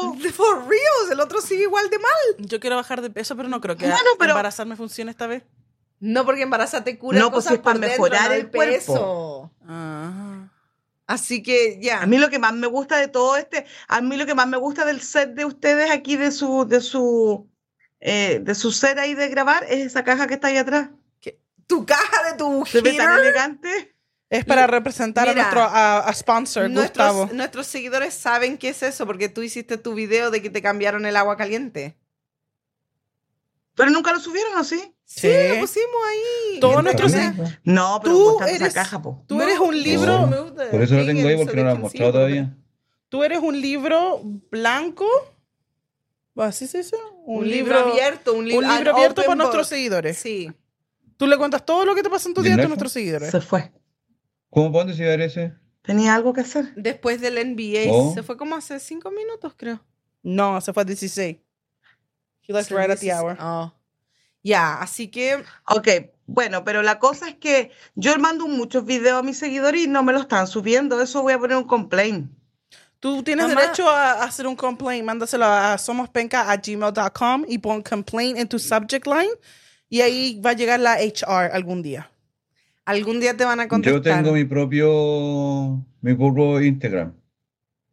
nomás, po.
For reals, el otro sigue igual de mal.
Yo quiero bajar de peso, pero no creo que
Bueno, pero-
embarazarme funcione esta vez.
No, porque embarazada te cura
No, pues,
cosas
es para
por dentro,
mejorar
no
el cuerpo.
peso.
Ah.
Así que ya, a mí lo que más me gusta de todo este, a mí lo que más me gusta del set de ustedes aquí, de su, de su, eh, de su set ahí de grabar, es esa caja que está ahí atrás.
Tu caja de tu
Se ve tan
heater.
elegante.
Es para representar
mira,
a nuestro a, a sponsor, Gustavo.
Nuestros, nuestros seguidores saben qué es eso porque tú hiciste tu video de que te cambiaron el agua caliente.
Pero nunca lo subieron, ¿o sí?
Sí, pues, lo pusimos ahí.
Todos
Gente,
nuestros-
mira,
No, pero
Tú
me gusta
eres-
esa caja, po.
Tú
no,
eres un libro,
me gusta.
Por eso lo tengo ahí,
Vegan, so
porque no lo
they
han
can see
mostrado
it.
todavía.
tú eres un libro blanco. pues ¿Así se dice?
Un, libro abierto, un,
Un
libro
libro abierto para nuestros seguidores.
Sí.
Tú le cuentas todo lo que te pasa en tu
¿De
día a
Nacho?
nuestros seguidores.
Se fue.
¿Cómo puedo decir ese?
Tenía algo que hacer.
Después del NBA
Oh.
se fue como hace cinco minutos, creo.
No, se fue a 16. He left
Sí,
right at the
16.
hour.
Oh. Ya, así que
Ok, bueno, pero la cosa es que yo mando muchos videos a mis seguidores y no me lo están subiendo. Eso voy a poner un complaint.
Tú tienes
Mamá.
derecho a a hacer un complaint. Mándaselo a somospenca.gmail.com y pon complaint en tu subject line. Y ahí va a llegar la HR algún día.
algún día te van a
Yo
contestar.
tengo mi propio, mi propio Instagram.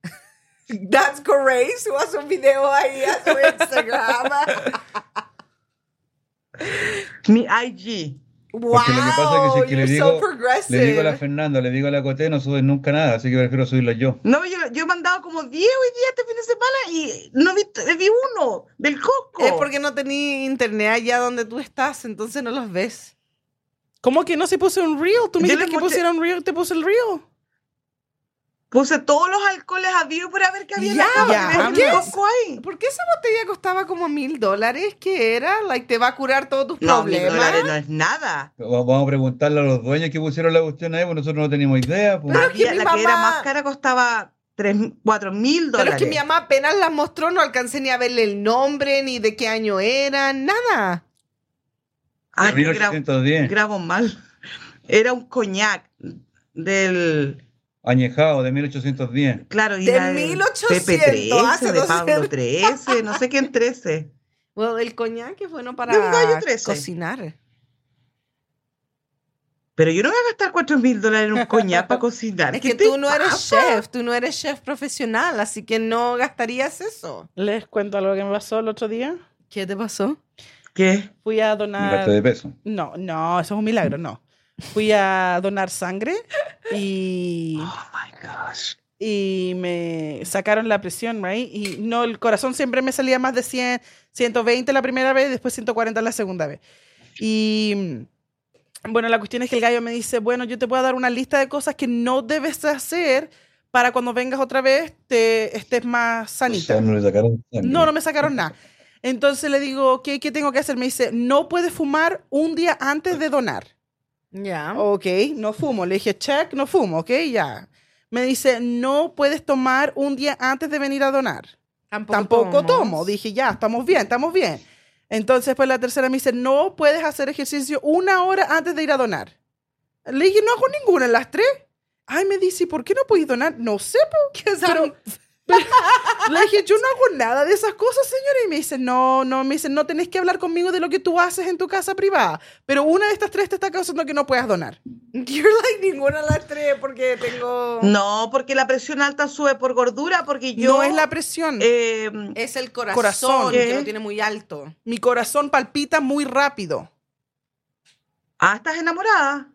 That's correct. Subas un video ahí a su Instagram.
Mi IG.
wow.
Porque lo que pasa es que si es que le
you're
digo-
so progressive.
Le digo a la Fernanda, le digo a la Coté, no subes nunca nada, así que prefiero subirlo yo.
No, yo, yo he mandado como 10 hoy día este fin de semana y no vi, vi uno del Costco.
"Oh".
Es porque no tenía internet allá donde tú estás, entonces no los ves.
¿Cómo que no se puso un reel? Tú me
Yo
dijiste
le
que
mostré-
pusiera un reel y te puse el reel.
Puse todos los alcoholes habidos por haber que había en
Ya,
la
ya,
cava. que me dejó el
vamos.
Costco ahí.
¿Por qué esa botella costaba como mil dólares? ¿Qué era? Like, te va a curar todos tus
No, mil
problemas.
dólares no es nada.
Va- Vamos a preguntarle a los dueños que pusieron la cuestión ahí, porque nosotros no tenemos idea. pues.
Pero es que mi
Había- la que era
mamá-
más cara costaba 3, 4 mil
Pero
dólares.
es que mi mamá apenas las mostró, no alcancé ni a verle el nombre, ni de qué año era, nada.
Ah, que gra-
1810,
grabo mal. Era un coñac del.
añejado de 1810.
Claro, y
De
era
1800,
Pepe 13,
hace
de Pablo
200.
13, no sé quién 13.
Bueno, el coñac es bueno para
De un gallo 13.
cocinar.
Pero yo no voy a gastar 4 mil dólares en un coñac para cocinar.
Es
¿Qué
que
te
tú no eres
pasa?
chef, tú no eres chef profesional, así que no gastarías eso.
Les cuento algo que me pasó el otro día.
¿Qué te pasó?
¿Qué?
Fui a
Me gasté
donar.
de peso.
No, no, eso es un milagro, no. Fui a donar sangre y,
Oh my gosh.
y me sacaron la presión, right? Y no, el corazón siempre me salía más de 100, 120 la primera vez, después 140 la segunda vez. Y mm, bueno, la cuestión es que el gallo me dice, bueno, yo te puedo dar una lista de cosas que no debes hacer para cuando vengas otra vez te estés más sanita.
O
Pues
sea, no le sacaron sangre.
No, no me sacaron nada. Entonces le digo, ¿qué, ¿qué tengo que hacer? Me dice, no puedes fumar un día antes de donar.
Ya.
Ok, no fumo. Le dije, check, no fumo, ok, ya. Me dice, no puedes tomar un día antes de venir a donar.
tampoco,
Tampoco tomo.
tomamos.
Dije, ya, estamos bien, estamos bien. Entonces, pues la tercera me dice, no puedes hacer ejercicio una hora antes de ir a donar. Le dije, no hago ninguna en las tres. Ay, me dice, "¿Y ¿por qué no puedes donar? No sé, po. Pero- le dije, yo no hago nada de esas cosas, señora. Y me dice, no, no, me dice, no tenés que hablar conmigo de lo que tú haces en tu casa privada. Pero una de estas tres te está causando que no puedas donar.
You're like ninguna de las tres porque tengo...
Mm.
No, porque la presión alta sube por gordura, porque yo.
no es la presión.
eh,
Es el corazón,
Corazón.
que
¿Qué?
lo tiene muy alto.
Mi corazón palpita muy rápido.
ah, estás enamorada.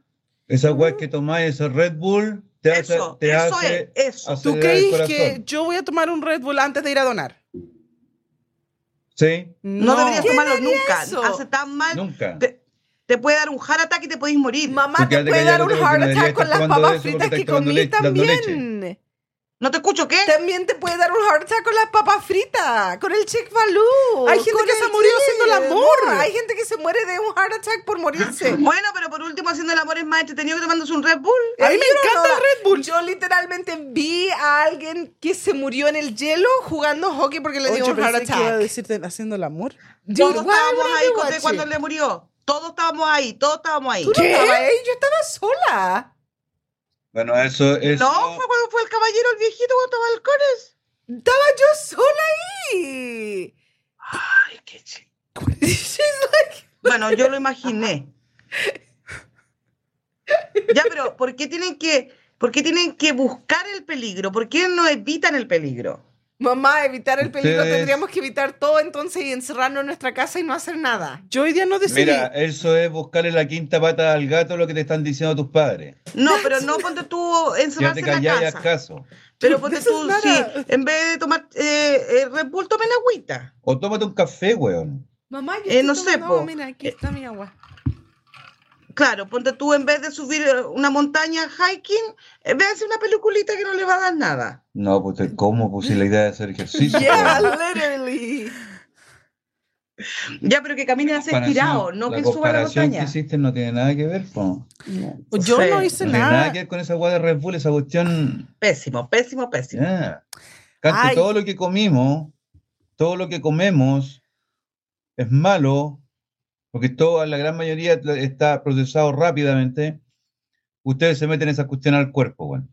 Esa weá que tomáis, esa Red Bull, te hace,
Eso,
te
eso
hace
es, eso.
¿Tú
acelerar el
crees que
corazón.
yo voy a tomar un Red Bull antes de ir a donar?
Sí,
No, deberías tomarlo nunca.
eso?
Hace tan mal.
nunca.
Te, te puede dar un heart attack y te podéis morir.
Mamá,
Porque
te
te
puede dar
callado,
un
creo que
heart
no deberías
attack con
estar
las
tomando
papas
eso porque
fritas
estás
que
tomando
comí
leche- dando leche.
también.
No te escucho, ¿qué?
También te puede dar un heart attack con las papas fritas, con el chick valú.
Hay gente
con
que se
el-
ha morido
Sí,
haciendo el amor.
no, hay gente que se muere de un heart attack por morirse.
Bueno, pero por último, haciendo el amor es más entretenido que tomándose un Red Bull.
A mí me
Eh, yo
encanta
no-
el Red Bull.
Yo literalmente vi a alguien que se murió en el hielo jugando hockey porque le
Oye,
dio un heart
pensé que iba a
attack.
decirte haciendo el amor.
Dude,
todos
why
estábamos
would I
ahí
do
José,
that
cuando
shit?
le murió. Todos estábamos ahí, todos estábamos ahí.
Tú no estabas ahí, yo estaba sola.
Bueno, eso es.
No, fue cuando fue el caballero, el viejito, cuando estaba balcones.
Estaba yo sola ahí.
Ay, qué chido. Bueno, yo lo imaginé. Ya, pero ¿por qué tienen que ¿Por qué tienen que buscar el peligro? ¿Por qué no evitan el peligro?
Mamá, evitar el peligro
Ustedes-
tendríamos que evitar todo entonces y encerrarnos en nuestra casa y no hacer nada.
Yo hoy día no decidí.
Mira, eso es buscarle la quinta pata al gato lo que te están diciendo tus padres.
No, pero no ponte tú
Ya
encerrarse
te
en la
callás y haz
casa.
caso.
Pero ponte
Eso es
tú,
nada.
sí, en vez de tomar eh, eh, Red Bull, tomen agüita.
O tómate un café, weón.
Mamá, yo
Eh,
estoy
no sé,
tomando agua,
po.
mira, aquí
Eh.
está mi agua.
Claro, ponte tú, en vez de subir eh, una montaña hiking, eh, véanse una peliculita que no le va a dar nada.
No, pues ¿cómo puse la idea de hacer ejercicio?
Yeah,
weón?
literally.
Ya, pero que caminen así
Comparación-
estirado, no
la
que suba la
comparación que
montaña.
hiciste no tiene nada que ver, po.
Pues Yo
Sí.
no
No
hice
tiene
nada.
nada que ver con esa agua de Red Bull, esa cuestión.
Pésimo, pésimo, pésimo.
ya. Cante,
Ay.
todo lo que comimos, todo lo que comemos es malo, porque toda la gran mayoría lo- está procesado rápidamente. Ustedes se meten esa cuestión al cuerpo, weón.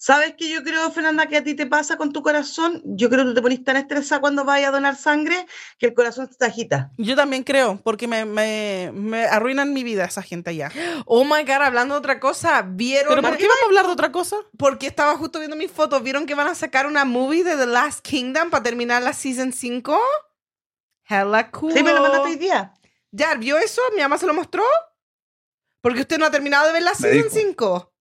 ¿Sabes qué yo creo, Fernanda, que a ti te pasa con tu corazón? Yo creo que tú te pones tan estresada cuando vas a donar sangre que el corazón se te agita.
Yo también creo, porque me, me, me arruinan mi vida esa gente allá.
Oh my god, hablando de otra cosa, ¿vieron?
¿Pero por qué vamos a hablar de otra cosa?
Porque estaba justo viendo mis fotos. ¿Vieron que van a sacar una movie de The Last Kingdom para terminar la season 5? Hella cool.
Sí, me lo mandaste hoy día.
¿Ya vio eso? ¿Mi mamá se lo mostró? Porque usted no ha terminado de ver la
Me
season
dijo.
5.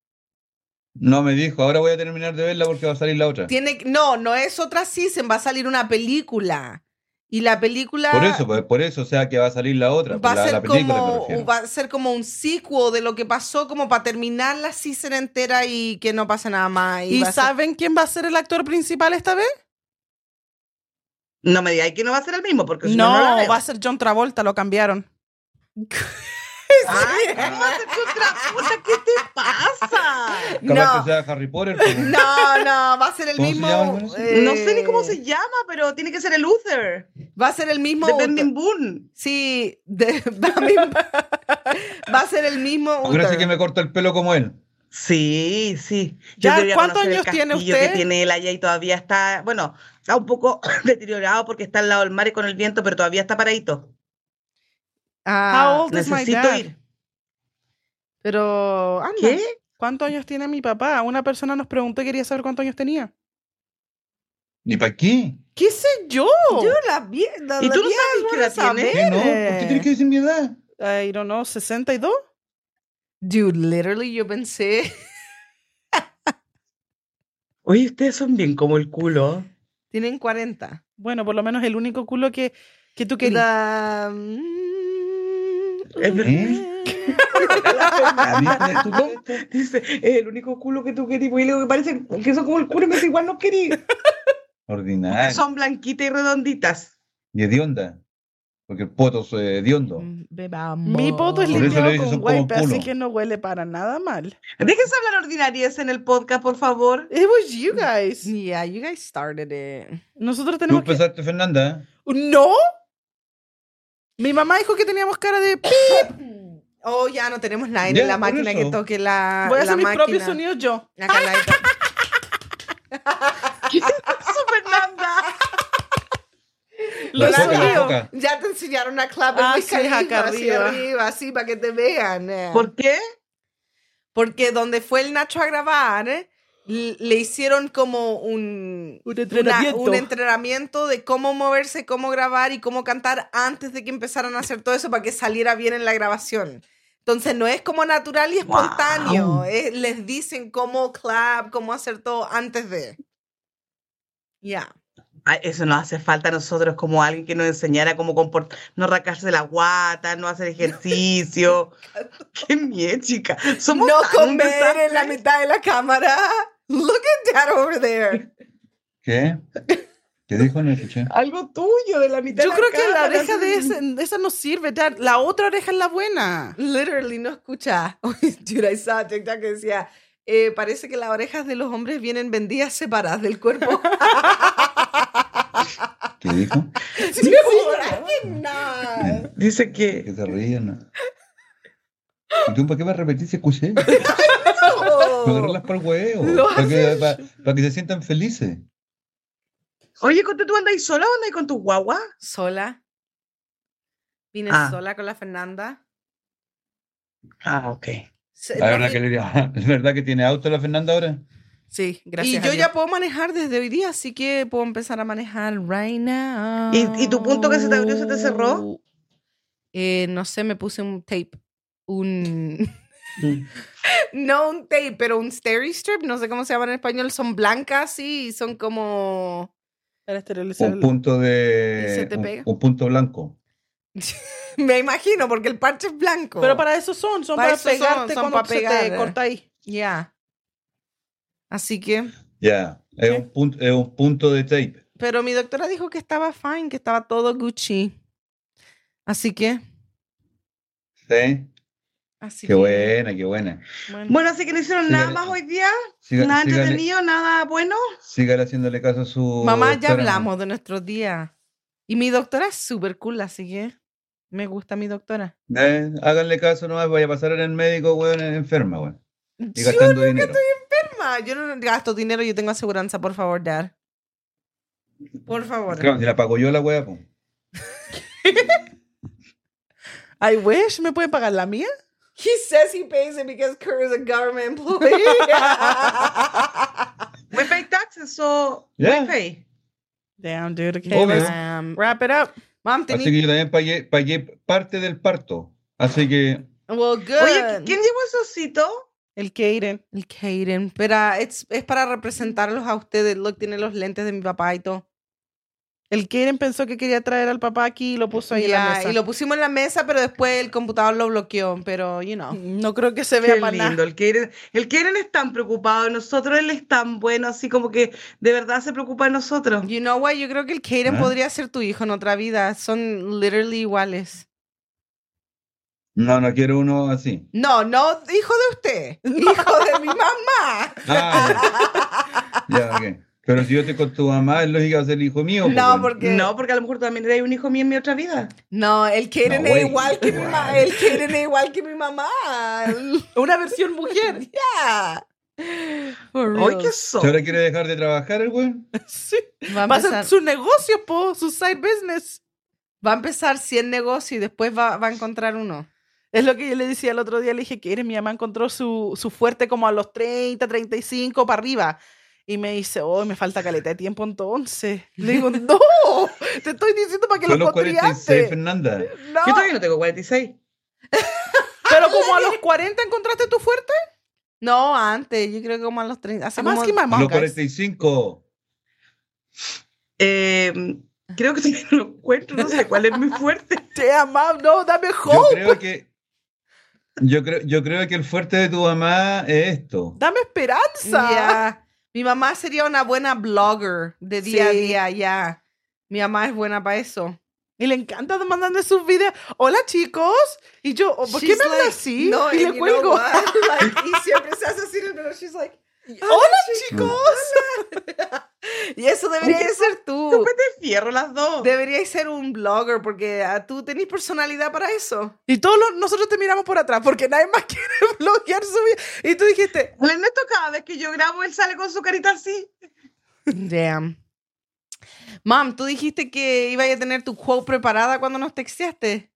No me dijo, ahora voy a terminar de verla porque va a salir la otra.
Tiene, no, no es otra season, va a salir una película. Y la película
Por eso, pues, por eso, o sea que va a salir la otra, pues,
va a
la,
ser
la película me
como
refiero.
va a ser como un sequel de lo que pasó, como para terminar la season entera y que no pase nada más.
¿Y,
va a ser-
saben quién va a ser el actor principal esta vez?
No me digáis que no va a ser el mismo, porque si no, no, la
No,
veo.
va a ser John Travolta, lo cambiaron.
Ay, ¿cómo va a ser contra puta? ¿Qué te pasa?
Capaz
No.
que sea Harry Potter. pues, weón.
No, no, va a ser el
¿Cómo se
mismo.
llama el bueno ese?
No sé ni cómo
eh,
se llama, pero tiene que ser el Uther
Va a ser el mismo.
de Bending Boone.
Sí, de- va, a mi- va a ser el mismo.
Ahora sí
Uther.
que me corto el pelo como él.
Sí, sí.
Ya,
debería
¿cuántos
conocer el
años tiene
castillo
usted?
Que tiene él allá y todavía está, bueno, está un poco deteriorado porque está al lado del mar y con el viento, pero todavía está paradito.
Ah,
How old is Oh, my
Necesito
dad?
ir.
Pero, anda,
¿Qué?
¿cuántos años tiene mi papá? Una persona nos preguntó y quería saber cuántos años tenía.
¿Ni para qué?
¿Qué sé yo?
yo la vi. la-
¿Y
la
tú no
vieja
sabes
buena sabe.
qué edad tiene?
¿Qué no? ¿Por qué tienes que decir mi edad?
I don't know, ¿62?
Dude, literally yo pensé.
Oye, ustedes son bien como el culo.
Tienen 40.
Bueno, por lo menos el único culo que, que tú querías.
La- mm,
Es verdad.
¿A mí crees tú que esto?
Dice, es el único culo que tú querís. Y le digo que parece que son como el culo y me dice, igual no querís.
Ah.
Ordinario.
Son blanquitas y redonditas.
Y hedionda. Porque el poto es eh, hediondo.
mm, bebamos.
Mi poto es
Por eso le
limpiado
dicen
con
son como
wipe, así
culo.
que no huele para nada mal.
Déjense hablar ordinarias en el podcast, por favor.
It was you guys.
Yeah, you guys started it.
Nosotros
Tú
tenemos que...
empezaste, Fernanda. ¿eh?
¿No? Mi mamá dijo que teníamos cara de... pi.
Oh, ya no tenemos nadie
Ya,
en la
por
máquina que
eso.
toque la.
Voy
la
a hacer mis
máquina.
propios sonidos yo.
Acá la-
Fernanda.
La
Los
coca, la
sonidos.
coca.
Ya te enseñaron a clap
Ah,
en
sí, acá
así
arriba.
arriba, así para que te vean. eh.
¿Por qué?
Porque donde fue el Nacho a grabar, eh, l- le hicieron como un,
Un
una-
entrenamiento.
un entrenamiento de cómo moverse, cómo grabar y cómo cantar antes de que empezaran a hacer todo eso para que saliera bien en la grabación. Entonces no es como natural y espontáneo.
Wow.
eh, les dicen cómo clap, cómo hacer todo antes de. Ya.
Ay, eso nos hace falta a nosotros como alguien que nos enseñara cómo comportar, no rascarse la guata, no hacer ejercicio. Qué miedo, chica. Somos
No
tan un
comer en la
desastre.
mitad de la cámara. Look at that over there.
¿Qué? ¿Qué dijo? No escuché.
Algo tuyo de la mitad.
Yo
de
creo que la
cámara,
oreja
así.
de esa, esa no sirve, Dad. La otra oreja es la buena.
Literally no escucha. Dude, I saw a TikTok que decía, eh, parece que las orejas de los hombres vienen vendidas separadas del cuerpo.
¿Qué dijo?
No.
Bien,
Dice que
Que se ríen. ¿no? ¿Y tú para qué vas a repetir si escuché? Para agarrarlas para el huevo.
Lo
Para que, para- para que se sientan felices.
Oye, Conte, ¿tú andáis sola o andáis con tu guagua?
Sola. Vine
Ah.
sola con la Fernanda.
Ah, ok.
Se-
La
no,
verdad
y-
que le digo, ¿es verdad que tiene auto la Fernanda ahora?
Sí, gracias.
y
a
yo
Dios.
ya puedo manejar desde hoy día, así que puedo empezar a manejar right now.
¿Y- y tu punto que se te abrió, se te cerró?
Eh, no sé, me puse un tape. Un.
Mm.
no un tape, pero un steri strip. No sé cómo se llama en español. Son blancas, sí, y son como.
Para esterilizar
Un
el-
punto
Y se
de.
te
un-
pega.
Un, punto blanco.
Me imagino, porque el parche es blanco.
Pero para eso son, son
Para
para,
eso son,
pegarte
son
cuando
para
se te
pegar.
corta ahí.
Ya. Así que.
Ya.
¿Qué?
Es, un punto, es un punto de tape.
Pero mi doctora dijo que estaba fine, que estaba todo Gucci. Así que.
¿Sí?
Así
Qué
que.
buena, qué buena.
Bueno, así que no hicieron
Sí,
nada
eh,
más hoy día,
Siga-
nada
sígale-
entretenido, nada bueno.
sígale haciéndole caso a su.
Mamá, ya
doctora, ¿no?
hablamos de nuestros días. Y mi doctora es súper cool, así que me gusta mi doctora.
Eh, háganle caso nomás, vaya a pasar en el médico, weón, enferma, weón. Y
Yo
gastando dinero.
Ma, Yo no gasto dinero, yo tengo aseguranza, por favor, Dad. Por favor.
Claro, si la pago yo la weá, po.
I wish, ¿me puede pagar la mía?
He says he pays it because Kerr is a government employee.
We pay taxes, so
Yeah.
we pay.
Damn, dude. Okay,
Obvio.
let's
Um,
wrap it up.
Mom,
Así
tení...
que yo también pagué, pagué parte del parto. Así que
Well, good.
Oye, ¿qui- ¿quién llevó ese osito?
El Kaden.
El Kaden. Pero ah, es, es para representarlos a ustedes. Look, tiene los lentes de mi papá y todo.
El Kaden pensó que quería traer al papá aquí y lo puso ahí en
Ya,
la mesa.
Y lo pusimos en la mesa, pero después el computador lo bloqueó. Pero, you know.
No creo que se vea
Qué
para
lindo,
nada.
el Keren, el Keren es tan preocupado de nosotros, él es tan bueno, así como que de verdad se preocupa de nosotros.
You know what? Yo creo que el Kaden
¿Ah?
podría ser tu hijo en otra vida. Son literally iguales.
no, no quiero uno así.
No, no, hijo de usted. Hijo de mi mamá.
Ah, ya, Ya, ok. Pero si yo estoy con tu mamá, es lógico que va a ser el hijo mío. po,
No,
weón.
porque.
No, porque a lo mejor también era un hijo mío en mi otra vida.
No, el Kaden
No,
es
güey,
igual que mi
igual.
mamá. El Kaden es igual que mi mamá.
Una versión mujer.
Yeah. For
Hoy
real.
qué
¿Si
son.
ahora quiere dejar de trabajar el weón?
sí.
Va a
Va a ser
empezar-
su negocio, po, su side business.
va a empezar 100 negocios y después va, va a encontrar uno.
Es lo que yo le decía el otro día, le dije que eres mi mamá encontró su, su fuerte como a los 30, 35 para arriba. Y me dice, oh, me falta caleta de tiempo entonces. Le digo, no, te estoy diciendo para que
Son
lo
los
encontré
46,
antes.
Fernanda.
No,
Yo todavía no tengo 46.
pero como a los 40 encontraste tu fuerte.
No, antes, yo creo que como a los 30. Hace
Además,
como-
que my
Son
mom,
los
guys.
45.
Eh, creo que todavía no lo encuentro, no sé cuál es mi fuerte.
Damn, mom, no, dame
Yo
hope.
creo que. Yo creo, yo creo que el fuerte de tu mamá es esto.
Dame esperanza.
Ya. Mi mamá sería una buena blogger de día a
Sí.
día, ya. Mi mamá es buena para eso.
Y le encanta mandando sus videos. Hola, chicos. Y yo, oh, ¿por qué
She's
me habla
like,
así?
No, and
y le
you know
cuelgo.
what? Like, y siempre se hace así, pero she's like,
Hola, chicos.
Y eso debería de ser tú.
Te fierro las dos.
Deberías ser un blogger porque ah, tú tenés personalidad para eso.
Y todos los- nosotros te miramos por atrás porque nadie más quiere bloquear su vida. Y tú dijiste,
Al Ernesto cada vez que yo grabo, él sale con su carita así.
Damn. Mam, tú dijiste que ibas a tener tu quote preparada cuando nos texteaste.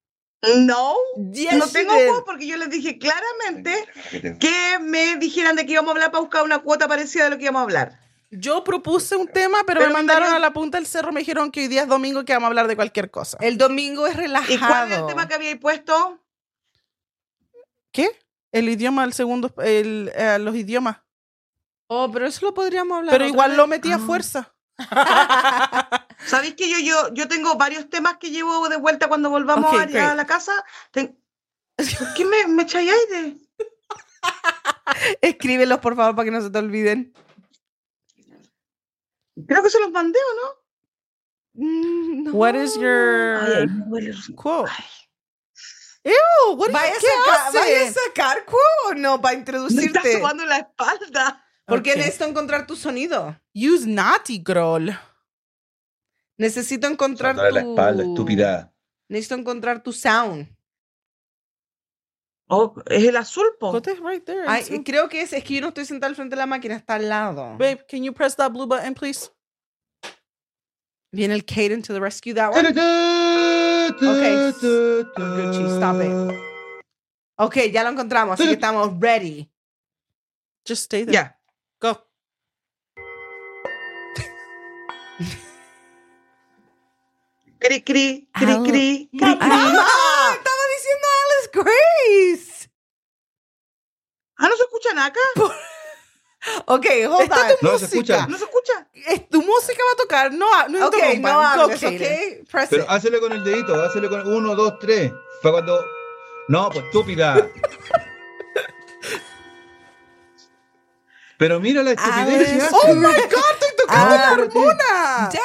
No, no
she
tengo
did.
voz porque yo les dije claramente
Que te-
que me dijeran de qué íbamos a hablar para buscar una cuota parecida de lo que íbamos a hablar.
yo propuse un tema, pero,
Pero
me
me
mandaron
mandaron-
a la punta del cerro. Me dijeron que hoy día es domingo y que vamos a hablar de cualquier cosa.
El domingo es
¿Y cuál era el
relajado.
tema que había puesto?
¿Qué? El idioma, el segundo, el, eh, los idiomas.
Oh, pero eso lo podríamos hablar.
Pero
otra
igual
vez.
lo metí a
Ah.
fuerza.
¿Sabéis que yo, yo, yo tengo varios temas que llevo de vuelta cuando volvamos
Ok,
a- a,
great.
la casa? Ten- ¿Por qué me, me echáis aire?
Escríbelos, por favor, para que no se te olviden.
Creo que se los mandé, ¿o no?
Mm, no.
What is
Ay, ay,
your
me huele-
quote?
ay.
Ew, what
¿Vaya a,
¿qué
sacar,
hace?
¿Vaya a sacar quote o no para
Me está
introducirte?
sobando la espalda.
Porque
Ok.
necesito encontrar tu sonido.
Use naughty girl.
Necesito encontrar
Dándole
tu...
la espalda, estúpida.
Necesito encontrar tu sound.
Oh, es el azul, po.
What is right there?
Ay,
It's-
creo que es, es que yo no estoy sentada al frente de la máquina, está al lado.
Babe, can you press that blue button, please?
Viene el Caden to the rescue that one.
Okay.
Gucci, stop it. Ok, ya lo encontramos, así que estamos ready.
Just stay there.
Ya.
Go.
Cri, cri, cri,
Ah.
Au.
cri, cri,
¡Mamá!
cri.
Estaba diciendo Alice Grace.
Ah, ¿no se escucha nada acá?
Ok, hold
Está
on.
tu
No,
música.
se escucha.
¿No se escucha?
Es tu música va a tocar. No, ha- no
Ok,
interrumpan.
no
Go,
hables,
Kaylin.
ok. Press
Pero
it.
hácele con el dedito, hácele con uno, dos, tres. Fue cuando. No, pues estúpida. Pero mira la estupidez que hace.
Oh my god, estoy tocando la
Ah.
hormona.
Ya,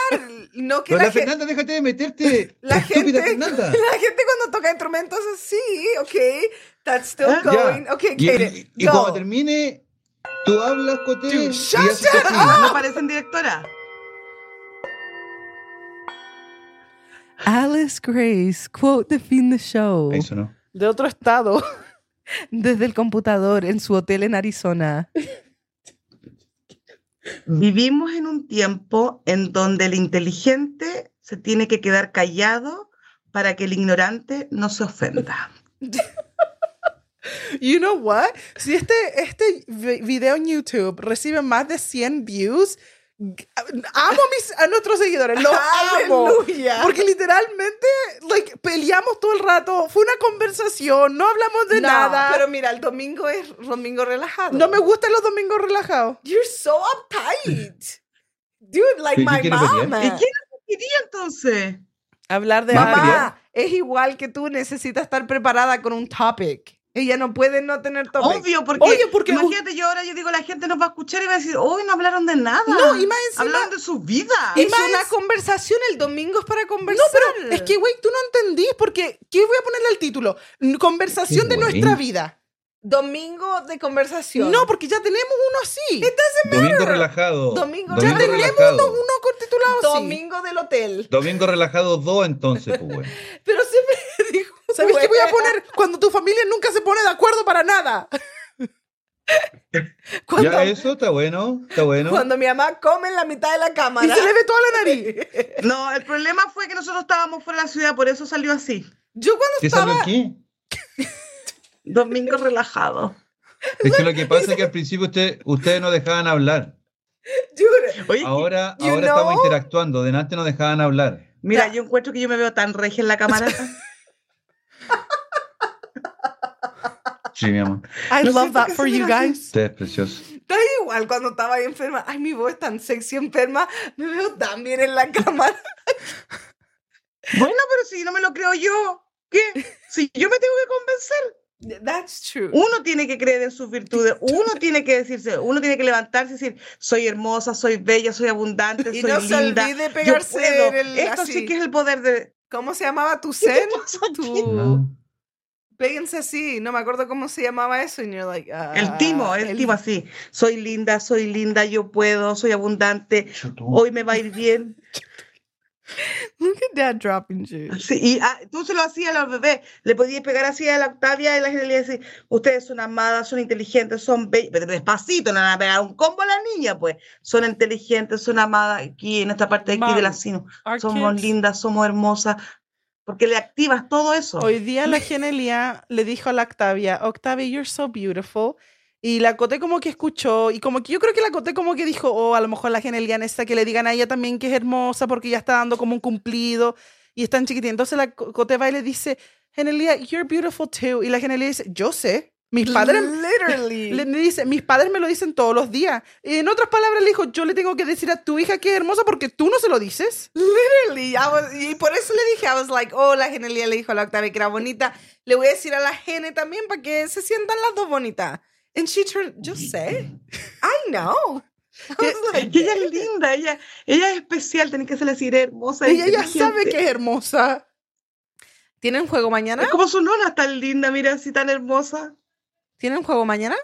no que
Pero
la,
la
ge-
Fernanda, déjate de meterte.
la
estúpida
gente,
Fernanda.
la gente cuando toca instrumentos así, ok, that's still
Ah,
ya.
going, ok,
Y,
Kaylin,
y- y
go.
cuando termine, tú hablas, Coté.
Dude,
y
shut-
haces así.
No parecen directora.
Alice Grace, quote de fin de show.
Eso no.
De otro estado.
Desde el computador en su hotel en Arizona.
Vivimos en un tiempo en donde el inteligente se tiene que quedar callado para que el ignorante no se ofenda.
You know what? Si este, este vi- video en YouTube recibe más de 100 views, g- amo a mis, a nuestros seguidores, los amo.
Aleluya.
Porque literalmente, like, peleamos todo el rato, fue una conversación, no hablamos de
No,
nada.
Pero mira, el domingo es domingo relajado.
no me gustan los domingos relajados.
You're so uptight. Dude, like
¿Y qué
my
quiere pelear?
mama.
¿Y quién lo quería entonces?
Hablar de
Más
algo.
pelear.
Mamá, es igual que tú, necesitas estar preparada con un topic. Ella no puede no tener topic.
Obvio, porque,
Oye, porque-
imagínate, yo ahora yo digo, la gente nos va a escuchar y va a decir, hoy no hablaron de nada.
No, y más encima-
Hablaron de su vida.
Es una conversación, el domingo es para conversar.
pero es que, güey, tú no entendís porque, ¿qué voy a ponerle al título? N- Conversación
Qué
de nuestra
bueno.
vida.
Domingo de conversación.
No, porque ya tenemos uno así.
Domingo relajado.
Domingo- Ya
Domingo
tenemos
relajado.
Uno con titulado así.
domingo del hotel.
Domingo relajado 2, entonces, pues, güey.
Pero siempre dijo.
¿Sabes qué voy a
"Buena".
poner? Cuando tu familia nunca se pone de acuerdo para nada.
Cuando,
Ya, eso está bueno, está bueno.
cuando mi mamá come en la mitad de la
Y
cámara.
se le ve toda la nariz.
No, el problema fue que nosotros estábamos fuera de la ciudad, por eso salió así.
Yo cuando
¿Qué salió
estaba.
aquí?
Domingo relajado.
Es que lo que pasa es que al principio usted, ustedes no dejaban hablar.
Dude,
Oye,
Ahora,
You
ahora
know?
estamos interactuando. Delante no dejaban hablar.
mira, yo encuentro que yo me veo tan regia en la cámara.
Sí, mi amor.
I
No
love
siento
that
que
for
se me
you
la
guys.
Usted es precioso.
da igual cuando estaba ahí enferma. Ay, mi voz tan sexy enferma. Me veo tan bien en la cámara.
bueno, pero si no me lo creo yo, ¿qué? Si yo me tengo que convencer.
That's true.
Uno tiene que creer en sus virtudes, uno tiene que decirse, uno tiene que levantarse y decir, soy hermosa, soy bella, soy abundante,
Y
soy
no se
linda.
olvide
yo
pegarse
puedo".
en el-
Esto
así.
sí que es el poder de...
¿Cómo se llamaba tu
¿Qué
zen?
te pasa a ti?
Tu...
No.
Péguense así. No me acuerdo cómo se llamaba eso. And you're like, ah,
El timo, el, timo así. Soy linda, soy linda, yo puedo, soy abundante, hoy me va a ir bien.
Look at that dropping juice.
Sí, y ah, tú se lo hacías a los bebés, le podías pegar así a la Octavia y la gente le decía, ustedes son amadas, son inteligentes, son bellas, pero despacito, no le van a pegar un combo a la niña, pues. Son inteligentes, son amadas, aquí en esta parte de aquí de la
Mom,
sino.
our
Somos
kids-
lindas, somos hermosas, porque le activas todo eso.
Hoy día la Genelia le dijo a la Octavia, Octavia, you're so beautiful. Y la Cote como que escuchó, y como que yo creo que la Cote como que dijo, oh, a lo mejor la Genelia necesita que le digan a ella también que es hermosa porque ya está dando como un cumplido y es tan chiquitita. Entonces la Co- Cote va y le dice, Genelia, you're beautiful too. Y la Genelia dice, yo sé, mis padres...
Literally.
Le me dice, mis padres me lo dicen todos los días. En otras palabras, le dijo, yo le tengo que decir a tu hija que es hermosa porque tú no se lo dices.
Literally. I was- y por eso le dije, I was like, oh, la Genelia le dijo a la Octavia que era bonita. Le voy a decir a la Gene también para que se sientan las dos bonitas. And she turned, yo sé. I know. I was
Es
like,
que ella es linda, ella, ella es especial, tenés que ser así, eres hermosa.
Ella ya sabe
inteligente.
que es hermosa.
¿Tienen juego mañana?
Es como su nona tan linda, mira, así tan hermosa.
¿Tienen juego mañana?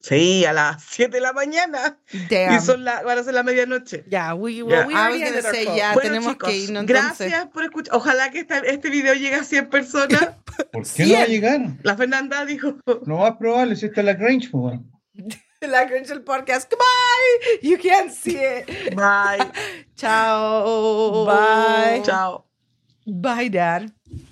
Sí, a las 7 de la mañana.
Damn.
Y son la, van a ser la medianoche.
Ya, we, well,
Yeah.
we
I was
already
gonna
ended our
say,
call.
ya
Bueno,
tenemos
chicos,
que irnos entonces.
gracias por escuchar. Ojalá que esta- este video llegue a 100 personas.
¿Por qué no va a
Cien.
llegar?
La Fernanda dijo,
Lo más probable es esta es la Grange, pues, güey.
La Grinchel Podcast. Goodbye. You can't see it.
bye,
Chao.
Bye.
chao.
Bye, Dad.